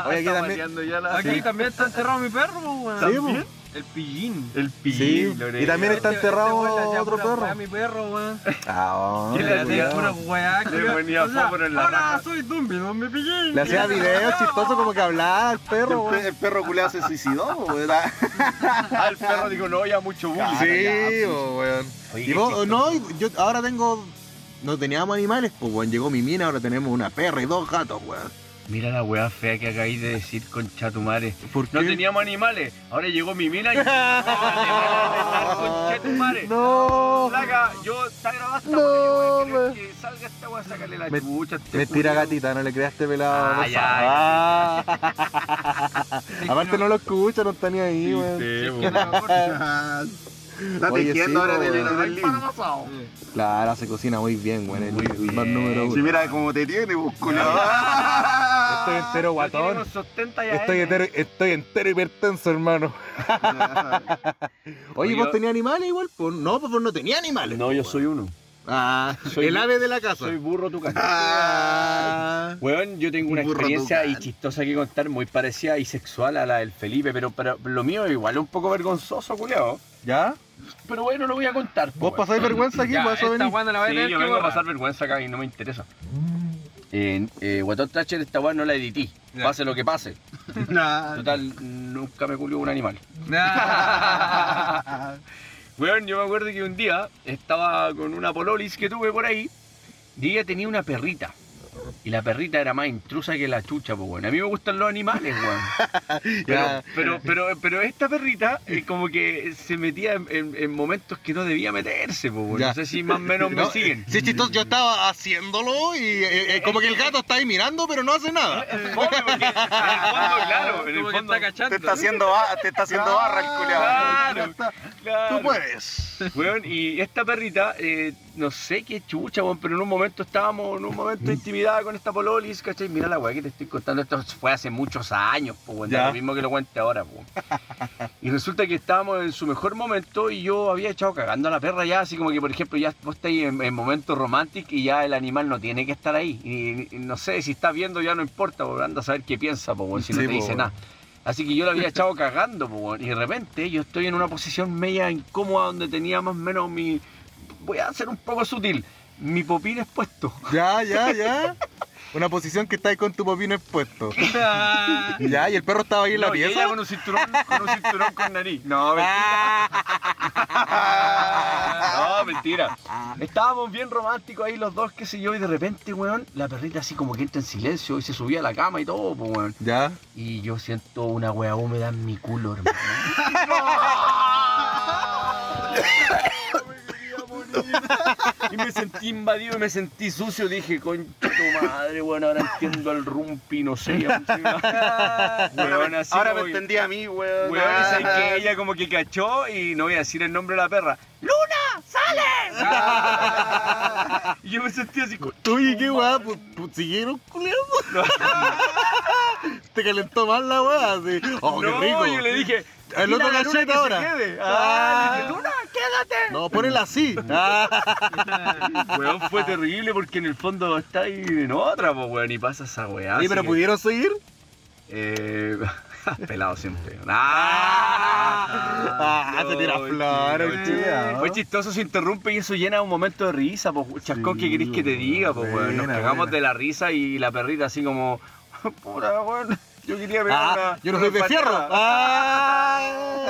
D: Ah. Oye, aquí
B: Está
D: también-
B: guateando ya la-
E: Aquí también está encerrado mi perro, weón.
D: Sí, weón.
E: El pillín.
B: El
D: Sí,
B: pillín,
D: y también está enterrado
E: Este weón le hacía
D: otro
E: pura weá a
D: perro.
E: Mi perro, weón.
D: Ah,
B: ¿Quién hacía
E: Le
D: hombre,
E: hacía
D: culiao.
E: pura weá, culiao.
B: ponía fósforo en la raja.
E: Ahora soy Dumbledore, mi pillín.
D: Le hacía videos chistosos como que hablaba al perro,
C: El,
D: weón.
C: pe- el perro culeado se suicidó, weón.
B: Ah, el perro dijo, Ah, no, ya mucho bullying.
D: Sí, po, weón.
B: Oye,
D: Y
B: qué
D: vos,
B: chistoso.
D: no, yo ahora tengo. No teníamos animales, pues, weón. Llegó mi mina, ahora tenemos una perra y dos gatos, weón.
B: Mira la weá fea que acabáis de decir con Chatumare.
D: ¿Por
B: No
D: qué?
B: teníamos animales, ahora llegó mi mina y. ¡No, te vas a dejar con Chetumare!
D: No.
B: Plaga, yo está grabada esta
D: No,
B: weá, yo voy a
D: me-
B: querer que salga esta weá, sácale la
D: Me-
B: chucha. a este
D: Mentira,
B: culiao.
D: gatita, no le creaste pelado.
B: Ah,
D: por
B: ya,
D: favor. Aparte, no lo escucha, no está ni ahí, weón.
B: Sí, bo.
A: Date
D: Oye, sí,
A: quieto ahora
D: po,
A: en el- en
D: weón.
A: el living.
D: Claro, se cocina muy bien, weón. El, el man número uno.
A: Si mira cómo te tiene, pues, culiao.
C: Ah,
D: Estoy entero guatón. Estoy entero, estoy entero hipertenso, hermano. Oye,
B: Oye,
D: ¿vos
B: yo-
D: tenías animales igual? Pues no, pues vos no tenías animales.
B: No, yo soy uno.
D: Ah,
B: Soy-
D: el ave de la casa.
B: Soy burro, tu casa.
D: Ah.
B: Weón, yo tengo una
A: Burro
B: experiencia
A: total.
B: y chistosa que contar, muy parecida y sexual a la del Felipe, pero, pero lo mío es igual un poco vergonzoso, culiao.
D: ¿ya?
B: Pero bueno, lo voy a contar. po,
D: ¿Vos
B: weón.
D: pasáis vergüenza aquí?
E: Ya,
D: ¿Por eso
E: Ah, esta
D: venís?
E: weá no la voy a
B: Sí,
E: tener
B: yo
E: que
B: vengo a
E: borrar.
B: pasar vergüenza acá y no me interesa. En eh, Guatón Thatcher esta weá no la edití.
E: Ya.
B: Pase lo que pase.
A: Nah.
B: Total, nunca me culió un animal.
E: Nah.
B: Weón, yo me acuerdo que un día estaba con una pololis que tuve por ahí y ella tenía una perrita. Y la perrita era más intrusa que la chucha, pues, weón. A mí me gustan los animales, weón. Pero,
D: Ya.
B: pero, pero, pero esta perrita eh, como que se metía en, en- en momentos que no debía meterse, pues, weón.
D: Ya.
B: No sé si más o menos me
D: No,
B: siguen.
D: Sí, chistoso, yo estaba haciéndolo y eh, eh, como que el gato está ahí mirando, pero no hace nada.
B: Es fome, porque en el fondo, claro, en el
E: Como que
B: fondo...
E: está cachando.
C: Te está haciendo, ba- te está haciendo barra el culeado.
B: Claro, claro.
C: Tú puedes.
B: Weón, y esta perrita, eh, no sé qué chucha, weón, pero en un momento estábamos, en un momento de intimidad con esta pololis, ¿cachai? Mira la weá que te estoy contando, esto fue hace muchos años, po, weón, da
D: Ya.
B: lo mismo que lo cuente ahora, po. Y resulta que estábamos en su mejor momento y yo había echado cagando a la perra ya, así como que, por ejemplo, ya vos estáis en, en momento romántico y ya el animal no tiene que estar ahí. Y, y no sé, si está viendo ya no importa, porque anda a saber qué piensa, po, weón, si no
D: Sí,
B: te
D: po,
B: dice
D: weón.
B: nada. Así que yo la había echado cagando, po, weón. y de repente yo estoy en una posición media incómoda donde tenía más o menos mi. Voy a ser un poco sutil. Mi popín expuesto.
D: Ya, ya, ya. Una posición que está ahí con tu popino expuesto. Ya, y el perro estaba ahí en la
B: No, y
D: pieza.
B: ella con un cinturón, con un cinturón con nariz. No, mentira. No, mentira. Estábamos bien románticos ahí los dos, qué sé yo, y de repente, weón, la perrita así como que entra en silencio y se subía a la cama y todo, po, weón.
D: Ya.
B: Y yo siento una wea húmeda en mi culo, hermano. Y me sentí invadido y me sentí sucio. Dije, con tu madre, bueno, ahora entiendo al rumpi, no sé. Weón, así
E: Ah,
C: Ahora me
B: como-
C: entendí a mí, weón. Ah.
B: Weón, y sabes que ella como que cachó y no voy a decir el nombre de la perra. ¡Luna!
D: Ah.
B: ¡Sale! y yo me sentí así como.
D: Oye, qué weá, pues, pues, siguieron culeando. Te calentó más la weá, así. Oh,
B: no,
D: qué rico.
B: yo le dije.
D: El otro
B: "Mira, Luna, que
D: cachete
B: se
D: ahora.
B: quede".
D: Ah.
B: Ah, le dije, "Luna, quédate.
D: No, ponela así. Ah,
B: Weón, fue terrible porque en el fondo está ahí en otra, pues, weón, y pasa esa weá.
D: Oye,
B: así
D: pero
B: que,
D: pudieron seguir.
B: eh, pelado siempre. ¡Ah!
D: Ah, te tiras flores,
B: Fue
D: chida, ¿no?
B: Fue chistoso, se interrumpe y eso llena un momento de risa, pues, chascón,
D: Sí,
B: ¿qué querés que te diga, pues, weón? Nos
D: buena,
B: cagamos
D: buena.
B: de la risa y la perrita así como, puta, weón, yo quería ver
D: Ah,
B: una...
D: yo no soy
B: una
D: de fierro.
B: patada".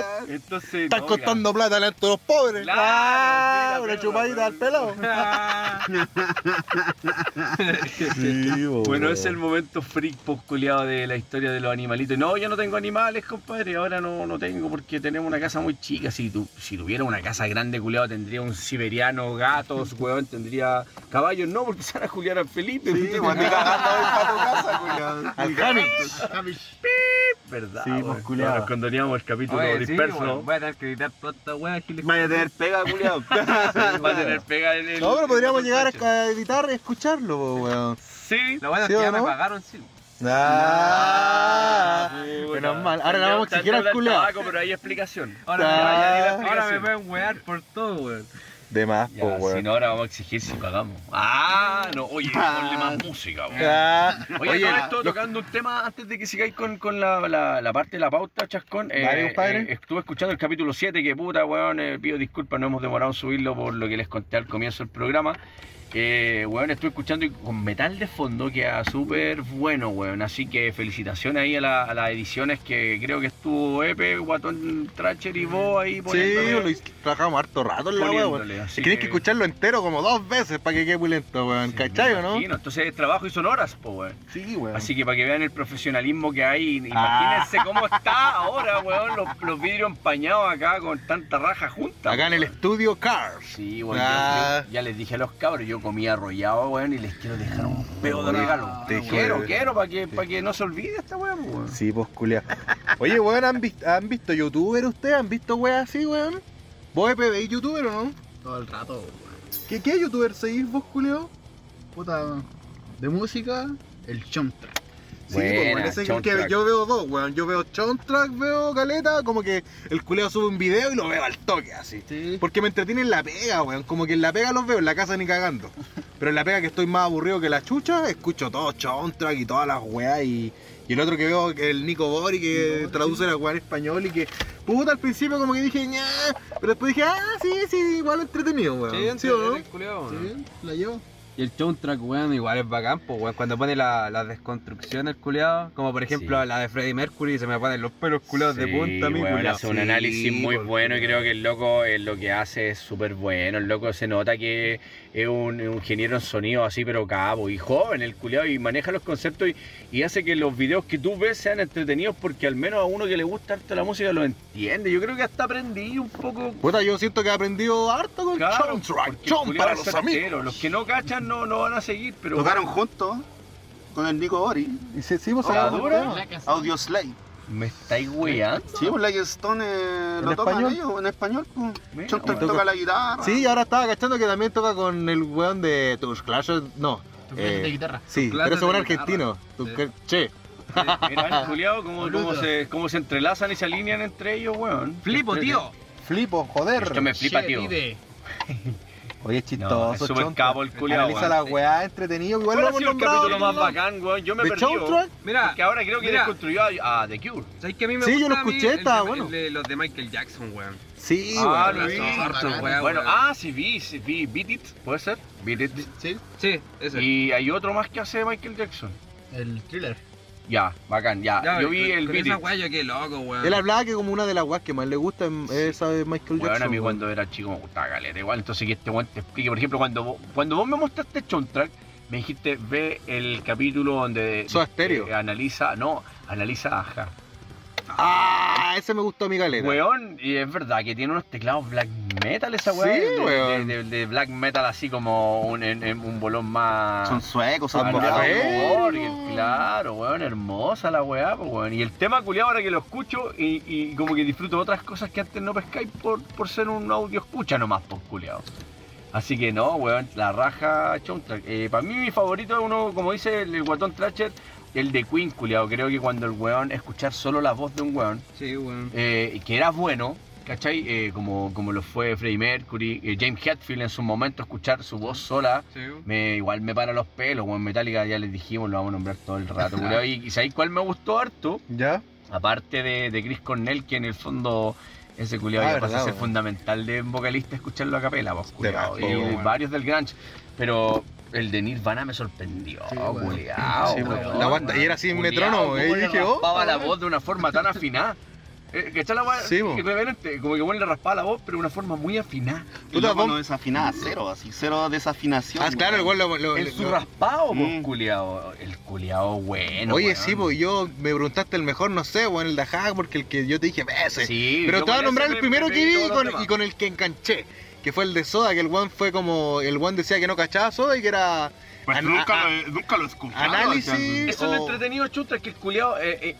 D: Ah,
B: Entonces,
D: estás
B: no,
D: costando plata a estos pobres.
B: Claro, sí,
D: ah,
B: la pues.
D: una
B: perra,
D: chupadita al pelo.
B: mira, Bueno, es el momento freak posculeado de la historia de los animalitos. No, yo no tengo animales, compadre. Ahora no, no tengo porque tenemos una casa muy chica. Si, tu- si tuviera una casa grande, culeado, tendría un siberiano, gatos, weón, tendría caballos. No, porque se van a juliar al Felipe.
C: Sí, weón, te cagando hoy para tu casa, culiao.
D: Al Jami.
B: ¿Verdad?
D: Sí,
B: weón?
D: pues, culiao.
B: Ahora condoneamos el capítulo
E: Oye, sí,
B: disperso.
E: weón, voy a tener que editar pronto, weón.
C: Vaya a tener pega, culiao.
B: Va a tener pega en el.
D: No, pero podríamos
B: en el
D: llegar
B: tacho.
D: a evitar escucharlo, po, weón.
B: Sí.
E: Lo bueno
D: ¿Sí
E: es
D: o
E: que ya me
D: no?
E: pagaron, sí.
D: Ah,
B: Puta.
D: menos mal. Ahora la vamos a
B: Tanto
D: exigir al
B: hablar
D: culeado.
B: tabaco, Pero hay explicación.
E: Ahora,
D: Ah.
E: me, ahora me pueden wear por todo, weón.
D: De más,
B: Ya,
D: po,
B: si
D: weón.
B: no, ahora vamos a exigir si pagamos. Ah, no, oye, ponle más música, weón.
D: Ah,
B: Oye, todo esto, tocando un tema antes de que sigáis con, con la, la- la parte de la pauta, Chascón. eh,
D: Dale, compadre.
B: eh, estuve escuchando el capítulo 7, que puta, weón, eh, pido disculpas, no hemos demorado en subirlo por lo que les conté al comienzo del programa. Eh, weón, estuve escuchando y con metal de fondo, queda súper bueno, weón. Así que felicitaciones ahí a, la- a las ediciones que creo que estuvo Epe, Guatón, Tracher y vos ahí
D: sí,
B: poniéndole-
D: lo hic- trabajamos harto rato en la weá, weón.
B: poniéndole, así
D: Tienes que escucharlo entero como dos veces para que quede pulento, weón. ¿Cachai o no?
B: imagino, Entonces es trabajo y son horas, po, weón.
D: Sí, weón. Ah.
B: Así que para que vean el profesionalismo que hay, imagínense cómo está ahora, weón, los, los vidrios empañados acá con tanta raja junta.
D: Acá en el
B: weón.
D: estudio Cars.
B: Sí, weón, yo-
D: Ah.
B: yo- ya les dije a los cabros, yo comí arrollado, weón, y les quiero dejar un pedo de
D: Oye,
B: regalo.
D: te
B: quiero,
D: juro.
B: quiero, para que, pa' que no se olvide esta weón, weón.
D: Sí, pues culia. Oye, weón, ¿han, vis- ¿han visto youtuber ustedes? ¿Han visto weas así, weón? ¿Vos EPBI youtuber o no?
A: Todo el rato, weón.
D: ¿Qué, qué youtuber seguís vos, culeo?
A: Puta, de música, el chomtra.
D: Sí, pues, weón, ese es el que yo veo dos, weón. Yo veo Chontrack, veo Caleta, como que el culeo sube un video y lo veo al toque, así.
A: Sí.
D: Porque me entretiene en la pega, weón. Como que en la pega los veo, en la casa ni cagando. Pero en la pega que estoy más aburrido que la chucha, escucho todo Chontrack y todas las weas y... Y el otro que veo, que el Nico Bori, que traduce la weá en español y que... Puta, al principio como que dije, ña, pero después dije, ah, sí, sí, igual entretenido, weón. ¿Sí, o no?
A: Sí, la llevo.
E: Y el soundtrack, weón, igual es bacán, po, weón. Cuando pone la- las desconstrucciones, culiado. Como por ejemplo la de Freddie Mercury, se me ponen los pelos culiados de
B: Sí,
E: punta a mí,
B: weón,
E: culiao.
B: hace un
E: Sí,
B: análisis muy
E: por
B: bueno y
E: culiao.
B: creo que el loco eh, lo que hace es súper bueno. El loco se nota que es un, un ingeniero en sonido así, pero cabo y joven el culiado y maneja los conceptos y, y hace que los videos que tú ves sean entretenidos porque al menos a uno que le gusta harto la música lo entiende. Yo creo que hasta aprendí un poco.
D: Puta, yo siento que he aprendido harto con
B: Claro,
D: Chontrack.
B: porque
D: Chon
B: culiao
D: para
B: es
D: los
B: certero.
D: amigos.
B: Los que no cachan no, no van a seguir, pero.
C: Tocaron juntos con el Nico Ori,
D: Y se, sí, vos
B: ¿La
D: sacamos
B: dura?
D: el tema.
C: Audio Slay.
B: Me estáis weando.
C: Sí, pues Lion Stone eh,
D: ¿En
C: lo tocan
D: español?
C: ellos en español. Pues.
B: Mira,
C: Chontrack
D: weón.
C: toca la guitarra.
D: Sí, y ahora estaba cachando que también toca con el weón de Tus Clashes. No. eh,
A: de guitarra.
D: sí,
E: Clash
D: pero ese weón
E: de guitarra.
D: argentino. Tu
E: Sí.
D: cl- Che.
B: Mira, el culiao, cómo, cómo se, cómo se entrelazan y se alinean entre ellos, weón.
E: Flipo, tío.
D: Flipo, joder.
B: Esto me flipa,
A: Che,
B: tío.
A: pibe.
D: Oye, es
B: No, es súper
D: chonta.
B: capo el culiao,
D: Analiza
B: Ah, weón.
D: la weá, entretenido. Igual
B: ¿Cuál
D: lo
B: ha
D: hemos
B: sido el
D: nombrado.
B: capítulo más bacán, weón? Yo me
D: ¿De
B: perdí.
D: Chontrack?
E: Mira,
B: Que ahora creo que
E: Mira.
B: desconstruyó a, a The Cure.
E: ¿sabes que a mí me
D: Sí, yo lo
E: gusta a mí
D: escuché,
E: el de-
D: estaba bueno.
E: el de- Los de Michael Jackson, weón.
D: Sí,
B: ah,
D: weón.
B: lo vi.
E: Harto,
B: Harto,
E: weón,
B: Bueno,
E: weón.
B: ah, sí vi, sí vi. Beat It, ¿puede ser? Beat It.
E: Sí, ese.
B: Y hay otro más que hace Michael Jackson.
A: El thriller.
B: Ya, bacán, ya.
E: Ya,
B: Yo
E: con-
B: vi el
E: con
B: Beat
E: Esa
B: It.
E: weá, yo qué loco, weón.
D: Él hablaba que como una de las weas que más le gusta es esa de Michael
B: Weón,
D: Jackson.
B: a mí
D: weón.
B: cuando era chico me gustaba caleta igual. Entonces que este weón te explique. Por ejemplo, cuando vos, cuando vos me mostraste Chontrack, me dijiste, ve el capítulo donde
D: Soda Stereo.
B: eh, analiza, no, analiza Aja.
D: Ah, ese me gustó a mi caleta.
B: Weón, y es verdad que tiene unos teclados black metal esa weá.
D: Sí,
B: de- de,
D: weón.
B: de- de black metal así como un, en- en un bolón más.
C: Son suecos, son
B: Ah, no,
C: morados.
B: no, Borgel, claro, weón, hermosa la weá, pues, weón. Y el tema culiado ahora que lo escucho y, y como que disfruto otras cosas que antes no pescáis por, por ser un audio escucha nomás, pues culiado. Así que no, weón, la raja Soundtrack. Para mí mi favorito es uno, como dice el, el guatón Tratcher, el de Queen, culiado. Creo que cuando el weón, escuchar solo la voz de un weón,
E: Sí, weón.
B: eh, que era bueno, ¿cachai? Eh, como, como lo fue Freddie Mercury, eh, James Hetfield en su momento, escuchar su voz sola.
E: Sí, weón.
B: Me, igual me para los pelos, weón. Metallica ya les dijimos, lo vamos a nombrar todo el rato. culiao. y, y ¿sabéis cuál me gustó harto?
D: ¿Ya?
B: Aparte de, de Chris Cornell, que en el fondo ese culiado
D: Ah,
B: ya pasa a
D: verdad,
B: ser
D: weón.
B: fundamental de un vocalista escucharlo a capela, vos, culiao.
D: más,
B: Y
D: po, weón.
B: varios del Grunge. Pero el de Nirvana me sorprendió,
A: Sí, weón.
B: culiao,
D: Sí, weón.
B: weón,
D: La guata- y era sin
B: culiao,
D: metrónomo, eh,
B: cómo
D: y
B: le
D: dije, oh,
B: raspaba la
D: weón.
B: voz de una forma tan afinada. Eh, que está la weá
D: Sí, po.
B: irreverente, como que bueno le raspaba la voz, pero de una forma muy afinada.
C: Y luego
D: Puta, pon-
C: no desafinada, cero, así, cero desafinación.
D: Ah, claro, el
C: weón.
D: weón lo. lo-
B: El
D: lo-
B: su raspado,
C: Mm.
B: culiao. El culiao bueno.
D: Oye,
B: weón.
D: sí, pues yo me preguntaste el mejor, no sé, weón, el de Hack, porque el que yo te dije, ese.
B: Sí,
D: Pero
B: yo
D: te voy a
B: con
D: nombrar
B: ese
D: el
B: me-
D: primero
B: me
D: que
B: vi
D: vi
B: todos
D: y
B: los
D: con,
B: demás.
D: y con el que enganché, que fue el de Soda, que el one fue como, el one decía que no cachaba Soda y que era
K: Pues
D: An-
K: nunca,
D: a-
K: lo, nunca lo he escuchado.
D: análisis
B: Eso es lo
D: o-
B: entretenido, chuta, es que el culiao eh, eh,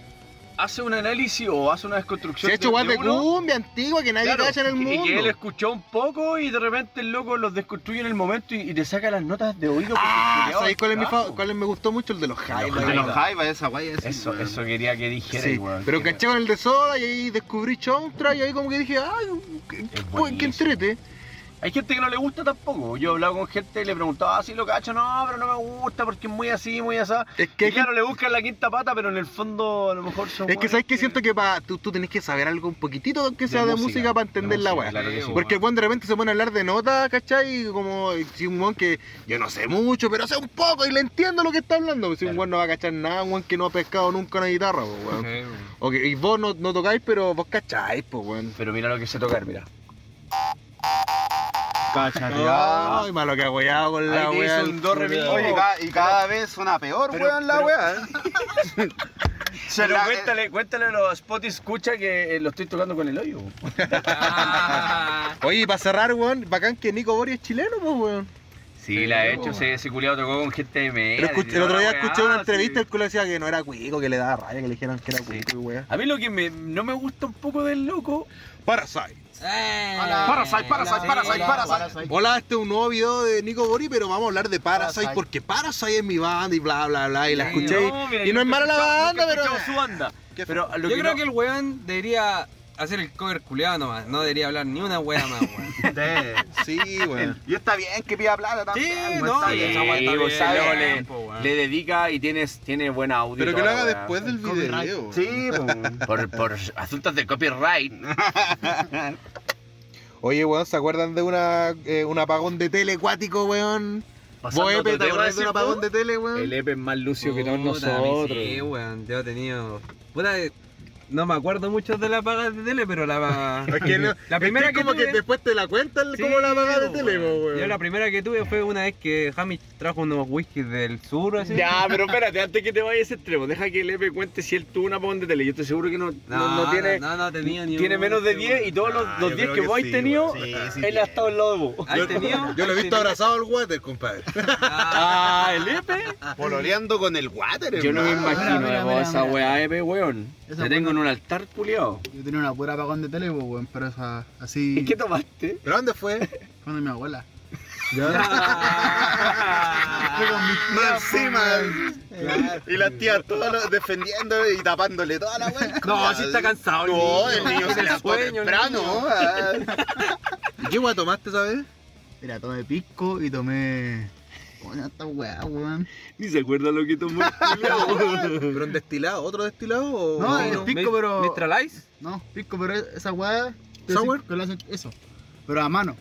B: hace un análisis o hace una desconstrucción.
D: se ha hecho
B: de-
D: guas de
B: uno,
D: cumbia antigua que nadie
B: claro,
D: cacha en el
B: y-
D: mundo.
B: Y que él escuchó un poco y de repente el loco los desconstruye en el momento y, y te saca las notas de oído. porque el
D: Ah,
B: culiao
D: ¿sabéis cuál es mi
B: bravo.
D: fa- cuál es- me gustó mucho? El de los
B: de los
D: Highlights.
C: De
B: Highlights.
C: los jaivas, esa guay es.
B: Eso, eso quería que dijera,
D: Sí,
B: weón.
D: pero
B: que-
D: enganché con el de Soda y ahí descubrí Chontra y ahí como que dije, ay, qué, qué,
B: buenísimo.
D: entrete.
B: Hay gente que no le gusta tampoco. Yo he hablado con gente y le preguntaba, ah, sí lo cacho, no, pero no me gusta porque es muy así, muy asá.
D: Es que
B: Que
D: hay gente-
B: claro, le buscan la quinta pata, pero en el fondo a lo mejor son.
D: Es que
B: weones
D: sabes que siento que pa- tú, tú tenés que saber algo un poquitito que sea de, música, para entender
B: de
D: la
B: música,
D: weá.
B: claro que sí.
D: Porque cuando de repente se pone a hablar de notas, ¿cachai? Y Como si un weón que yo no sé mucho, pero sé un poco y le entiendo lo que está hablando. Si un
B: Claro.
D: weón no va a cachar nada, un weón que no ha pescado nunca una guitarra, pues,
E: Sí,
D: weón.
E: weón.
D: O que- y vos no, no tocáis, pero vos cacháis, pues, weón.
B: Pero mira lo que sé tocar, mira.
D: Ay, malo que ha weado con la
B: Ahí te
D: weá.
B: hizo un do, re, mi.
C: Oye, ca- y cada vez suena peor, weón, la weá. ¿eh?
B: Pero
C: La-
D: eh,
B: cuéntale, cuéntale a los spot escucha que eh, lo estoy tocando con el hoyo.
D: Oye, y para cerrar, weón, bacán que Nico Boris es chileno, pues, weón.
B: Sí, la he hecho, ese, ese culiado tocó con gente de media.
D: Pero escuché- el otro día
B: la
D: escuché
B: weá,
D: una entrevista,
B: Ah, sí.
D: el culo decía que no era cuico, que le daba rabia, que le dijeran que era cuico, y weón.
B: A mí lo que me- no me gusta un poco del loco
D: Parasite.
C: Parasite, Parasite, Parasite, Parasite.
D: Hola, este es un nuevo video de Nico Bori, pero vamos a hablar de Parasite,
A: Parasite.
D: porque Parasite es mi banda y bla, bla, bla, y la escuché.
B: No, mira,
D: y no
B: yo
D: es mala la
B: nunca he escuchado-
D: banda,
B: nunca he
D: pero...
B: escuchado su banda. Pero a lo
E: Yo
B: que
E: creo
B: no-
E: que el weón debería hacer el cover culiado nomás. No debería hablar ni una wea más, weón.
D: Sí, weón.
C: Y está bien que pida plata
E: Sí,
C: también. weón,
E: no,
C: está
E: y
C: bien.
E: esa wea está
B: Sí,
E: bien,
B: sabe,
E: weón,
B: le-
F: Pues,
E: po, weón.
B: Le dedica y tienes, tiene buen audio. y
D: Pero que
B: toda
D: lo
B: la
D: haga
B: weá.
D: después del video.
C: Sí, weón.
B: Por, por asuntos de copyright.
D: Oye, weón, ¿se acuerdan de una, eh, un apagón de tele acuático, weón?
B: Pasando
D: Vos,
B: otro
D: Epe, ¿te
B: tema,
D: acordás de un
B: ¿cierto?
D: apagón de tele,
F: El
D: weón?
F: Epe es más lucio que todos
E: Puta, a mí
F: nosotros.
E: Sí, weón, yo he tenido. Puta, eh, no me acuerdo mucho de la paga de tele, pero la.
D: Es que no-
E: la primera
D: es
E: que
D: como que
E: tuve.
D: después te la cuentan
E: Sí,
D: como la apagada de
E: po,
D: tele, po,
E: Yo
D: weón.
E: la primera que tuve fue una vez que Hamish trajo unos whiskies del sur, así.
F: Ya, pero espérate, antes que te vayas a ese extremo, deja que el Epe cuente si él tuvo un apagón de tele. Yo estoy seguro que no, no, no tiene,
E: no, no tenía ni este
F: tiene
E: un-
F: menos de 10 y todos los,
K: Ah,
F: los 10
K: yo creo
F: que
K: que
F: vos
K: sí,
F: has tenido,
K: güey. Sí, sí
F: él ha estado al lado de vos.
E: ¿Has tenido?
D: Yo lo he
E: ¿Has
D: visto
E: tenido?
D: abrazado al water, compadre.
F: Ah, el Epe.
C: Pololeando con el water,
F: Yo no me
C: hermano.
F: imagino
A: mira,
F: a
A: mira,
F: esa
A: mira.
F: weá Epe, weón.
A: Esa
F: Te
A: buena-
F: tengo en un altar culiado.
A: Yo tenía una pura apagón de tele, pues, weón, pero esa, así
F: ¿Y qué tomaste?
D: ¿Pero dónde fue?
A: fue de mi abuela.
E: Ah.
A: Fue con mis tías,
C: Más
A: pues,
C: encima.
A: weón.
C: Y las tías todas las- defendiéndole y tapándole toda la vuelta.
E: No, sí está cansado. el
C: No,
E: niño.
C: el niño se
E: Tiene
C: la fue
E: sueño, el
C: temprano.
E: niño.
C: ah.
D: ¿Y qué weá tomaste, sabes?
A: Mira, tomé pisco y tomé. Coño, esta weá, weón.
F: Ni se acuerda lo que tomó.
D: ¿Pero un destilado? ¿Otro destilado? O...
A: No, el pisco, pero.
E: Mr. Lice.
A: No, pisco, pero esa weá.
D: ¿Sour?
A: Que lo hacen eso. Pero a mano.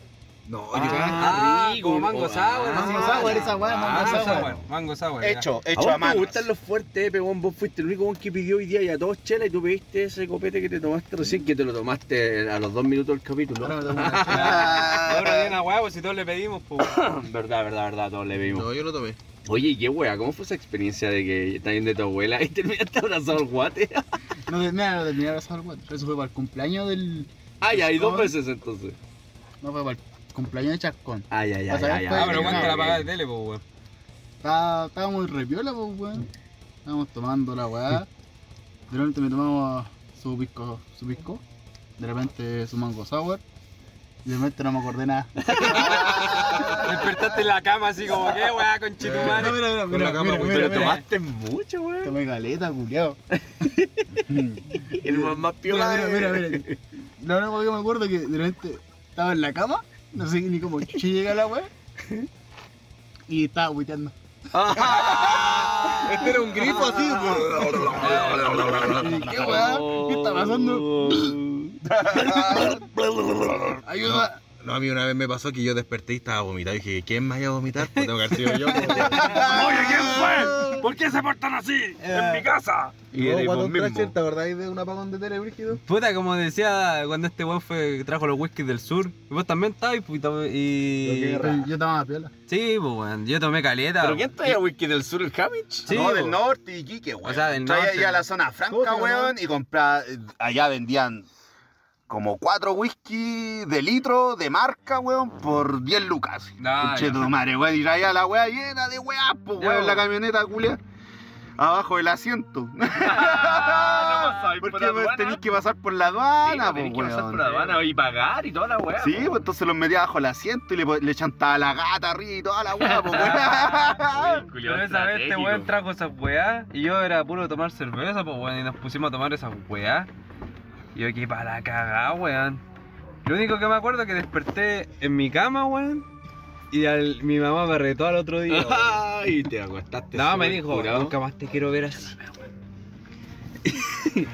D: No,
A: Ah,
E: Ah, como mango sour.
B: Ah,
E: así.
A: Mango sour, esa weá, mango
E: Mango
A: sour.
E: sour. Mango sour. ya.
C: Hecho,
F: ¿A
C: hecho a
F: vos te
C: mano.
F: gustan los fuertes, Epe, weón? Vos fuiste el único weón que pidió hoy día y a todos chela y tú pediste ese copete que te tomaste recién, que te lo tomaste a los dos minutos del capítulo.
A: Ahora me tomo una chela.
E: Ahora viene a huevo si todos le pedimos, pues.
F: Verdad, verdad, verdad, todos le vimos.
D: yo lo tomé.
F: Oye, qué wea, ¿cómo fue esa experiencia de que estás viendo de tu abuela y terminaste abrazado al guate?
A: No, de- mira, no terminé de abrazar al cuatro. Eso fue para el cumpleaños del.
B: Ah, ya, hay dos
A: No.
B: veces entonces.
A: No fue para el cumpleaños de Chascón.
B: Ah, ya, ya,
A: O sea,
B: ya,
A: fue-
B: ya.
E: Ah, pero
B: ya,
E: cuánto
B: ya.
E: la pagada de tele, pues, weón.
A: Estaba- Ah, Estábamos en repiola, pues, weón. Estábamos tomando la weá. De repente me tomamos su pisco, su pisco. De repente su mango sour. Y de repente no me acordé nada.
E: Despertaste en la cama así como, ¿qué, weá, con
A: No,
E: chitumare?
A: mira, mira,
E: Con la
A: mira,
E: cama,
A: mira,
E: weón.
A: mira,
B: Pero
A: mira.
B: tomaste mucho, weón.
A: Tomé caleta, culiao. Mm.
B: El más, más piola.
A: Mira, mira,
B: de-
A: mira, mira. La verdad que me acuerdo que de repente estaba en la cama, no sé ni cómo llega la weá. Y estaba huiteando.
E: Este era un grifo
A: Y
E: así,
A: dije, ¿Qué weá? ¿Qué está pasando? Ayuda.
L: No, a mí una vez me pasó que yo desperté y estaba vomitado. Y dije, ¿quién me vaya a vomitar? Pues tengo que haber sido yo.
E: Oye, ¿quién fue? ¿Por qué se portan así? En mi casa.
B: Y eres vos mismo.
C: ¿Te acordáis de un apagón de tele, Brígido?
E: Puta, como decía cuando este weón fue trajo los whiskies del sur. Y vos también estabas y... y-
A: Yo estaba más piola.
E: Sí, pues, weón. Yo tomé caleta.
B: ¿Pero
E: weón.
B: quién trae a Whisky del Sur, el Hamich?
E: Sí,
C: no,
E: po.
C: del norte y Quique, weón.
E: O sea, del
C: Traía
E: norte.
C: ahí a la zona franca, weón, y compraba. Allá vendían como cuatro whisky de litro de marca, weón, por 10 lucas.
E: Ah,
C: Conche
E: ya.
C: tu madre, weón. Y traía la weá llena de weá, pues,
E: Ya,
C: weón, la
E: weón.
C: camioneta culia. Abajo del asiento.
M: Ah, no pasáis por
C: Porque weón,
M: aduana.
C: tenéis que pasar por la
M: Sí,
C: aduana,
M: no,
C: pues,
M: tenés que pasar
C: weón.
M: por la aduana y pagar y toda la weá.
C: Sí,
M: po.
C: pues entonces los metía bajo el asiento y le, po- le chantaba la gata arriba y toda la weá, pues, weón.
M: El culiao
E: Pero esa vez este
M: estratégico.
E: weón trajo esas weá y yo era puro tomar cerveza, pues weón, y nos pusimos a tomar esas weá. Y yo que para la cagá, weón. Lo único que me acuerdo es que desperté en mi cama, weón. Y al- mi mamá me retó al otro día. weón.
B: Ay, te acostaste.
E: No, me
B: súper
E: dijo,
B: curado.
E: nunca más te quiero ver así.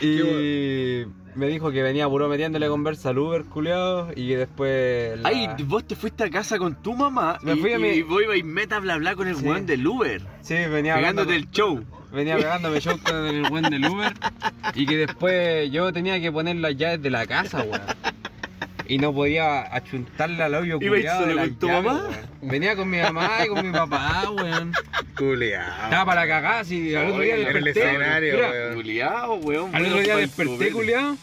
E: y me dijo que venía puro metiéndole conversa al Uber, culiao, y que después... la-
B: Ay, vos te fuiste a casa con tu mamá
E: Me
B: y,
E: fui a mi-
B: y vos ibas y meta bla bla con el
E: Sí.
B: weón del Uber,
E: Sí, venía hablando...
B: pegándote el show.
E: Venía pegándome show con el buen del Uber y que después yo tenía que poner las llaves de la casa, weón. Y no podía achuntarle al hoyo
B: ¿Ibais
E: culiao de
B: solo
E: las
B: con tu
E: llaves,
B: mamá?
E: weón. Venía con mi mamá y con mi papá, weón.
D: Culeado.
E: Estaba para cagar, si al otro día
D: Oye, en el
E: desperté.
D: escenario,
E: mira,
D: weón.
B: Culeado, weón.
E: al
B: bueno,
E: otro día
B: pa'l
E: desperté,
B: copete.
E: culiao.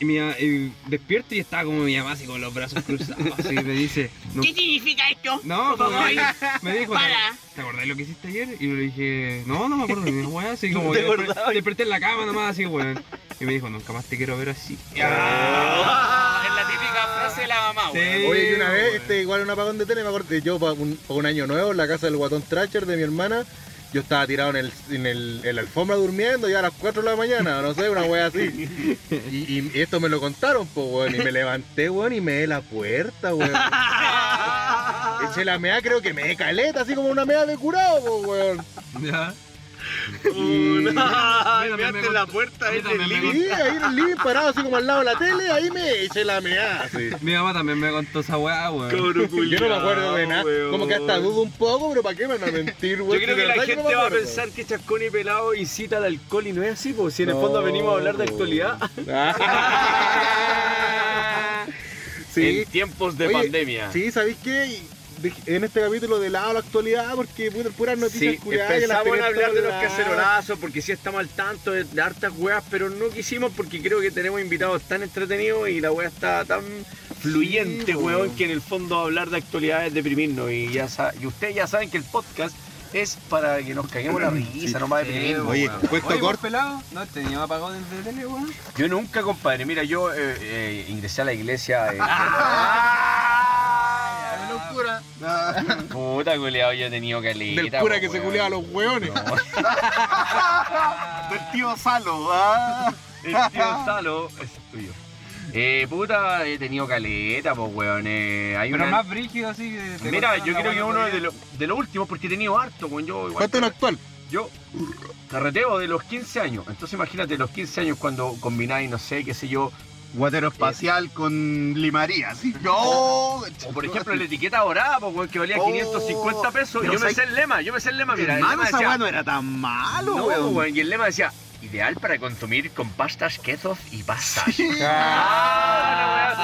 E: Y, mi, y despierto y estaba como mi mamá así con los brazos cruzados. Así me dice. "No,
M: ¿Qué significa esto?
E: no,
M: Por favor.
E: pues, me dijo,
M: Para.
E: ¿te acordás lo que hiciste ayer? Y yo le dije, no, no me acuerdo ni una weá, así como que desper- desperté en la cama nomás, así weón. Y me dijo, nunca más te quiero ver así.
M: Ah, Es la típica frase de la mamá,
E: Sí,
D: Ah. Oye, y una vez,
E: weón.
D: este, igual un apagón de tele, me acuerdo, yo para un, pa' un año nuevo en la casa del guatón Tracher de mi hermana, yo estaba tirado en, el, en, el, en la alfombra durmiendo ya a las 4 de la mañana, no sé, una wea así. Y, y esto me lo contaron, pues, weón, y me levanté, weón, y me de la puerta, weón. Eché la mea, creo que me de caleta, así como una mea de curado, pues, weón.
E: Ya.
B: Ay,
E: Mira,
B: me
E: me
B: abre la puerta
E: Mira,
B: este
E: me- me-
B: living.
D: Y ahí en el living parado así como al lado de la tele, ahí me eché la mea, así.
E: Mi mamá también me contó esa weá, weón.
B: Cabro
D: Yo no me
B: culiao,
D: acuerdo de nada, como que hasta
B: weón.
D: dudo un poco, pero ¿para qué me van a mentir,
B: Yo
D: weón?
B: creo
D: Si
B: que
D: de
B: la
D: verdad no
B: gente
D: me
B: va a
D: acuerdo.
B: pensar que Chascón y Pelado incita al alcohol y no es así, pues si en el fondo
D: No,
B: venimos a hablar de
D: po.
B: actualidad
D: sí,
B: en tiempos de
D: Oye,
B: pandemia.
D: sí, ¿sabéis qué? Y dej- En este capítulo de lado a la actualidad, porque puta, puras noticias
B: Sí,
D: curiosas.
B: empezamos a hablar de los cacerolazos porque sí estamos al tanto de, de hartas weas, pero no quisimos porque creo que tenemos invitados tan entretenidos y la wea está tan fluyente,
D: Sí, po.
B: weón, que en el fondo hablar de actualidad es deprimirnos. Y, ya sa- y ustedes ya saben que el podcast es para que nos caguemos la risa, nomás deprimirnos.
D: Oye,
B: weón.
D: cuesta
E: Oye,
D: corto.
E: por pelado, no tenía apagado desde tele, weón.
B: Yo nunca, compadre, mira, yo eh, eh, ingresé a la iglesia. eh,
A: La locura.
B: Puta culeado, yo he tenido caleta.
D: Del cura
B: po,
D: que se
B: weón.
D: culea a los hueones.
C: Del tío Salo, ah.
B: El tío Salo es tuyo. Eh, puta, he tenido caleta, pues, weón. eh, hay
E: Pero
B: una-
E: más brígido así que. te
B: Mira,
E: contaron
B: yo
E: la
B: creo que
E: weá
B: uno
E: el
B: de,
E: otro
B: lo- de los últimos, porque he tenido harto, weón. Yo, igual,
D: Cuéntanos actual.
B: yo carreteo de los 15 años. Entonces, imagínate, los 15 años cuando combináis, no sé, qué sé yo.
C: Guatero espacial con limaría, sí. Yo.
B: O, por ejemplo, la etiqueta dorada, pues, weón, que valía
C: Oh,
B: 550 pesos.
C: pero
B: Yo me
C: ¿sabes?
B: sé el lema, yo me sé el lema. Mira, el
C: Hermano,
B: lema
C: esa
B: decía,
C: weá no era tan malo,
B: No,
C: weón.
B: weón, Y el lema decía, ideal para consumir con pastas, quesos y pastas.
C: Sí.
B: Ah,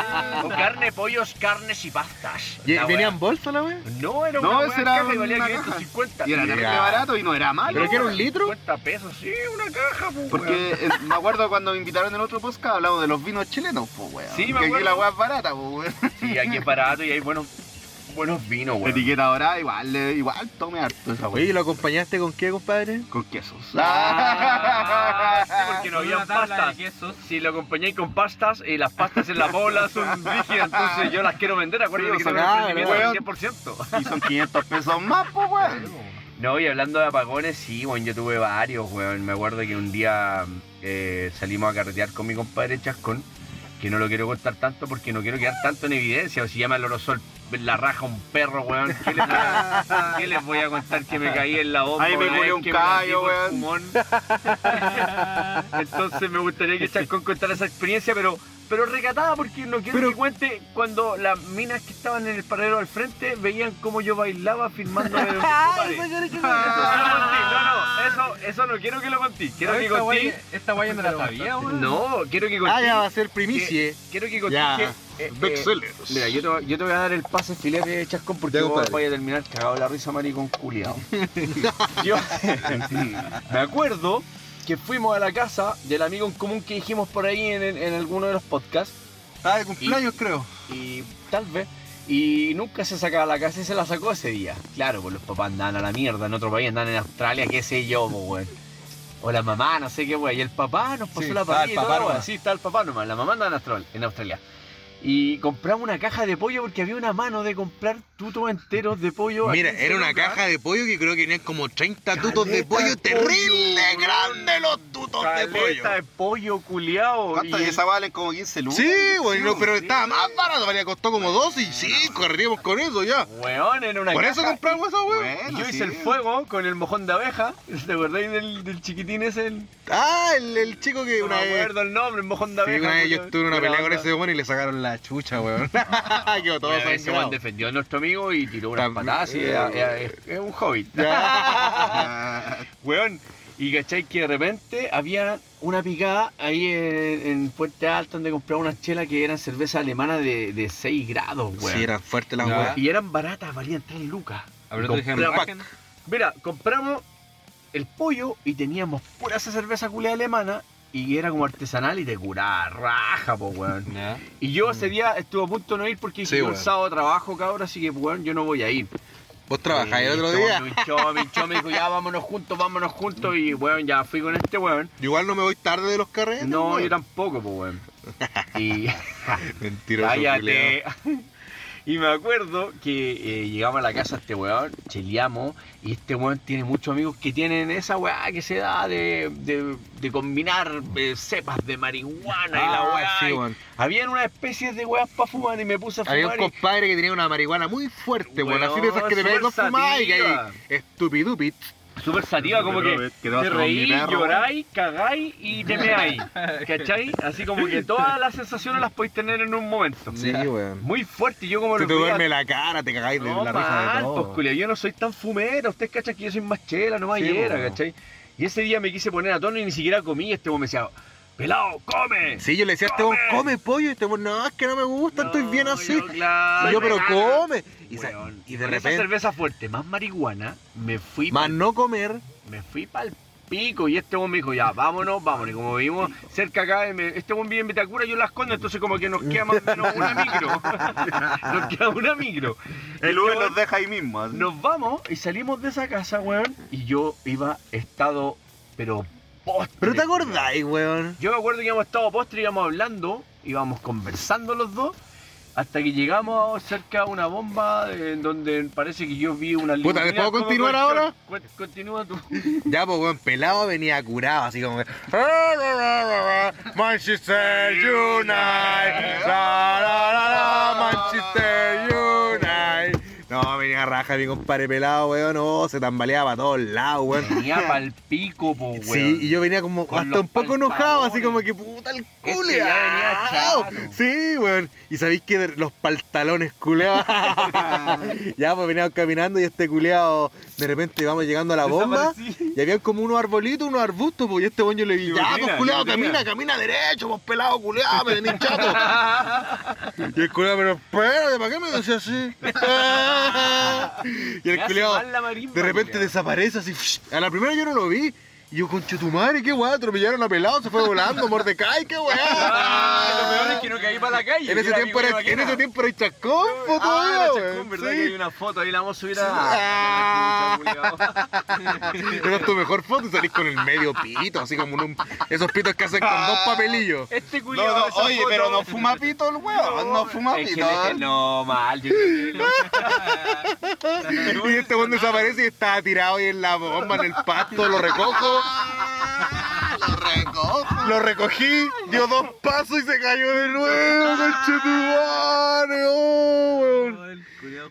B: la weá, sí. carne, pollos, carnes y pastas.
D: Ye-
B: La
D: ¿Venían bolsa la wea?
B: wea- No, era una
C: No,
B: wea
C: ese era
B: caja que valía
C: una
B: 550.
C: Y era terrible
D: Ya.
C: barato y no era malo.
D: ¿Pero que era un litro?
B: 50 pesos, sí, una caja, pues,
C: Porque eh, me acuerdo cuando me invitaron en otro podcast hablamos de los vinos chilenos, pues weón.
B: Sí, me
C: que aquí
B: acuerdo.
C: la weá es barata, pues weón.
B: Sí, aquí es barato y hay buenos, buenos vinos, weón.
C: Etiqueta ahora igual, eh, igual tome harto esa
D: Oye, ¿y
C: weá.
D: ¿lo acompañaste con qué, compadre?
C: Con quesos.
B: Ah, sí, porque no había
E: Una tabla
B: pastas.
E: de quesos.
B: Si lo acompañé con pastas, y las pastas en la bola son rígidas, entonces yo las quiero vender. Acuérdate
C: Sí,
B: que
C: son-
B: tengo un
D: ah,
B: emprendimiento
C: weón.
B: al 100%.
C: Y son 500 pesos más, pues weón.
B: No, y hablando de apagones, sí, bueno, yo tuve varios, weón. Me acuerdo que un día eh, salimos a carretear con mi compadre Chascón, que no lo quiero contar tanto porque no quiero quedar tanto en evidencia. O si llama el orosol la raja un perro, weón. ¿Qué les, voy a, qué les voy a contar que me caí en la bomba?
C: Ahí me
B: una vez
C: culé un
B: que me rendí
C: callo,
B: por
C: weón.
B: fumón? Entonces me gustaría que Chascón contara esa experiencia, pero... Pero recatada porque no quiero que cuente cuando las minas que estaban en el paradero al frente veían cómo yo bailaba filmando de no, no, eso, eso no quiero que lo contí. Quiero que
E: Esta
B: contí.
E: guaya- Esta guaya no la sabía, weón.
B: No, quiero que
D: Ah,
B: contí.
D: ya va a ser primicie.
B: Quiero que contí.
D: Ya.
B: que, eh, eh, mira, yo te, voy- yo te voy a dar el pase filete de chascón porque
D: Ya,
B: vos
D: compadre.
B: vaya a terminar cagado la risa, maricón culiao. yo me acuerdo que fuimos a la casa del amigo en común que dijimos por ahí en- en- en alguno de los podcasts
D: Ah, de cumpleaños, creo.
B: y tal vez. Y nunca se sacaba la casa y se la sacó ese día. Claro, pues los papás andaban a la mierda en otro país, andaban en Australia, qué sé yo, pues, weón. O la mamá, no sé qué, weón. Y el papá nos pasó
E: Sí,
B: la
E: estaba el
B: parrilla y todo,
E: papá
B: weón.
E: nomás.
B: Sí, está el papá nomás. La mamá andaba en Australia. En Australia. Y compramos una caja de pollo porque había una mano de comprar tutos enteros de pollo.
D: Mira,
B: aquí en
D: era una
B: Colombia.
D: caja de pollo que creo que tenían como 30 tutos de
B: Caleta
D: pollo.
B: de
D: Terrible, grande los tutos de pollo.
B: Caleta de pollo culiao.
C: ¿Cuántas
B: y-
C: de esas valen como 15 lucas?
D: Sí, bueno,
C: Sí,
D: pero
B: sí.
D: estaba más barato, valía costó como 12 y sí, corríamos con eso ya.
B: Weón, era una
D: Por
B: caja.
D: eso compramos esa weón.
B: Y
C: Bueno,
B: Yo hice
C: sí.
B: el fuego con el mojón de abeja. ¿Te acordáis del, del chiquitín ese? El...
D: Ah, el, el chico que
B: No
D: una
B: me
D: vez.
B: acuerdo el nombre, el mojón de
D: Sí,
B: abeja.
D: una vez yo
B: culiao.
D: estuve en una
B: Buena
D: pelea con
B: onda.
D: ese weón y le sacaron la chucha, weón. Quedó todo
B: Una vez ese weón
D: sangrado.
B: defendió a nuestro amigo y tiró unas
D: También,
B: patadas y
D: eh,
B: era- era- es, es un hobbit. weón. Y cachai que de repente había una picada ahí en, en Puente Alto donde compraba unas chelas que eran cerveza alemana de, de 6 grados, weón.
D: Sí, eran fuertes las
E: Ya.
D: weas.
B: Y eran baratas, valían 3 lucas.
E: Habrá otro
D: Compré
E: ejemplo.
D: pack.
B: Mira, compramos el pollo y teníamos pura esa cerveza culea alemana y era como artesanal y te curaba raja, po, weón.
E: Ya.
B: Y yo ese día estuve a punto de no ir porque dije,
D: Sí,
B: yo el
D: weón.
B: sábado trabajo, cabrón, así que, weón, yo no voy a ir.
D: Vos trabajáis el otro
B: Y
D: día.
B: Me hinchó, me hinchó, me dijo, ya vámonos juntos, vámonos juntos. Y, weón, ya fui con este weón.
D: Yo Igual no me voy tarde de los carreras.
B: No, yo tampoco, pues, weón. Y
D: Mentiroso. culiao.
B: cállate. Y me acuerdo que eh, llegamos a la casa de este weón, cheleamos, y este weón tiene muchos amigos que tienen esa weá que se da de, de- de combinar eh, cepas de marihuana y la weá.
D: Ah, sí,
B: y
D: weón.
B: Habían unas especies de weas para fumar y me puse a fumar.
D: Había un
B: y-
D: compadre que tenía una marihuana muy fuerte, weón. Así de esas que te
B: Weón,
D: pegas dos
B: súper
D: fumadas y que
B: sativa.
D: hay estupidupit.
B: Súper sativa, como que
C: Robert, quedó
B: te
C: atrás de mi
B: reís,
C: perro,
B: lloráis, cagáis y te meáis. ¿Cachai? Así como que todas las sensaciones las podéis tener en un momento.
D: Sí, weón.
B: Muy fuerte, y yo como
D: Se
B: lo
D: te duerme la cara, te cagáis de
B: No,
D: la risa de
B: mal, pues,
D: todo.
B: culiao, yo no soy tan fumero. Ustedes cachan que yo soy más chela, no más
D: Sí,
B: hiera,
D: bueno.
B: ¿cachai? Y ese día me quise poner a tono y ni siquiera comí. Este weón me decía, pelado, come.
D: Sí, yo le decía a este weón, come pollo. Y este weón, no, es que no me gusta, estoy bien
B: No,
D: así.
B: yo, claro,
D: Y yo,
B: soy
D: pero
B: vegano".
D: come. Y, sa-
B: Weón,
D: y de
B: con esa
D: repente,
B: cerveza fuerte, más marihuana, me fui
D: más no comer.
B: me fui para el pico y este weón me dijo, ya, vámonos, vámonos. Y como vivimos cerca acá, y me- este weón vive en Vitacura, yo en las condes, entonces como que nos queda más o menos una micro. nos queda una micro.
C: El Uber nos deja ahí mismo. así.
B: Nos vamos y salimos de esa casa, weón, y yo iba estado, pero postre.
D: Pero te acordáis, weón.
B: Yo me acuerdo que íbamos estado postre, íbamos hablando, íbamos conversando los dos. Hasta que llegamos cerca a una bomba eh, en donde parece que yo vi una
D: Puta, ¿les
B: línea
D: puedo
B: como
D: continuar
B: con-
D: ahora?
B: con- Continúa tú.
D: Ya, pues, weón, pelado venía curado, así como que. "Ah, Manchester United. La, la, la, la, Manchester United. No, venía raja, mi compadre pelado, weón. No, se tambaleaba a todos lados, weón.
B: Tenía pa'l pico, po, weón.
D: Sí, y yo venía como
B: Con
D: hasta
B: los
D: un poco enojado, así
B: pantalones.
D: como que puta el
B: Este
D: cule.
B: ya venía
D: ah,
B: chao.
D: Sí, weón. Y sabéis que de- los pantalones culeados. ya, pues veníamos caminando y este culeado, de repente vamos llegando a la bomba. Y habían como unos arbolitos, unos arbustos, pues, y este weón yo le vi, ya, pues
C: Libotina,
D: culeado,
C: libotina.
D: camina, camina derecho, pues pelado, culeado, me tenés chato. y el culeado, pero espérate, ¿para qué me decís así? y el culeado, de repente desaparece así. A la primera yo no lo vi. Y yo, conche tu madre, qué weá, atropellaron a pelado, se fue volando, Mordecai, qué
B: Ah, lo peor es
D: weá.
B: que no caí para la calle.
D: En ese
B: Era
D: tiempo
B: mi
D: era,
B: buena
D: en
B: máquina.
D: ese tiempo era el chascón, po,
B: Ah,
D: todavía,
B: la
D: weón,
B: chacón, ¿verdad?
D: sí.
B: Que hay una foto, ahí la vamos a subir
D: Ah.
B: a. Ah,
D: Era tu mejor foto y salís con el medio pito, así como un, esos pitos que hacen con dos papelillos.
B: Este
C: No,
B: culiado.
C: no, oye, pero no fuma pito el weón, no fuma
B: Es que
C: pito.
D: ¿ah?
B: le- no, mal. yo creo que-
D: Y este weón desaparece y está tirado ahí en la bomba, en el pasto, lo recojo,
C: Lo recojo.
D: lo recogí, dio dos pasos y se cayó de nuevo,
B: Ah.
D: conchetumare, oh, weón.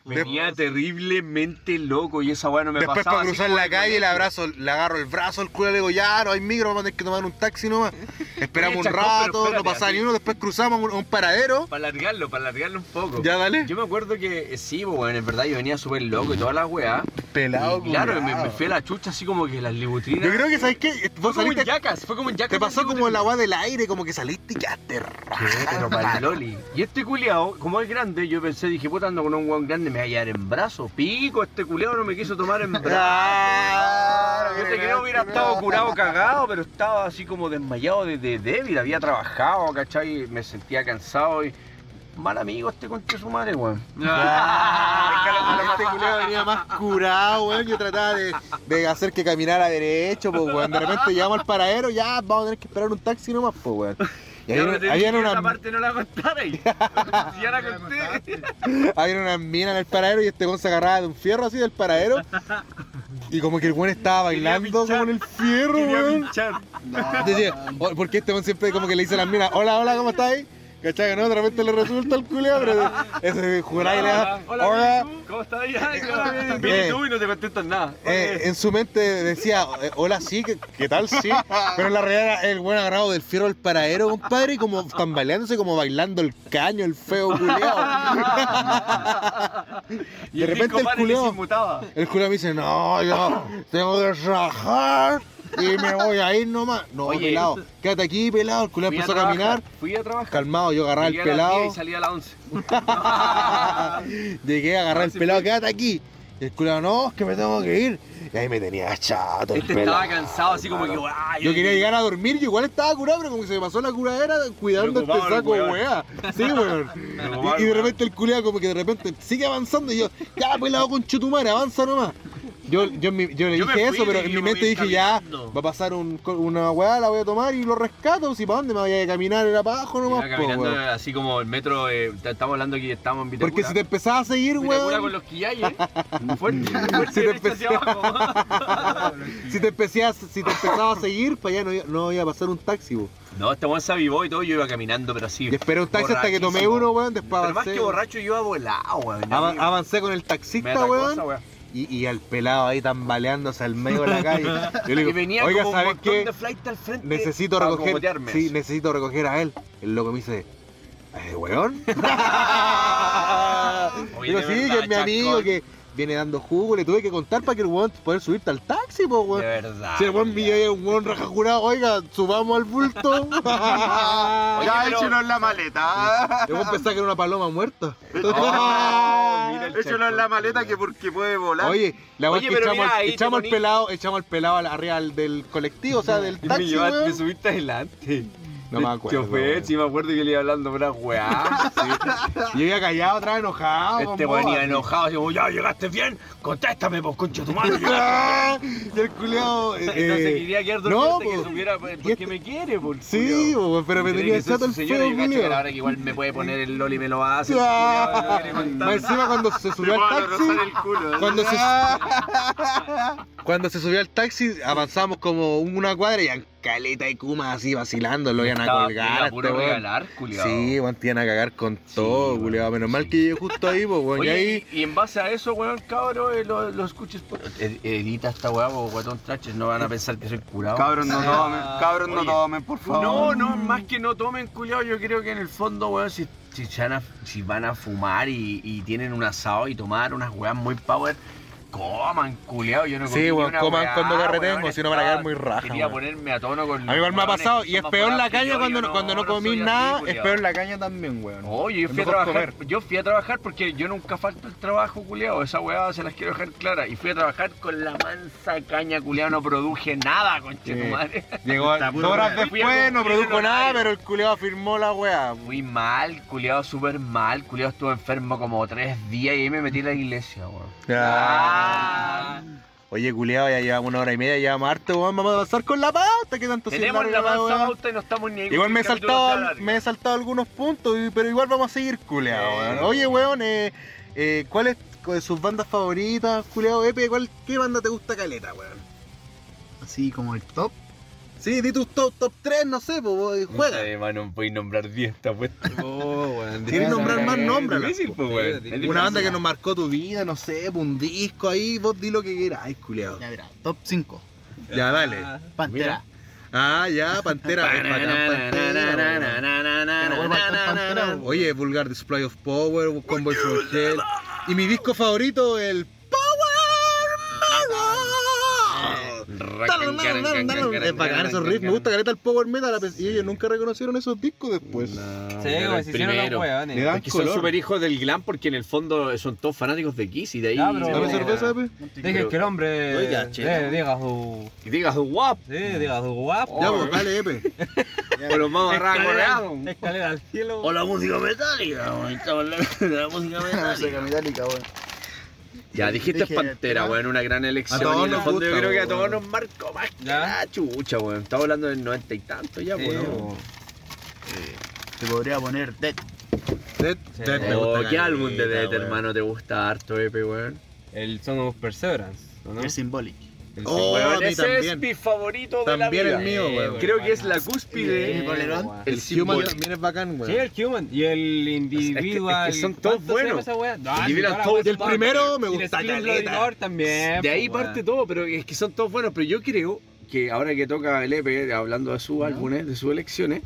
B: Venía terriblemente loco y esa weá no me
D: Después
B: pasaba.
D: para
B: así
D: cruzar
B: como
D: la
B: el
D: calle le
B: boleto.
D: abrazo, le agarro el brazo al culo, le digo, ya, no hay micro, vamos a tener que tomar un taxi nomás. Esperamos un
B: Oye, Chacón, pero
D: rato, no
B: espérate,
D: pasaba
B: así.
D: ni uno, después cruzamos un- a un paradero.
B: Para alargarlo, para alargarlo un poco.
D: Ya dale.
B: Yo me acuerdo que eh, sí, pues, bueno, en verdad yo venía súper loco y todas las weas.
D: Pelado,
B: Y claro, me,
D: culiao.
B: me fui a la chucha así como que las libutrinas.
D: Yo creo que sabes qué,
B: Fue
D: vos
B: como un
D: saliste,
B: yacas, fue como un yacas.
D: te pasó
B: así
D: como el agua del aire, como que saliste y quedaste raja.
B: Pero para el Loli. Y este culiao, como es grande, yo pensé, dije, puta, ando con un guan grande, me va a llevar en brazo. Pico, este culiao no me quiso tomar en brazo. Yo te creo hubiera estado curado, cagado, pero estaba así como desmayado de, de débil. Había trabajado, ¿cachai? Me sentía cansado y... Mal amigo este conche su madre, weón. Ah.
D: Este culiao venía más curado, weón. Yo trataba de, de hacer que caminara derecho, pues, weón. De repente llegamos al paradero, ya vamos a tener que esperar un taxi nomás, pues, weón. Y
B: Ya no te dije
D: había, había
B: que esa
D: una,
B: parte no la contara y- Si ya la conté.
D: Había una mina en el paradero y este weón se agarraba de un fierro así del paradero. Y como que el weón estaba bailando como en el fierro, weón. Decía, "Oh, porque este weón siempre como que le dice a las minas, hola, hola, ¿cómo estáis? ¿Cachai? que No, de repente le resulta el culiao, pero ese jurá y le da, hola.
B: ¿Cómo estás? Ay, claro.
D: Eh.
B: Vine tú y no te contestas nada.
D: Eh, en su mente decía, eh, hola, sí, ¿qué, qué tal, sí? Pero en la realidad era el buen agarrado del fierro del paradero, compadre, y como tambaleándose, como bailando el caño, el feo culeado.
B: Y
D: de repente el
B: compadre ni se
D: culeado...
B: inmutaba.
D: El cura me dice, no, yo tengo que rajar y me voy a ir nomás. No,
B: Oye.
D: pelado, quédate aquí, pelado. El culo
B: Fui
D: empezó a,
B: trabajar,
D: caminar.
B: Fui a trabajar.
D: Calmado, yo agarraba el
B: Llegué a las 10
D: pelado.
B: Y salí a las 11.
D: Llegué a
B: Ah,
D: agarrar el pelado, quédate aquí. Y el culo, no, es que me tengo que ir. Y ahí me tenía chato el
B: Este
D: pelado.
B: estaba cansado, así como que. "Ah,
D: Yo quería llegar a dormir, yo igual estaba curado, pero como que se me pasó la curadera cuidando este
B: Preocupado el
D: saco
B: weón.
D: weá. Sí, weón.
B: Preocupado
D: Y, y de
B: el
D: repente el culiado como que de repente sigue avanzando y yo, ya pues, pelado con chutumare, avanza nomás. Yo, yo, en mi- yo le
B: Yo me
D: dije
B: fui,
D: eso, pero en
B: dije,
D: mi
B: me
D: mente
B: voy
D: dije, ya,
B: caminando.
D: va a pasar un, co- una weá, la voy a tomar y lo rescato, si para dónde me voy a caminar, era para abajo
B: Iba
D: nomás, po,
B: caminando
D: weón.
B: así como el metro. eh, t- estamos hablando aquí, estamos en Vitacura.
D: Porque si te empezaba a seguir,
B: Vitacura con
D: weón,
B: los quillayes. eh. Fuerte, fuerte
D: Si te
B: derecha hacia
D: empecé-
B: abajo.
D: si te, empecías- si te empezaba a seguir, para allá no, iba- no iba a pasar un taxi, weón.
B: No, este weón se avivó y todo. Yo iba caminando, pero así.
D: Y esperé un taxi hasta que tomé
B: borrachísimo.
D: uno, weón,
B: Pero
D: después
B: más
D: avancé.
B: que borracho, yo iba volado, weón. Yo
D: Ava-
B: me-
D: Avancé con el
B: me
D: taxista,
B: atacó
D: weón.
B: esa weá.
D: y, y al pelado ahí tambaleándose al medio de la calle. Yo le
B: Y
D: digo,
B: venía
D: oiga,
B: como un
D: ¿sabes
B: montón
D: qué?
B: de flight al frente.
D: Necesito
B: para
D: recoger.
B: cogotearme,
D: Sí,
B: así.
D: necesito recoger a él. El loco me dice, "Eh, weón.
B: Oye,
D: digo,
B: de
D: sí,
B: verdad,
D: que es mi amigo
B: Chacón.
D: que viene dando jugo. uh, Le tuve que contar para que el weón poder subirte al taxi, po,
B: De
D: weón.
B: verdad.
D: Si el weón mío es un weón rajacurado, oiga, subamos al bulto.
C: Ya
B: pero-
C: échelo en la maleta.
D: Yo voy a pensar que era una paloma muerta.
B: Oh, mira el
C: Échelo en la
B: Chacón,
C: maleta
B: weón.
C: que porque puede volar.
D: Oye, la
B: Oye,
D: weón que
B: pero
D: echamos,
B: mira, ahí te
D: echamos al
B: poní-
D: pelado, echamos al pelado al- arriba al- del colectivo, o sea, del
B: Y me,
D: taxi,
B: llevaste, me
D: weón.
B: subiste adelante.
D: No me
B: Del
D: acuerdo,
B: Chofer,
D: weón.
B: sí, me acuerdo que le iba hablando una weá.
D: Y yo iba callado, otra vez enojado.
B: Este
D: weón
B: weón iba enojado, así como, ya llegaste bien, contéstame, pues, concha tu madre.
D: "Ah". Y el culiao. eh,
B: Entonces
D: eh,
B: quería quedar
D: no,
B: dormido hasta que
D: po.
B: supiera, pues,
D: Y
B: porque
D: este-
B: me quiere, pues, por
D: Sí, weón, pero me tenía chato el
B: señor.
D: feo,
B: Yo cacho que
D: culiao.
B: ahora que igual me puede poner el loli me lo hace.
D: Ah.
B: el culiao, no quiere
D: Más
B: contar.
D: encima cuando se
C: Te
D: subió
C: puedo
D: al taxi.
C: rozar el culo.
D: Cuando se, cuando se subió al taxi, avanzamos como una cuadra y ya caleta de Kuma así vacilando, lo iban a
F: Estaba
D: colgar.
F: pura,
D: a
F: puro
D: este weón.
F: regalar, culiao.
D: Sí, weón, te iban a cagar con todo,
F: weón,
D: culiao. Menos mal
F: sí.
D: que llegué justo ahí, pues, weón. Y
F: Oye,
D: ahí.
F: y, y en base a eso, weón, cabrón, eh, lo, lo escuches. por- Ed- eh, Edita esta weá, po, guatón traches, no van a pensar que soy curado.
C: Cabrón, no tomen, cabrón, no
F: Oye.
C: tomen, por favor.
F: No, no, más que no tomen, culiao. Yo creo que en el fondo, weón, si, si, se van, a, si van a fumar y, y tienen un asado y tomar unas weas muy power, coman, culiao. Yo no comí
D: Sí,
F: ni
D: weón,
F: una
D: coman
F: weá,
D: cuando carretengo,
F: weón,
D: si no van a quedar
F: estaba-
D: muy raja,
F: Quería
D: weón.
F: ponerme a tono con.
D: A mí igual me ha
F: weones que
D: pasado, y
F: son
D: es
F: más
D: peor en la
F: fugaces que
D: calle
F: yo,
D: cuando,
F: yo
D: no, cuando no
F: soy
D: comís
F: así,
D: nada, es
F: culiao.
D: peor en la calle también, weón.
F: Oye, yo
D: Es
F: fui a
D: mejor
F: trabajar,
D: comer.
F: yo fui a trabajar porque yo nunca falto el trabajo, culiao. Esa weá se las quiero dejar clara. Y fui a trabajar con la mansa caña, culiao, no produje nada, conche tu
D: Sí.
F: madre.
D: Llegó a-
G: Está
D: dos
G: pura
D: horas
G: weá.
F: Fui a
D: después, no
F: cumplir el
D: produjo nada,
F: horario.
D: pero el culiao afirmó la weá.
F: Fui mal, culiao, súper mal, culiao, estuve enfermo como tres días y ahí me metí a la iglesia, weón.
D: Ah. Oye, culiao, ya llevamos una hora y media, llevamos harto, weón. Vamos a pasar con la pauta, que tanto se
F: Tenemos
D: larga
F: la mansa
D: weá.
F: pauta y no estamos ni ahí con
D: Igual me he
F: el capítulo sea
D: saltado,
F: largo.
D: me he saltado algunos puntos, y- pero igual vamos a seguir, culeado. weón. Oye, weón, eh, eh, ¿cuál es cu- sus bandas favoritas, culeado? Epe, ¿cuál, ¿qué banda te gusta caleta, weón?
A: Así como el top.
D: Sí, di tus top, top 3, no sé, pues weón, juega.
B: Puta, hermano, podéis nombrar 10 esta puesta.
E: Oh, weón.
D: ¿Quieres nombrar más nombres?
B: Difícil, pues, weón. Es
D: Una banda
B: difícil.
D: que nos marcó tu vida, no sé, pues, un disco ahí, vos di lo que queráis, culeado.
A: Ya verá, top 5.
D: Ya, dale.
A: Pantera.
D: Ah, ya, Pantera, pues, bacán, Pantera, weón.
A: Que no vuelva a estar Pantera, weón.
D: Oye, Vulgar Display of Power, Convoy from Hell. Y mi disco favorito, el Power Metal. Es bacán esos riffs, me gusta careta el Power Metal. Y ellos nunca reconocieron esos discos después.
E: Sí, weón, se hicieron los
B: Primero.
E: weones.
D: Le dan
B: Es que son
D: color.
B: super hijos del glam porque en el fondo son todos fanáticos de Kiss y de ahí.
E: Ya, pero-
D: Dame cerveza, pe.
E: Dejen que el hombre
G: Oiga, che.
E: eh, diga su.
B: Y digas, guap,
E: Sí, diga su guapo.
D: Ya, pues, dale, Epe.
B: o los más
E: escalera,
B: barracos.
E: escalera al cielo.
N: O la música metálica, weón. Estamos hablando de la música metálica.
B: Ya dijiste
A: Dije,
B: Pantera,
A: ¿no?
B: weón, una gran
D: A
B: elección.
D: todos
B: y en el
D: nos
B: fondo yo
D: gusta,
B: creo que a
D: weón.
B: todos nos marcó más que
E: Ya.
B: la chucha, weón. Estamos hablando del noventa y tanto ya, pues,
E: Sí,
B: weón.
E: weón.
A: Te podría poner Dead.
D: Dead,
E: Sí.
D: Dead me
B: Oh,
D: gusta
B: ¿Qué
D: caleta,
B: álbum de Death,
D: weón.
B: hermano, te gusta harto, Epe, weón?
E: El Son of Perseverance. ¿o ¿no?
A: El Symbolic.
E: El
D: Oh, a
B: Weón,
D: mí
B: ese es
D: también.
B: mi favorito de
D: También
B: la
D: el
B: vida.
D: mío,
E: Sí,
D: weón.
E: weón.
B: Creo que es la cúspide.
A: Sí, bolerón.
E: weón.
B: El
D: El Human
B: símbolo.
D: también es bacán,
E: Sí,
D: weón.
E: el Human y el Individual.
B: es que son todos
E: ¿cuánto se llama
B: buenos.
E: esa wea? No,
B: Individual
E: sí, toda la
B: todos-
E: wea
D: Y el
E: son
D: primero
E: buenos.
D: me
E: Y el
D: gusta
E: Scream
D: caleta.
E: Bloodroad también. pues,
B: De ahí
E: po, weón.
B: parte todo, pero es que son todos buenos. Pero yo creo que ahora que toca el EP, hablando de sus álbumes, de sus elecciones,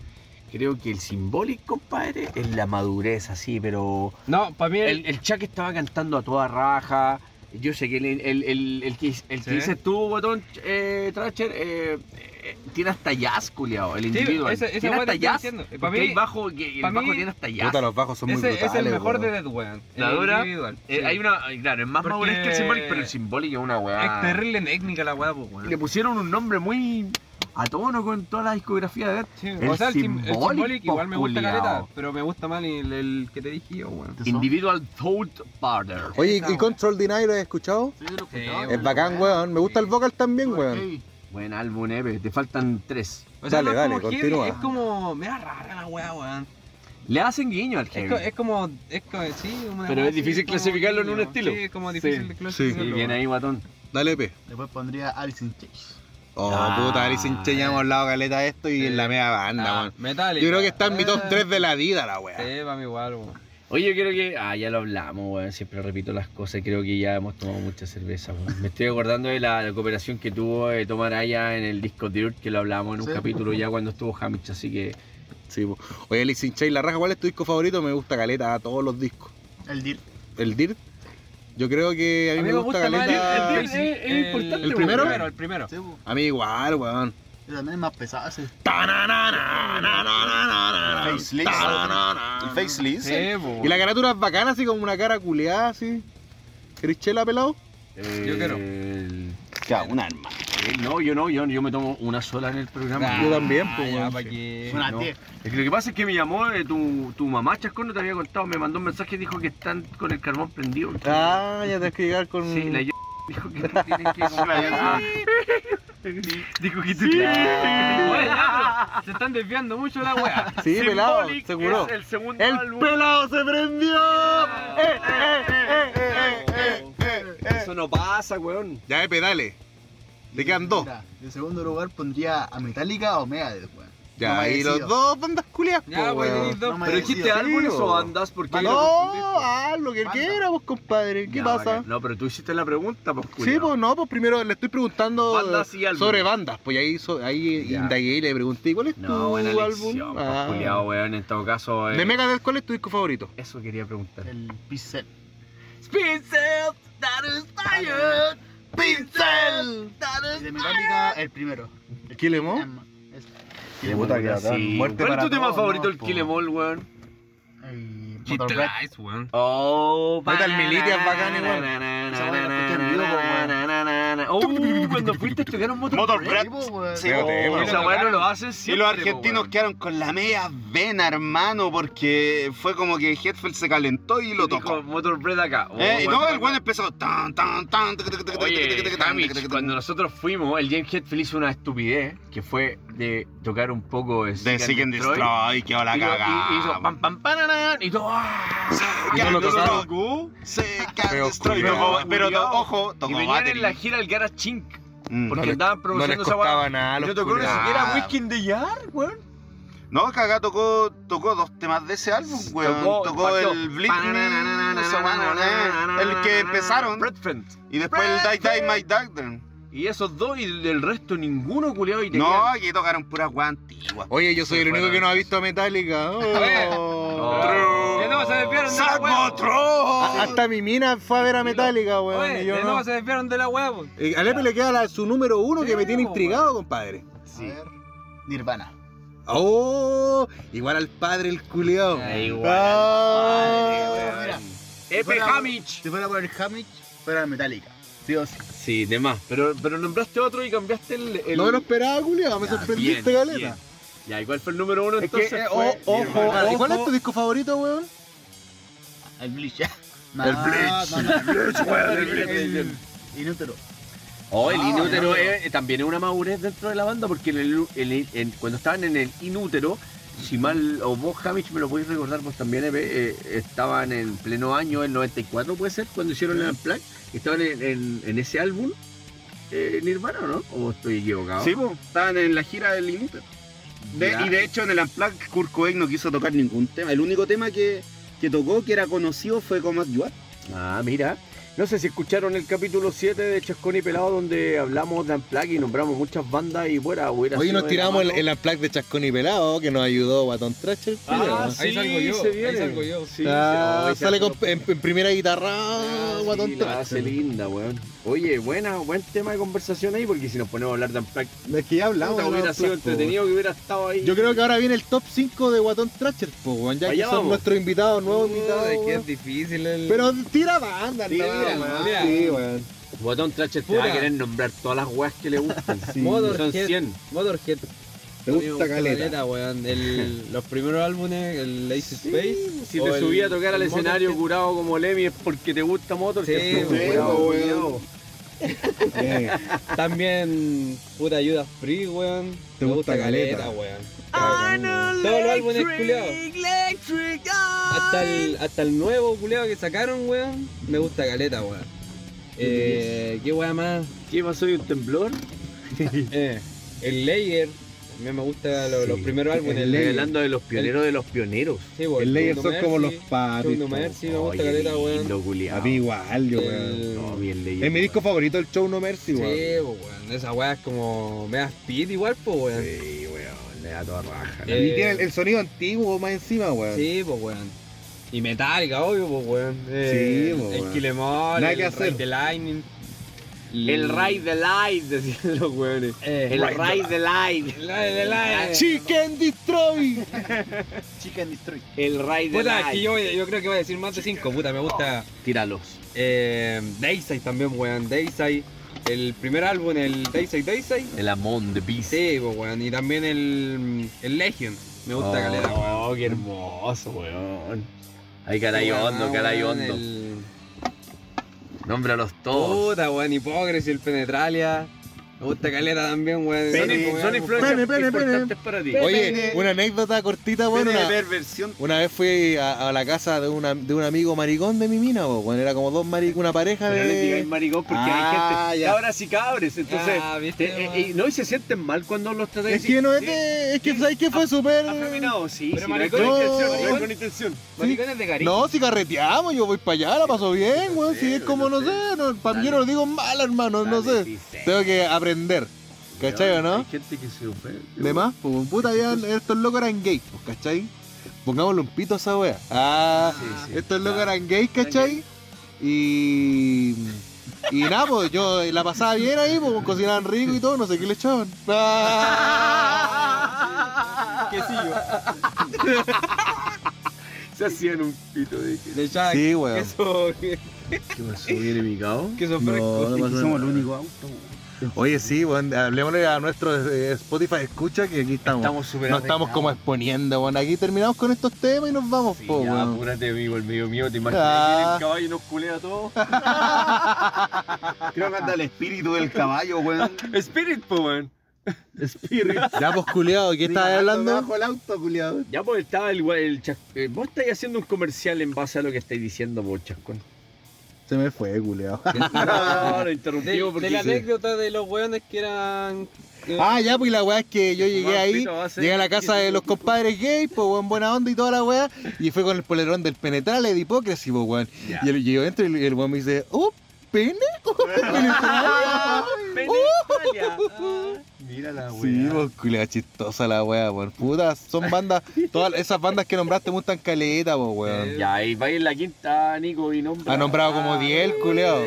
B: creo que el simbólico, compadre, es la madurez, así, pero.
E: No, para mí
B: El,
E: el.
B: el Chuck estaba cantando a toda raja. Yo sé que el, el, el, el que, el que
E: Sí.
B: dices tú, botón, eh, Tracher, eh, eh, tiene hasta jazz, culiao, el individuo.
E: esa- esa
B: tiene
E: weá te
B: hasta
E: estoy
B: jazz.
E: diciendo. Pa'
B: Para
E: mí-
B: mí, bajo, que el
E: pa'
B: bajo
E: mí-
B: tiene hasta jazz.
D: Puta, los bajos son muy
E: Ese
D: brutales,
E: es el mejor
D: weón.
E: de Dead Weón.
B: La
E: el
B: dura,
E: individual,
B: Eh,
E: sí.
B: hay una, claro, es más
E: Porque-
B: madurez que el simbólico, pero el simbólico es una
E: Es
B: weá.
E: terrible técnica la weá, pues,
B: Y le
E: weón.
B: pusieron un nombre muy a tono con toda la discografía de Death.
E: Sí,
B: el
E: o sea, el, sim- el
B: simbólico,
E: Symbolic igual me gusta
B: culiao.
E: caleta, pero me gusta más el, el que te dije yo, weón.
B: Individual Thought Partner.
D: Oye,
E: Esa,
D: ¿y
E: weón.
D: Control Deny lo has escuchado?
A: Sí, lo
E: Sí,
A: escuchaba,
D: Es bacán, weón. Me gusta el vocal también, weón.
A: Sí.
B: Buen álbum, Eve. Te faltan tres.
E: O sea,
D: Dale,
E: no es
D: dale,
E: como heavy,
D: continúa.
E: Es como. Me da rara la weá, weón.
B: Le hacen guiño al
E: Es,
B: heavy.
E: co- es como. Es co- sí, una
B: Pero
E: weá
B: es difícil
E: así, como
B: clasificarlo en un
E: niño.
B: estilo.
E: Sí, es como difícil
B: Sí.
E: de
B: Sí,
E: clasificarlo.
B: bien ahí, guatón.
D: Dale, Epe.
A: Después pondría Alice in Chains.
D: Oh,
B: Ah.
D: puta, Alice in Chains ya hemos hablado caleta de esto y
E: Sí.
D: en la media banda,
E: Ah,
D: weón.
E: Metallica.
D: Yo creo que está en mi top
E: Ah,
D: 3 de la vida, la weá.
E: Sí, para mí igual, weón.
B: Oye, yo creo que. Ah, ya lo hablamos, weón. Siempre repito las cosas. Creo que ya hemos tomado mucha cerveza, weón. Me estoy acordando de la, la cooperación que tuvo eh, Tom Araya en el disco Dirt, que lo hablamos en un
A: Sí.
B: capítulo ya cuando estuvo Hamich. Así que.
D: Sí, po. Oye, Alice in Chains, la raja, ¿cuál es tu disco favorito? Me gusta caleta a todos los discos.
A: El Dirt.
D: El Dirt, yo creo que a mí, me, gusta,
E: más
D: caleta.
E: el- el- el- el-
B: importante,
E: ¿El
D: weón.
E: primero? El primero.
A: Sí, bu.
D: A mí igual, weón.
A: Pero también es más pesado ese.
C: Facelift. El Facelift.
E: Sí, bo.
D: Y la carátula es bacana, así como una cara culeada, así. ¿Querés chela, pelado?
B: eh,
E: quiero.
B: el-
C: Ya, un arma.
B: eh, no, yo no, yo, yo me tomo una sola en el programa. Eh,
D: Yo también,
E: Ah,
D: pues,
E: ya,
D: weón.
E: pa' que-
A: Una
B: no.
A: 10.
B: Es que Lo que pasa es que me llamó eh, tu, tu mamá, Chascón, no te había contado. Me mandó un mensaje y dijo que están con el carbón prendido.
D: Ah, ya tenés que llegar con.
B: Sí, la yo dijo que tú tienes que comprar. dijo que tú
E: Oye,
B: tienes
E: ya, pero Se están desviando mucho de la weá.
D: Sí, pelado,
B: Symbolic
D: seguro.
B: es el segundo
D: ¡El
B: álbum.
D: pelado se prendió! ¡Eh, eh, eh, eh, eh, eh, eh!
B: Eso no pasa, weón.
D: Ya, Epe, dale. Te quedan dos.
A: Mira, en segundo lugar pondría a Metallica o Megadeth, weón.
D: Ya,
A: No me
D: y los
A: decido.
D: dos bandas culias, po,
E: Ya, pues,
D: weón.
E: tenéis dos.
A: No me
B: Pero
A: decido.
B: dijiste álbumes o bandas porque.
D: No, haz ah, lo que
A: Banda.
D: quieramos, compadre. ¿Qué
B: Ya,
D: pasa?
B: bacán. No, pero tú hiciste la pregunta, pues
D: Sí,
B: culiao.
D: pues no, pues primero le estoy preguntando
B: Bandas y álbumes.
D: sobre bandas. Pues ahí, so- ahí
B: Ya.
D: indagué y le pregunté, ¿cuál es
B: No,
D: tu
B: buena
D: álbum?
B: elección, pues
D: Ah.
B: culiao, weón. En todo caso. eh,
D: De Megadeth, ¿cuál es tu disco favorito?
B: Eso quería preguntar.
A: El Pixel.
B: Pincel, that is fire. Pincel, that
A: Y de Metallica, el primero.
D: ¿Kill Em All?
A: Em, es-
D: Puta que acá, muerte
B: ¿Cuál es
D: para
B: tu tema
D: todos,
B: favorito
D: ¿no?
B: el Kill Em All, weón?
A: Ay,
E: Hit the
A: Motor Red.
E: lights, weón.
B: Oh,
D: Metal
B: banana,
D: Militia es bacán igual.
B: na,
A: Esa
B: na,
A: weá la
B: na,
A: escuché en vivo,
B: na,
A: weón.
B: na, na, na, na. Oh, cuando fuiste tocaron Motor, Red.
A: Sí, po, weón.
C: Sí,
D: Veo tema,
B: Oh,
D: weón.
B: esa weá no lo hacen siempre.
C: Y los
B: po,
C: argentinos
B: weón.
C: quedaron con la media vena, hermano, porque fue como que Hetfield se calentó y lo
B: Dijo,
C: tocó.
B: Motor Red acá. Oh,
C: Eh, y no,
B: weón,
C: el weón empezó tan, tan, tan, tac, tac, tac, tac, tac,
B: Oye,
C: tac,
B: Hamish,
C: tac, tac,
B: cuando nosotros fuimos, el James Hetfield hizo una estupidez que fue de tocar un poco de
C: de Seek and Destroy, quedó la
B: Y, lo-
C: cagada.
B: y- y hizo pam pam pam y todo. ¡ah!
C: Y no lo tocaron.
B: tocó.
C: Seek and
D: Pero
C: Destroy,
D: culiao,
C: tocó- Pero to-
B: culiao.
C: ojo,
B: Y
C: tocó
B: venían en
C: batería.
B: la gira al Garage Chink
C: Mm.
B: porque
D: les-
B: andaban
D: No les
B: produciendo esa weá.
D: costaba nada a
B: Y
D: los
B: No tocó ni
D: culiados.
B: siquiera Whisky in the Jar, weón.
C: No, Cagá tocó, tocó dos temas de ese álbum, weón. Tocó,
B: partió.
C: el Bleed Me, esa weá, ¿no? el que empezaron,
B: Redfend.
C: y después el Die Die My Doctrine.
B: Y esos dos y del resto ninguno culiado y
C: No,
B: tenían-
C: aquí tocaron puras weas antiguas.
D: Oye, yo soy el único que no ha visto a Metallica. Oh.
B: Oh.
E: De nuevo se desviaron de la weá. po.
D: Ah,
C: ¡Sacotro!
D: Hasta mi mina fue a ver a Metallica, weón.
E: Oye,
D: y yo
E: de
D: no.
E: nuevo se desviaron de la weá, po.
D: Eh, A Lepe le queda la- su número uno que
E: Sí,
D: me tiene
E: po,
D: intrigado, compadre.
A: A ver, Nirvana.
D: Oh, igual al padre el culiao.
B: Ah, igual
D: Ah.
A: Mira,
B: Epe Hamich.
A: si fuera por el Hamish, fuera Metallica. Sí o sí.
B: Sí, demás. Pero, pero nombraste otro y cambiaste el. el...
D: No me lo esperaba, culiao. Me
B: Ya,
D: sorprendiste,
B: bien,
D: galera.
B: bien. Ya, ¿y cuál fue el número uno
D: Es que,
B: entonces?
D: eh,
B: Fue
D: o- ojo,
B: Nirvana.
D: ¿Y oh, cuál es tu disco favorito, weón?
A: El Bleach. el Bleach. el Bleach, weón. Inútero.
B: Oh, el
A: Ah,
B: inútero
A: ya, ya.
B: es- también es una madurez dentro de la banda porque en el, en- en- cuando estaban en el inútero, si mal o vos, Hamish, me lo podéis recordar, vos también, Epe, eh, estaban en pleno año, el 94 puede ser, cuando hicieron el Unplugged, estaban en, en- en ese álbum. eh, Nirvana, ¿o ¿no? ¿O estoy equivocado?
C: Sí, po, estaban en la gira del Inútero. De-
B: Ya.
C: y de hecho, en el Unplugged, Kurt Cobain no quiso tocar ningún tema. El único tema que, que tocó, que era conocido, fue Como You Are.
B: Ah, mira. No sé si escucharon el capítulo 7 de Chascón y Pelado donde hablamos de Unplugged y nombramos muchas bandas y fuera. hubiera
D: Hoy
B: sido
D: nos
B: de la
D: tiramos el,
B: mano.
D: el unplug de Chascón y Pelado, que nos ayudó Guatón Thrasher.
B: Ah,
D: culiao.
B: sí,
E: Ahí salgo yo,
B: se
E: ahí
B: viene.
E: salgo yo.
B: Sí,
D: Ah,
B: sí, oh,
D: sale
B: esa-
D: con- en, en primera guitarra,
B: Ah,
D: Guatón
B: sí, la hace
D: Thrasher.
B: linda, weón. Oye, buena, buen tema de conversación ahí, porque si nos ponemos a hablar de Unplugged,
D: Es que ya hablamos.
B: puta,
D: de
B: hubiera
D: Guatón
B: sido
D: Thrasher, po,
B: entretenido que hubiera estado ahí.
D: weón. Yo creo que ahora viene el top 5 de Guatón Thrasher, po, weón, ya
B: Allá
D: que son
B: vamos.
D: nuestros invitados, nuevos invitados.
E: Ay, que
D: weón.
E: es difícil el.
D: Pero tira banda,
E: Tira,
D: no, weón.
E: mira.
D: Sí, weón.
B: Botón Tracher te va a
E: Puta.
B: querer nombrar todas las weas que le gustan. sí. Son
E: Motorhead.
B: 100.
E: Motorhead.
D: Te
E: A mí me
D: gusta caleta.
E: weón. El- los primeros álbumes, el Lazy Space.
B: Si
E: o
B: te
E: el-
B: subí a tocar al
E: el
B: escenario
E: Motorhead.
B: curado como Lemmy es porque te gusta Motorhead.
E: Sí,
B: pues,
E: weón,
B: curado,
D: weón.
B: curado.
D: Eh,
E: También, puta ayuda free, weón.
D: Te
E: Me
D: gusta caleta.
E: weón. Todos los álbumes culiados. Hasta el, hasta el nuevo culeado que sacaron, weón. Me gusta caleta, weón. Eh, ¿Qué weón más?
B: ¿Qué pasó? ¿Hay un temblor?
E: Eh, el Layer. También me gusta lo- los
B: Sí.
E: primeros álbumes. El
B: Estoy
E: Layer.
B: hablando de los pioneros de los pioneros.
E: Sí, weón,
D: El layer
E: Show
D: son
E: No
D: como los
E: Mercy,
D: papis.
E: Show No
D: po.
E: Mercy, me gusta
B: Oye,
E: caleta, weón.
B: lindo, culiao.
D: A mí igual, yo, weón.
E: El-
B: No, bien leído.
D: Es mi disco favorito el show No
E: Sí,
D: Mercy, weón.
E: weón. Esa weá es como. Me da speed igual, po, weón. Sí,
B: Sí, weón, le da toda raja.
E: Eh,
D: Y tiene el, el sonido antiguo más encima, weón.
E: po, pues, weón. Y Metallica, obvio, po, weón. Eh,
D: Sí, po,
E: El
D: weón.
E: Kilemol,
D: Nada
E: el
D: que hacer.
E: Ride the Lightning.
B: El Ray the Light, decían los weones.
E: Eh,
B: El Ray the Light. Ah,
E: El Ride the Lightning.
D: Chicken Destroy.
A: Chicken Destroy.
B: El Ray the
E: Puta, aquí
B: Light.
E: yo, yo creo que voy a decir más de 5, puta, me gusta
B: Ah, Tíralos.
E: eh, Dayside también, weón, Dayside, el primer álbum, el Dayside Dayside,
B: El Amon the Beast.
E: sí, po, weón, y también el, el Legion, me
B: Oh,
D: Ah.
E: gusta caleta, weón.
B: oh, qué hermoso, weón. Ay, caray
E: Weón,
B: hondo, caray
E: weón,
B: hondo.
E: el-
B: Nómbralos todos.
E: Puta, weón, Hipócrasis, el Penetralia, Me gusta caleta también, weón.
B: Son, in-
E: Como, weón,
B: son
E: como-
B: influencias
A: Pene, pene, pene.
B: importantes para ti.
A: Oye, una anécdota cortita, weón.
C: Tiene
A: una-
C: perversión.
A: Una vez fui a, a la casa de, una- de un amigo maricón de mi mina, po, weón. Era como dos maricón, una pareja
B: Pero no les digáis
A: de.
B: maricón porque
A: Ah,
B: hay gente.
A: ya.
B: Ahora sí cabres, entonces.
E: Ah, viste,
B: te- eh,
E: weón.
B: eh, no, y se sienten mal cuando los tratáis
A: Es que no es
B: sí,
A: de. Es que, ¿sabes qué fue súper.
B: Afeminado, sí,
E: Pero
B: sí, no es
E: maricón-
B: con intención, no es
A: maricón-
B: con intención.
E: Maricones de cariño.
A: No, si carreteamos, yo voy para allá, la paso bien, weón. Si es como, no sé, no, pa- yo no lo digo mal, hermano, no sé.
B: Dale, dice.
A: Tengo que aprender. ¿Cachai o no?
O: Hay gente que se ofende.
A: De más, pues puta, ya estos locos eran gays, pues, ¿cachai? Pongámosle un pito a esa wea. Ah,
B: Sí, sí.
A: estos locos eran gays, ¿cachai? Y. Y nada, pues yo la pasaba bien ahí, pues cocinaban rico y todo, no sé qué le echaban. Ah.
B: Se hacían un pito de que.
E: Le echaba
A: Sí, weón.
E: queso,
B: ¿Qué pasó? ¿Viene picado?
E: queso fresco.
A: No, no pasó
C: Somos el
A: nada.
C: único auto.
A: Oye, sí, weón, hablemosle a nuestro eh, Spotify escucha que aquí estamos.
B: súper
A: no estamos como exponiendo, weón. Aquí terminamos con estos temas y nos vamos, po,
B: ya,
E: pues.
A: weón.
B: apúrate, amigo, el medio mío, te imaginas
A: Ah.
B: que viene el caballo y nos culea a todos.
C: Creo que anda el espíritu del caballo, weón.
B: Spirit, po, weón. Spirit.
A: Ya, pues culiado, ¿qué estás hablando?
C: Bajo el auto, culiado.
B: Ya, pues estaba el, gua- el chas- eh, Vos estáis haciendo un comercial en base a lo que estáis diciendo, por chascón.
A: Se me fue, culiado.
B: No, lo
E: De,
B: interrumpimos
E: Ah, de
B: porque.
E: la
B: sí.
E: anécdota de los weones que eran. eh,
A: Ah, ya, pues y la weá es que yo llegué
B: Tomaba
A: ahí,
B: pito a base
A: llegué a la casa de los compadres gay, pues weón, buena onda y toda la weá, y fue con el polerón del penetrale de hipócresy, pues weón.
B: Ya.
A: Y el, y yo entro y el, y el weón me dice, ¡Uh, pene! ¡Uh, penetrale!
E: Ah.
B: Mira la weá.
A: Sí, pues culiao, chistosa la weá, weón. Puta, son bandas, todas esas bandas que nombraste me gustan caleta, pues weón.
B: Ya, y va en la quinta, Nico, y nombra. Ah,
A: Ha nombrado como 10 el culiao.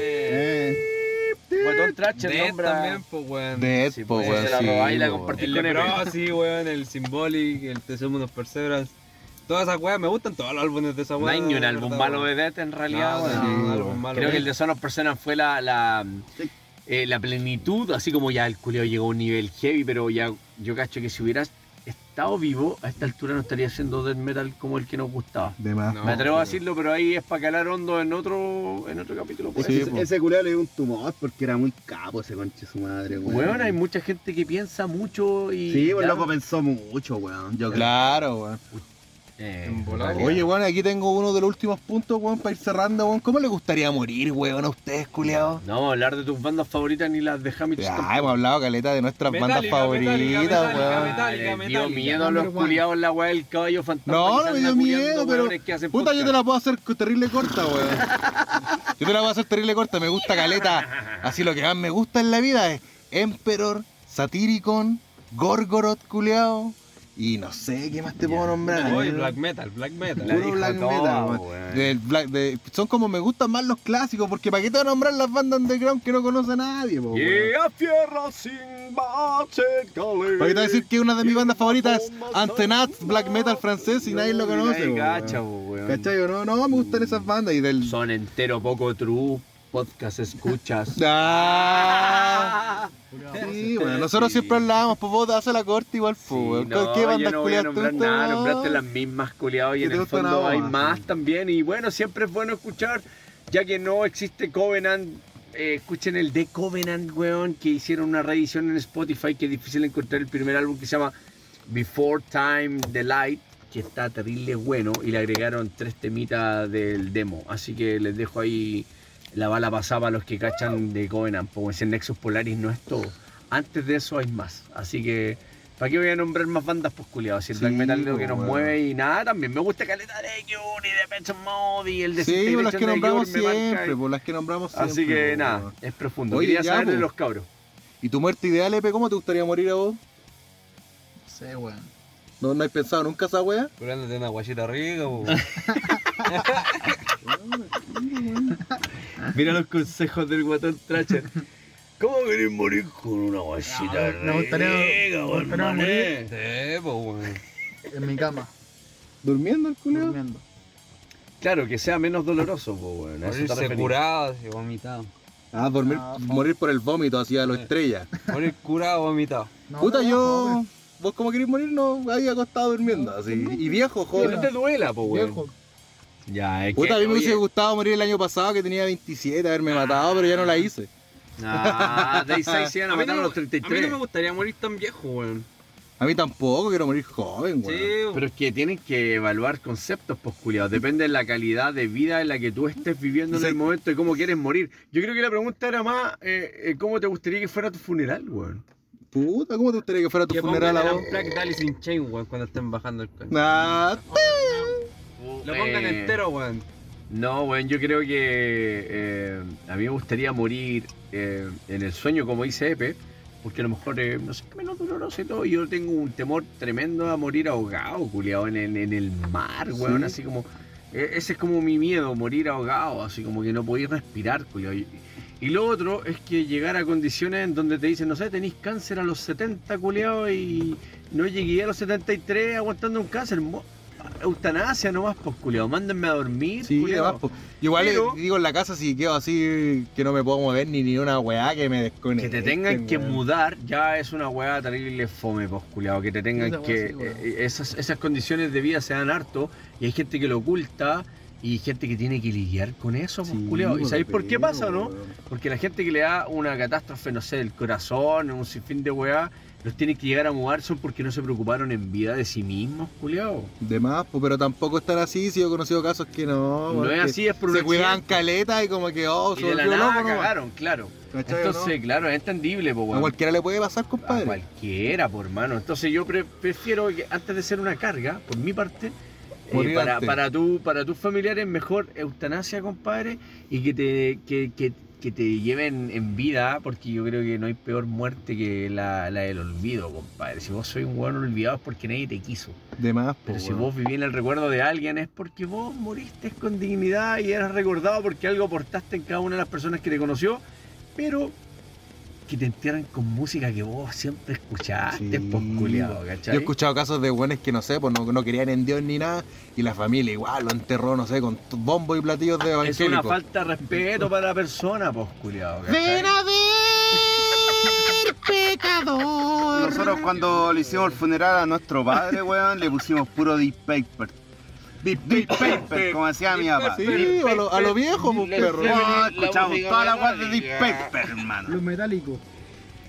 B: Guatón Tracher
E: Dead
B: nombra.
E: también, pues weón.
A: Dead,
B: Sí,
A: pues
B: pues,
A: weón.
B: se la
A: sí,
B: robáis y la
A: po, weón.
B: compartís.
E: El
B: con
E: Leprosy, weón, el Symbolic, el Te Sumo Unos Perseverance. Todas esas weas, me gustan todos los álbumes de esa
B: No
E: weá.
B: hay ni un
E: de
B: álbum
E: verdad,
B: malo
E: weón.
B: de Death en realidad,
E: No,
B: weón.
E: no,
A: Sí,
E: álbum
A: weón.
E: malo,
B: Creo que el
E: weón.
B: de Son of Persona fue la, la, eh, la plenitud, así como ya el culeo llegó a un nivel heavy, pero ya yo cacho que si hubieras estado vivo, a esta altura no estaría haciendo death metal como el que nos gustaba.
A: De más.
E: No,
B: Me atrevo a
E: weón.
B: decirlo, pero ahí es para calar hondo en otro, en otro capítulo. pues.
A: Sí,
C: ese,
A: po.
C: ese culiao le dio un tumor porque era muy capo ese conche su madre,
A: pues.
C: weón.
B: Weón, hay mucha gente que piensa mucho y.
C: Sí, pues
B: ya-
C: loco pensó mucho, weón. Yo creo.
A: Claro, weón.
B: Eh,
E: En volado.
B: realidad.
A: Oye, weón, aquí tengo uno de los últimos puntos, weón, para ir cerrando, weón. ¿Cómo le gustaría morir, weón, a ustedes, culiados?
B: No vamos a hablar de tus bandas favoritas ni las de Hamilton.
A: Ya, hemos hablado, caleta, de nuestras bandas
E: Metallica,
A: favoritas,
E: Metallica,
A: weón.
E: Metallica.
B: Les dio miedo a
P: Number
B: los
P: one.
B: culiados la weá del caballo fantasma.
A: No, no me
B: que se
A: dio
B: anda
A: miedo,
B: culiando,
A: pero.
B: weones que hacen
A: Puta, yo
B: podcast.
A: te la puedo hacer co- terrible corta, weón. Yo te la voy a hacer terrible corta, me gusta caleta. Así lo que más me gusta en la vida es Emperor, Satyricon, Gorgoroth, culiao. Y no sé qué más te puedo nombrar.
E: Oye,
A: weón.
E: black metal, black metal.
B: La
A: Puro
B: dijo
A: black
B: todo,
A: metal, weón.
B: weón.
A: Del black- de- son como me gustan más los clásicos, porque para qué te van a nombrar las bandas underground que no conoce nadie, po, weón?
B: Y a fierro sin bache, cale.
A: ¿Para qué te voy a decir que una de mis bandas favoritas es Antenats, black metal francés, y nadie lo
B: No, y
A: conoce,
B: nadie
A: po,
B: cacha,
A: weón.
B: po, weón.
A: ¿Cachai o no? No, me gustan esas bandas y del...
B: Son entero poco true, podcast escuchas.
A: Ah. Sí, bueno, nosotros siempre hablábamos, pues vos haces la corte igual, pues,
B: Sí,
A: weón.
B: no,
A: ¿Qué bandas
B: yo no voy a
A: culiadas
B: nombrar
A: tú,
B: nada,
A: no?
B: nombraste las mismas culiados y
A: Que
B: en
A: te
B: el
A: gustan
B: fondo
A: a
B: hay
A: vos,
B: más
A: sí.
B: también. Y bueno, siempre es bueno escuchar, ya que no existe Covenant, eh, escuchen el de Covenant, weón, que hicieron una reedición en Spotify que es difícil encontrar el primer álbum que se llama Before Time The Light, que está terrible bueno y le agregaron tres temitas del demo. Así que les dejo ahí la bala pasada a los que cachan de Covenant, porque ese Nexus Polaris no es todo. Antes de eso hay más. Así que, ¿para qué voy a nombrar más bandas pues culiados? Si el
A: Sí,
B: black metal es lo que
A: pues,
B: nos
A: bueno.
B: mueve y nada, también me gusta Caleta de Cure y de Pet Mode y el de
A: Sí, pues, las que nombramos siempre,
B: marca.
A: pues las que nombramos siempre.
B: Así que
A: pues,
B: nada,
A: weón.
B: es profundo.
A: Oye,
B: Quería
A: ya,
B: saber de
A: pues.
B: los cabros.
A: ¿Y tu muerte ideal, Epe? ¿Cómo te gustaría morir a vos?
P: No sé, weón.
A: ¿No, no has pensado nunca esa wea?
E: Curándote una guachita rica, po, weón.
B: Mira los consejos del guatón Tracher. ¿Cómo querés morir con una guachita?
P: Me gustaría, me gustaría morir
E: Sí,
B: pues,
E: po, weón.
P: en mi cama,
A: ¿Durmiendo el culiao?
P: durmiendo.
B: Claro, que sea menos doloroso, pues, weón. a eso te
E: Morirse
B: referís.
E: curado, así, vomitado.
A: Ah, dormir,
P: Ah, fome.
A: morir por el vómito, así a lo estrella.
E: Morir curado, vomitado.
P: No,
A: Puta,
P: no,
A: yo... ¿Vos cómo querés morir? No, ahí acostado durmiendo, así. Y viejo,
B: Que no
A: joven.
B: te duela, pues,
P: no,
B: weón.
P: viejo.
B: Ya, es que.
A: Puta, a mí me
B: oye,
A: hubiese gustado morir el año pasado, que tenía 27, haberme matado, pero ya no la hice.
B: Ah, Day 6 se iban a
E: A mí, no
B: matar a
E: me,
B: los
E: a mí no
B: 33.
E: me gustaría morir tan viejo, weón.
A: A mí tampoco, quiero morir joven, weón.
E: Sí,
B: Pero es que tienen que evaluar conceptos, pues, culiados. Depende de la calidad de vida en la que tú estés viviendo en
A: Sí.
B: el momento y cómo quieres morir. Yo creo que la pregunta era más, eh, eh, ¿cómo te gustaría que fuera tu funeral, weón?
A: Puta, ¿cómo te gustaría que fuera tu
E: que
A: funeral a
E: pongan era
A: vos?
E: un Black Dali sin chain, weón, cuando estén bajando el coche.
A: Nah,
E: Lo pongan
B: Eh,
E: entero, weón.
B: No, weón, yo creo que eh, a mí me gustaría morir eh, en el sueño, como dice Epe, porque a lo mejor, eh, no sé, menos doloroso y todo. Yo tengo un temor tremendo a morir ahogado, culiado, en, en- en el mar, weón, así como. eh, Ese es como mi miedo, morir ahogado, así como que no podía respirar, culiao. Y, y lo otro es que llegar a condiciones en donde te dicen, no sé, tenéis cáncer a los 70, culiao, y no llegué a los 73 aguantando un cáncer. mo- Eutanasia nomás, pues, culiao, mándenme a dormir,
A: Sí,
B: culiao.
A: además, po. Igual
B: Pero-
A: eh, digo en la casa si quedo así que no me puedo mover ni ni una weá que me
B: Que
A: desconecte.
B: te tengan que
A: weón.
B: mudar ya es una weá terrible fome, pues, culiao, Que te tengan
Q: Esa weá
B: que.
Q: sí, weón.
B: eh, esas, esas condiciones de vida se dan harto y hay gente que lo oculta y gente que tiene que lidiar con eso, pues, culiao. ¿Y sabéis por qué pasa o no? Porque la gente que le da una catástrofe, no sé, del corazón, un sinfín de weá, los tiene que llegar a mudar son porque no se preocuparon en vida de sí mismos, culiao.
A: De más, po, pero tampoco estar así. Si yo he conocido casos que no.
B: No
A: weón,
B: es
A: que
B: así, es por un
A: Se cuidaban
B: accidente.
A: caleta y como que, oh,
B: Y
A: se
B: de la
A: volvió
B: nada
A: loco, nomás.
B: cagaron, claro.
A: ¿Cachai o no?
B: Entonces, claro, es entendible, pues,
A: A cualquiera le puede pasar,
B: A
A: compadre.
B: cualquiera, por hermano. Entonces yo pre- prefiero que antes de ser una carga, por mi parte, eh,
A: Morir
B: para,
A: antes.
B: para, tu, para tus familiares mejor eutanasia, compadre, y que te, que, que- que te lleven en vida, porque yo creo que no hay peor muerte que la, la del olvido, compadre. Si vos sois un hueón olvidado es porque nadie te quiso.
A: De más, po,
B: Pero si
A: Oh, weón.
B: vos vivís en el recuerdo de alguien es porque vos moriste con dignidad y eres recordado porque algo aportaste en cada una de las personas que te conoció, pero que te entierran con música que vos siempre escuchaste,
A: Sí.
B: pues culiao,
A: Yo
B: ¿cachai?
A: he escuchado casos de buenos que no sé, pues no, no creían en Dios ni nada, y la familia igual lo enterró, no sé, con t- bombo y platillos de
B: es una
A: evangélicos.
B: falta de respeto para la persona, pues culiao, ¿cachai?
C: Nosotros cuando le hicimos el funeral a nuestro padre, weón, le pusimos puro deep paper. Deep, deep paper, como decía mi papá.
A: Sí, a lo, a lo viejo, pues perro.
C: Weón, escuchamos toda la guarda de deep paper, hermano.
Q: Los metálicos.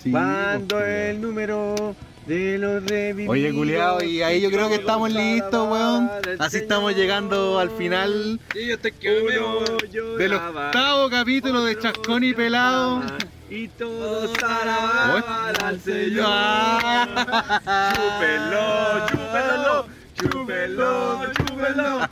A: Sí,
B: Cuando
A: pues,
B: el número de los revividos...
A: Oye, culiao, y ahí yo creo que estamos
B: Alabar
A: listos, weón.
B: al
A: Así estamos
B: Señor.
A: llegando al final
E: Sí, yo te
B: Uno
E: quedo.
A: del
B: lloraba,
A: octavo capítulo de Chascón y Pelado.
B: Y todos
A: alaban
B: al
A: Señor.
P: Ah.
A: Ah.
B: Chúpelo, chúpelo, chúpelo, chúpelo.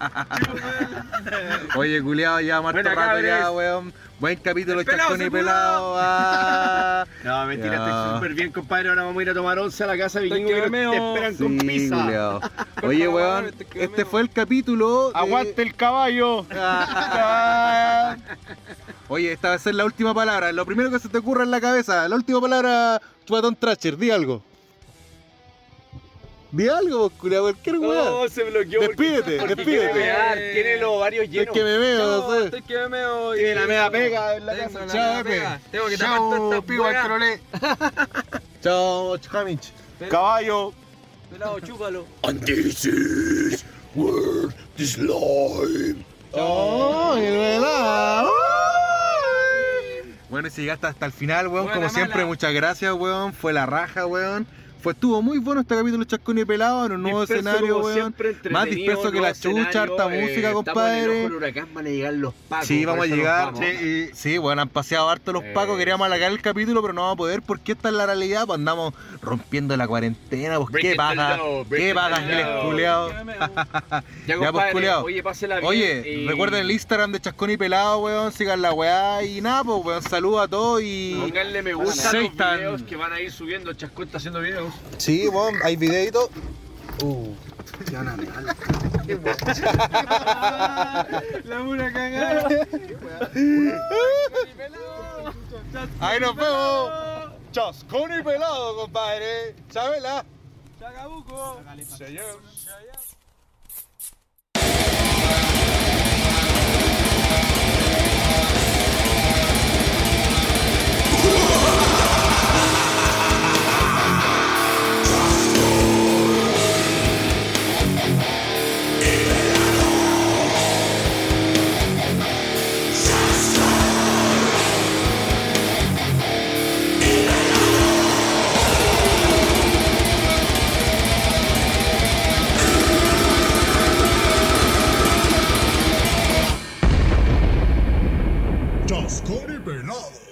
A: Oye, culiao, ya más
B: Buena,
A: rato ya,
B: cabres.
A: weón. Buen capítulo de
B: El pelado
A: Chascón y
B: se curó.
A: Pelado. ah.
B: No, mentira,
A: Ya.
B: estoy súper bien, compadre. Ahora vamos a ir a tomar once a la casa de vikingo
E: que
B: que
E: meo.
B: te esperan
A: Sí,
B: con pizza.
A: culiao. Oye, weón, este fue el capítulo. de-
C: Aguante el caballo.
A: Ah. Oye, esta va a ser la última palabra. Lo primero que se te ocurra en la cabeza. La última palabra, Chubatón Trasher. Di algo. Di algo, vos, culiao, cualquier weón.
B: No, Oh, se bloqueó. porque-
A: Despídete,
B: porque
A: despídete.
B: Quiere mear, tiene los ovarios
A: Es
B: llenos.
A: que me veo, no sé.
E: Estoy que me meo.
A: Tiene la mega pega en la
E: Tengo
A: casa.
E: la
A: Chao,
E: mega
A: Pepe.
E: pega. Tengo que tapar toda
A: Chao,
E: esta
A: pico al
E: weá.
A: trolé. Chao, Chamich.
C: Caballo.
E: Pelado, chúpalo.
A: Oh, el velado. Bueno, y si llegaste hasta el final, weón,
E: Buena,
A: como siempre,
E: mala.
A: muchas gracias, weón. Fue la raja, weón. Fue, estuvo muy bueno este capítulo de Chascón y Pelado en un nuevo
B: Disperso
A: escenario,
B: como
A: weón.
B: siempre, entretenido,
A: Más disperso que la
B: nuevo
A: chucha,
B: escenario, eh,
A: harta música, compadre.
B: Estamos en el ojo del huracán, van a llegar los pacos.
A: Sí,
B: por
A: vamos a
B: eso nos
A: llegar.
B: vamos.
A: Sí, y- sí, bueno, han paseado harto los
B: Eh,
A: pacos. Queríamos alargar el capítulo, pero no vamos a poder porque esta es la realidad. Pues andamos rompiendo la cuarentena. Pues, ¿Qué pasa? ¿Qué pasa, giles culiados?
B: Ya,
A: pues,
B: compadre,
A: culiao.
B: Oye, pásela bien.
A: Oye,
B: y-
A: recuerden el Instagram de Chascón y Pelado, weón. Sigan la weá y nada, pues, weón. Saludos a todos y.
B: Pónganle me gusta a los
A: Seitan.
B: videos que van a ir subiendo. Chascón está haciendo videos.
A: Sí, weón, hay videitos.
E: La una cagada.
A: Ahí nos vemos. Chascón y Pelado, compadre. Chabela.
E: Chacabuco.
A: Señor.
R: Chascón
A: Rascón y Venado.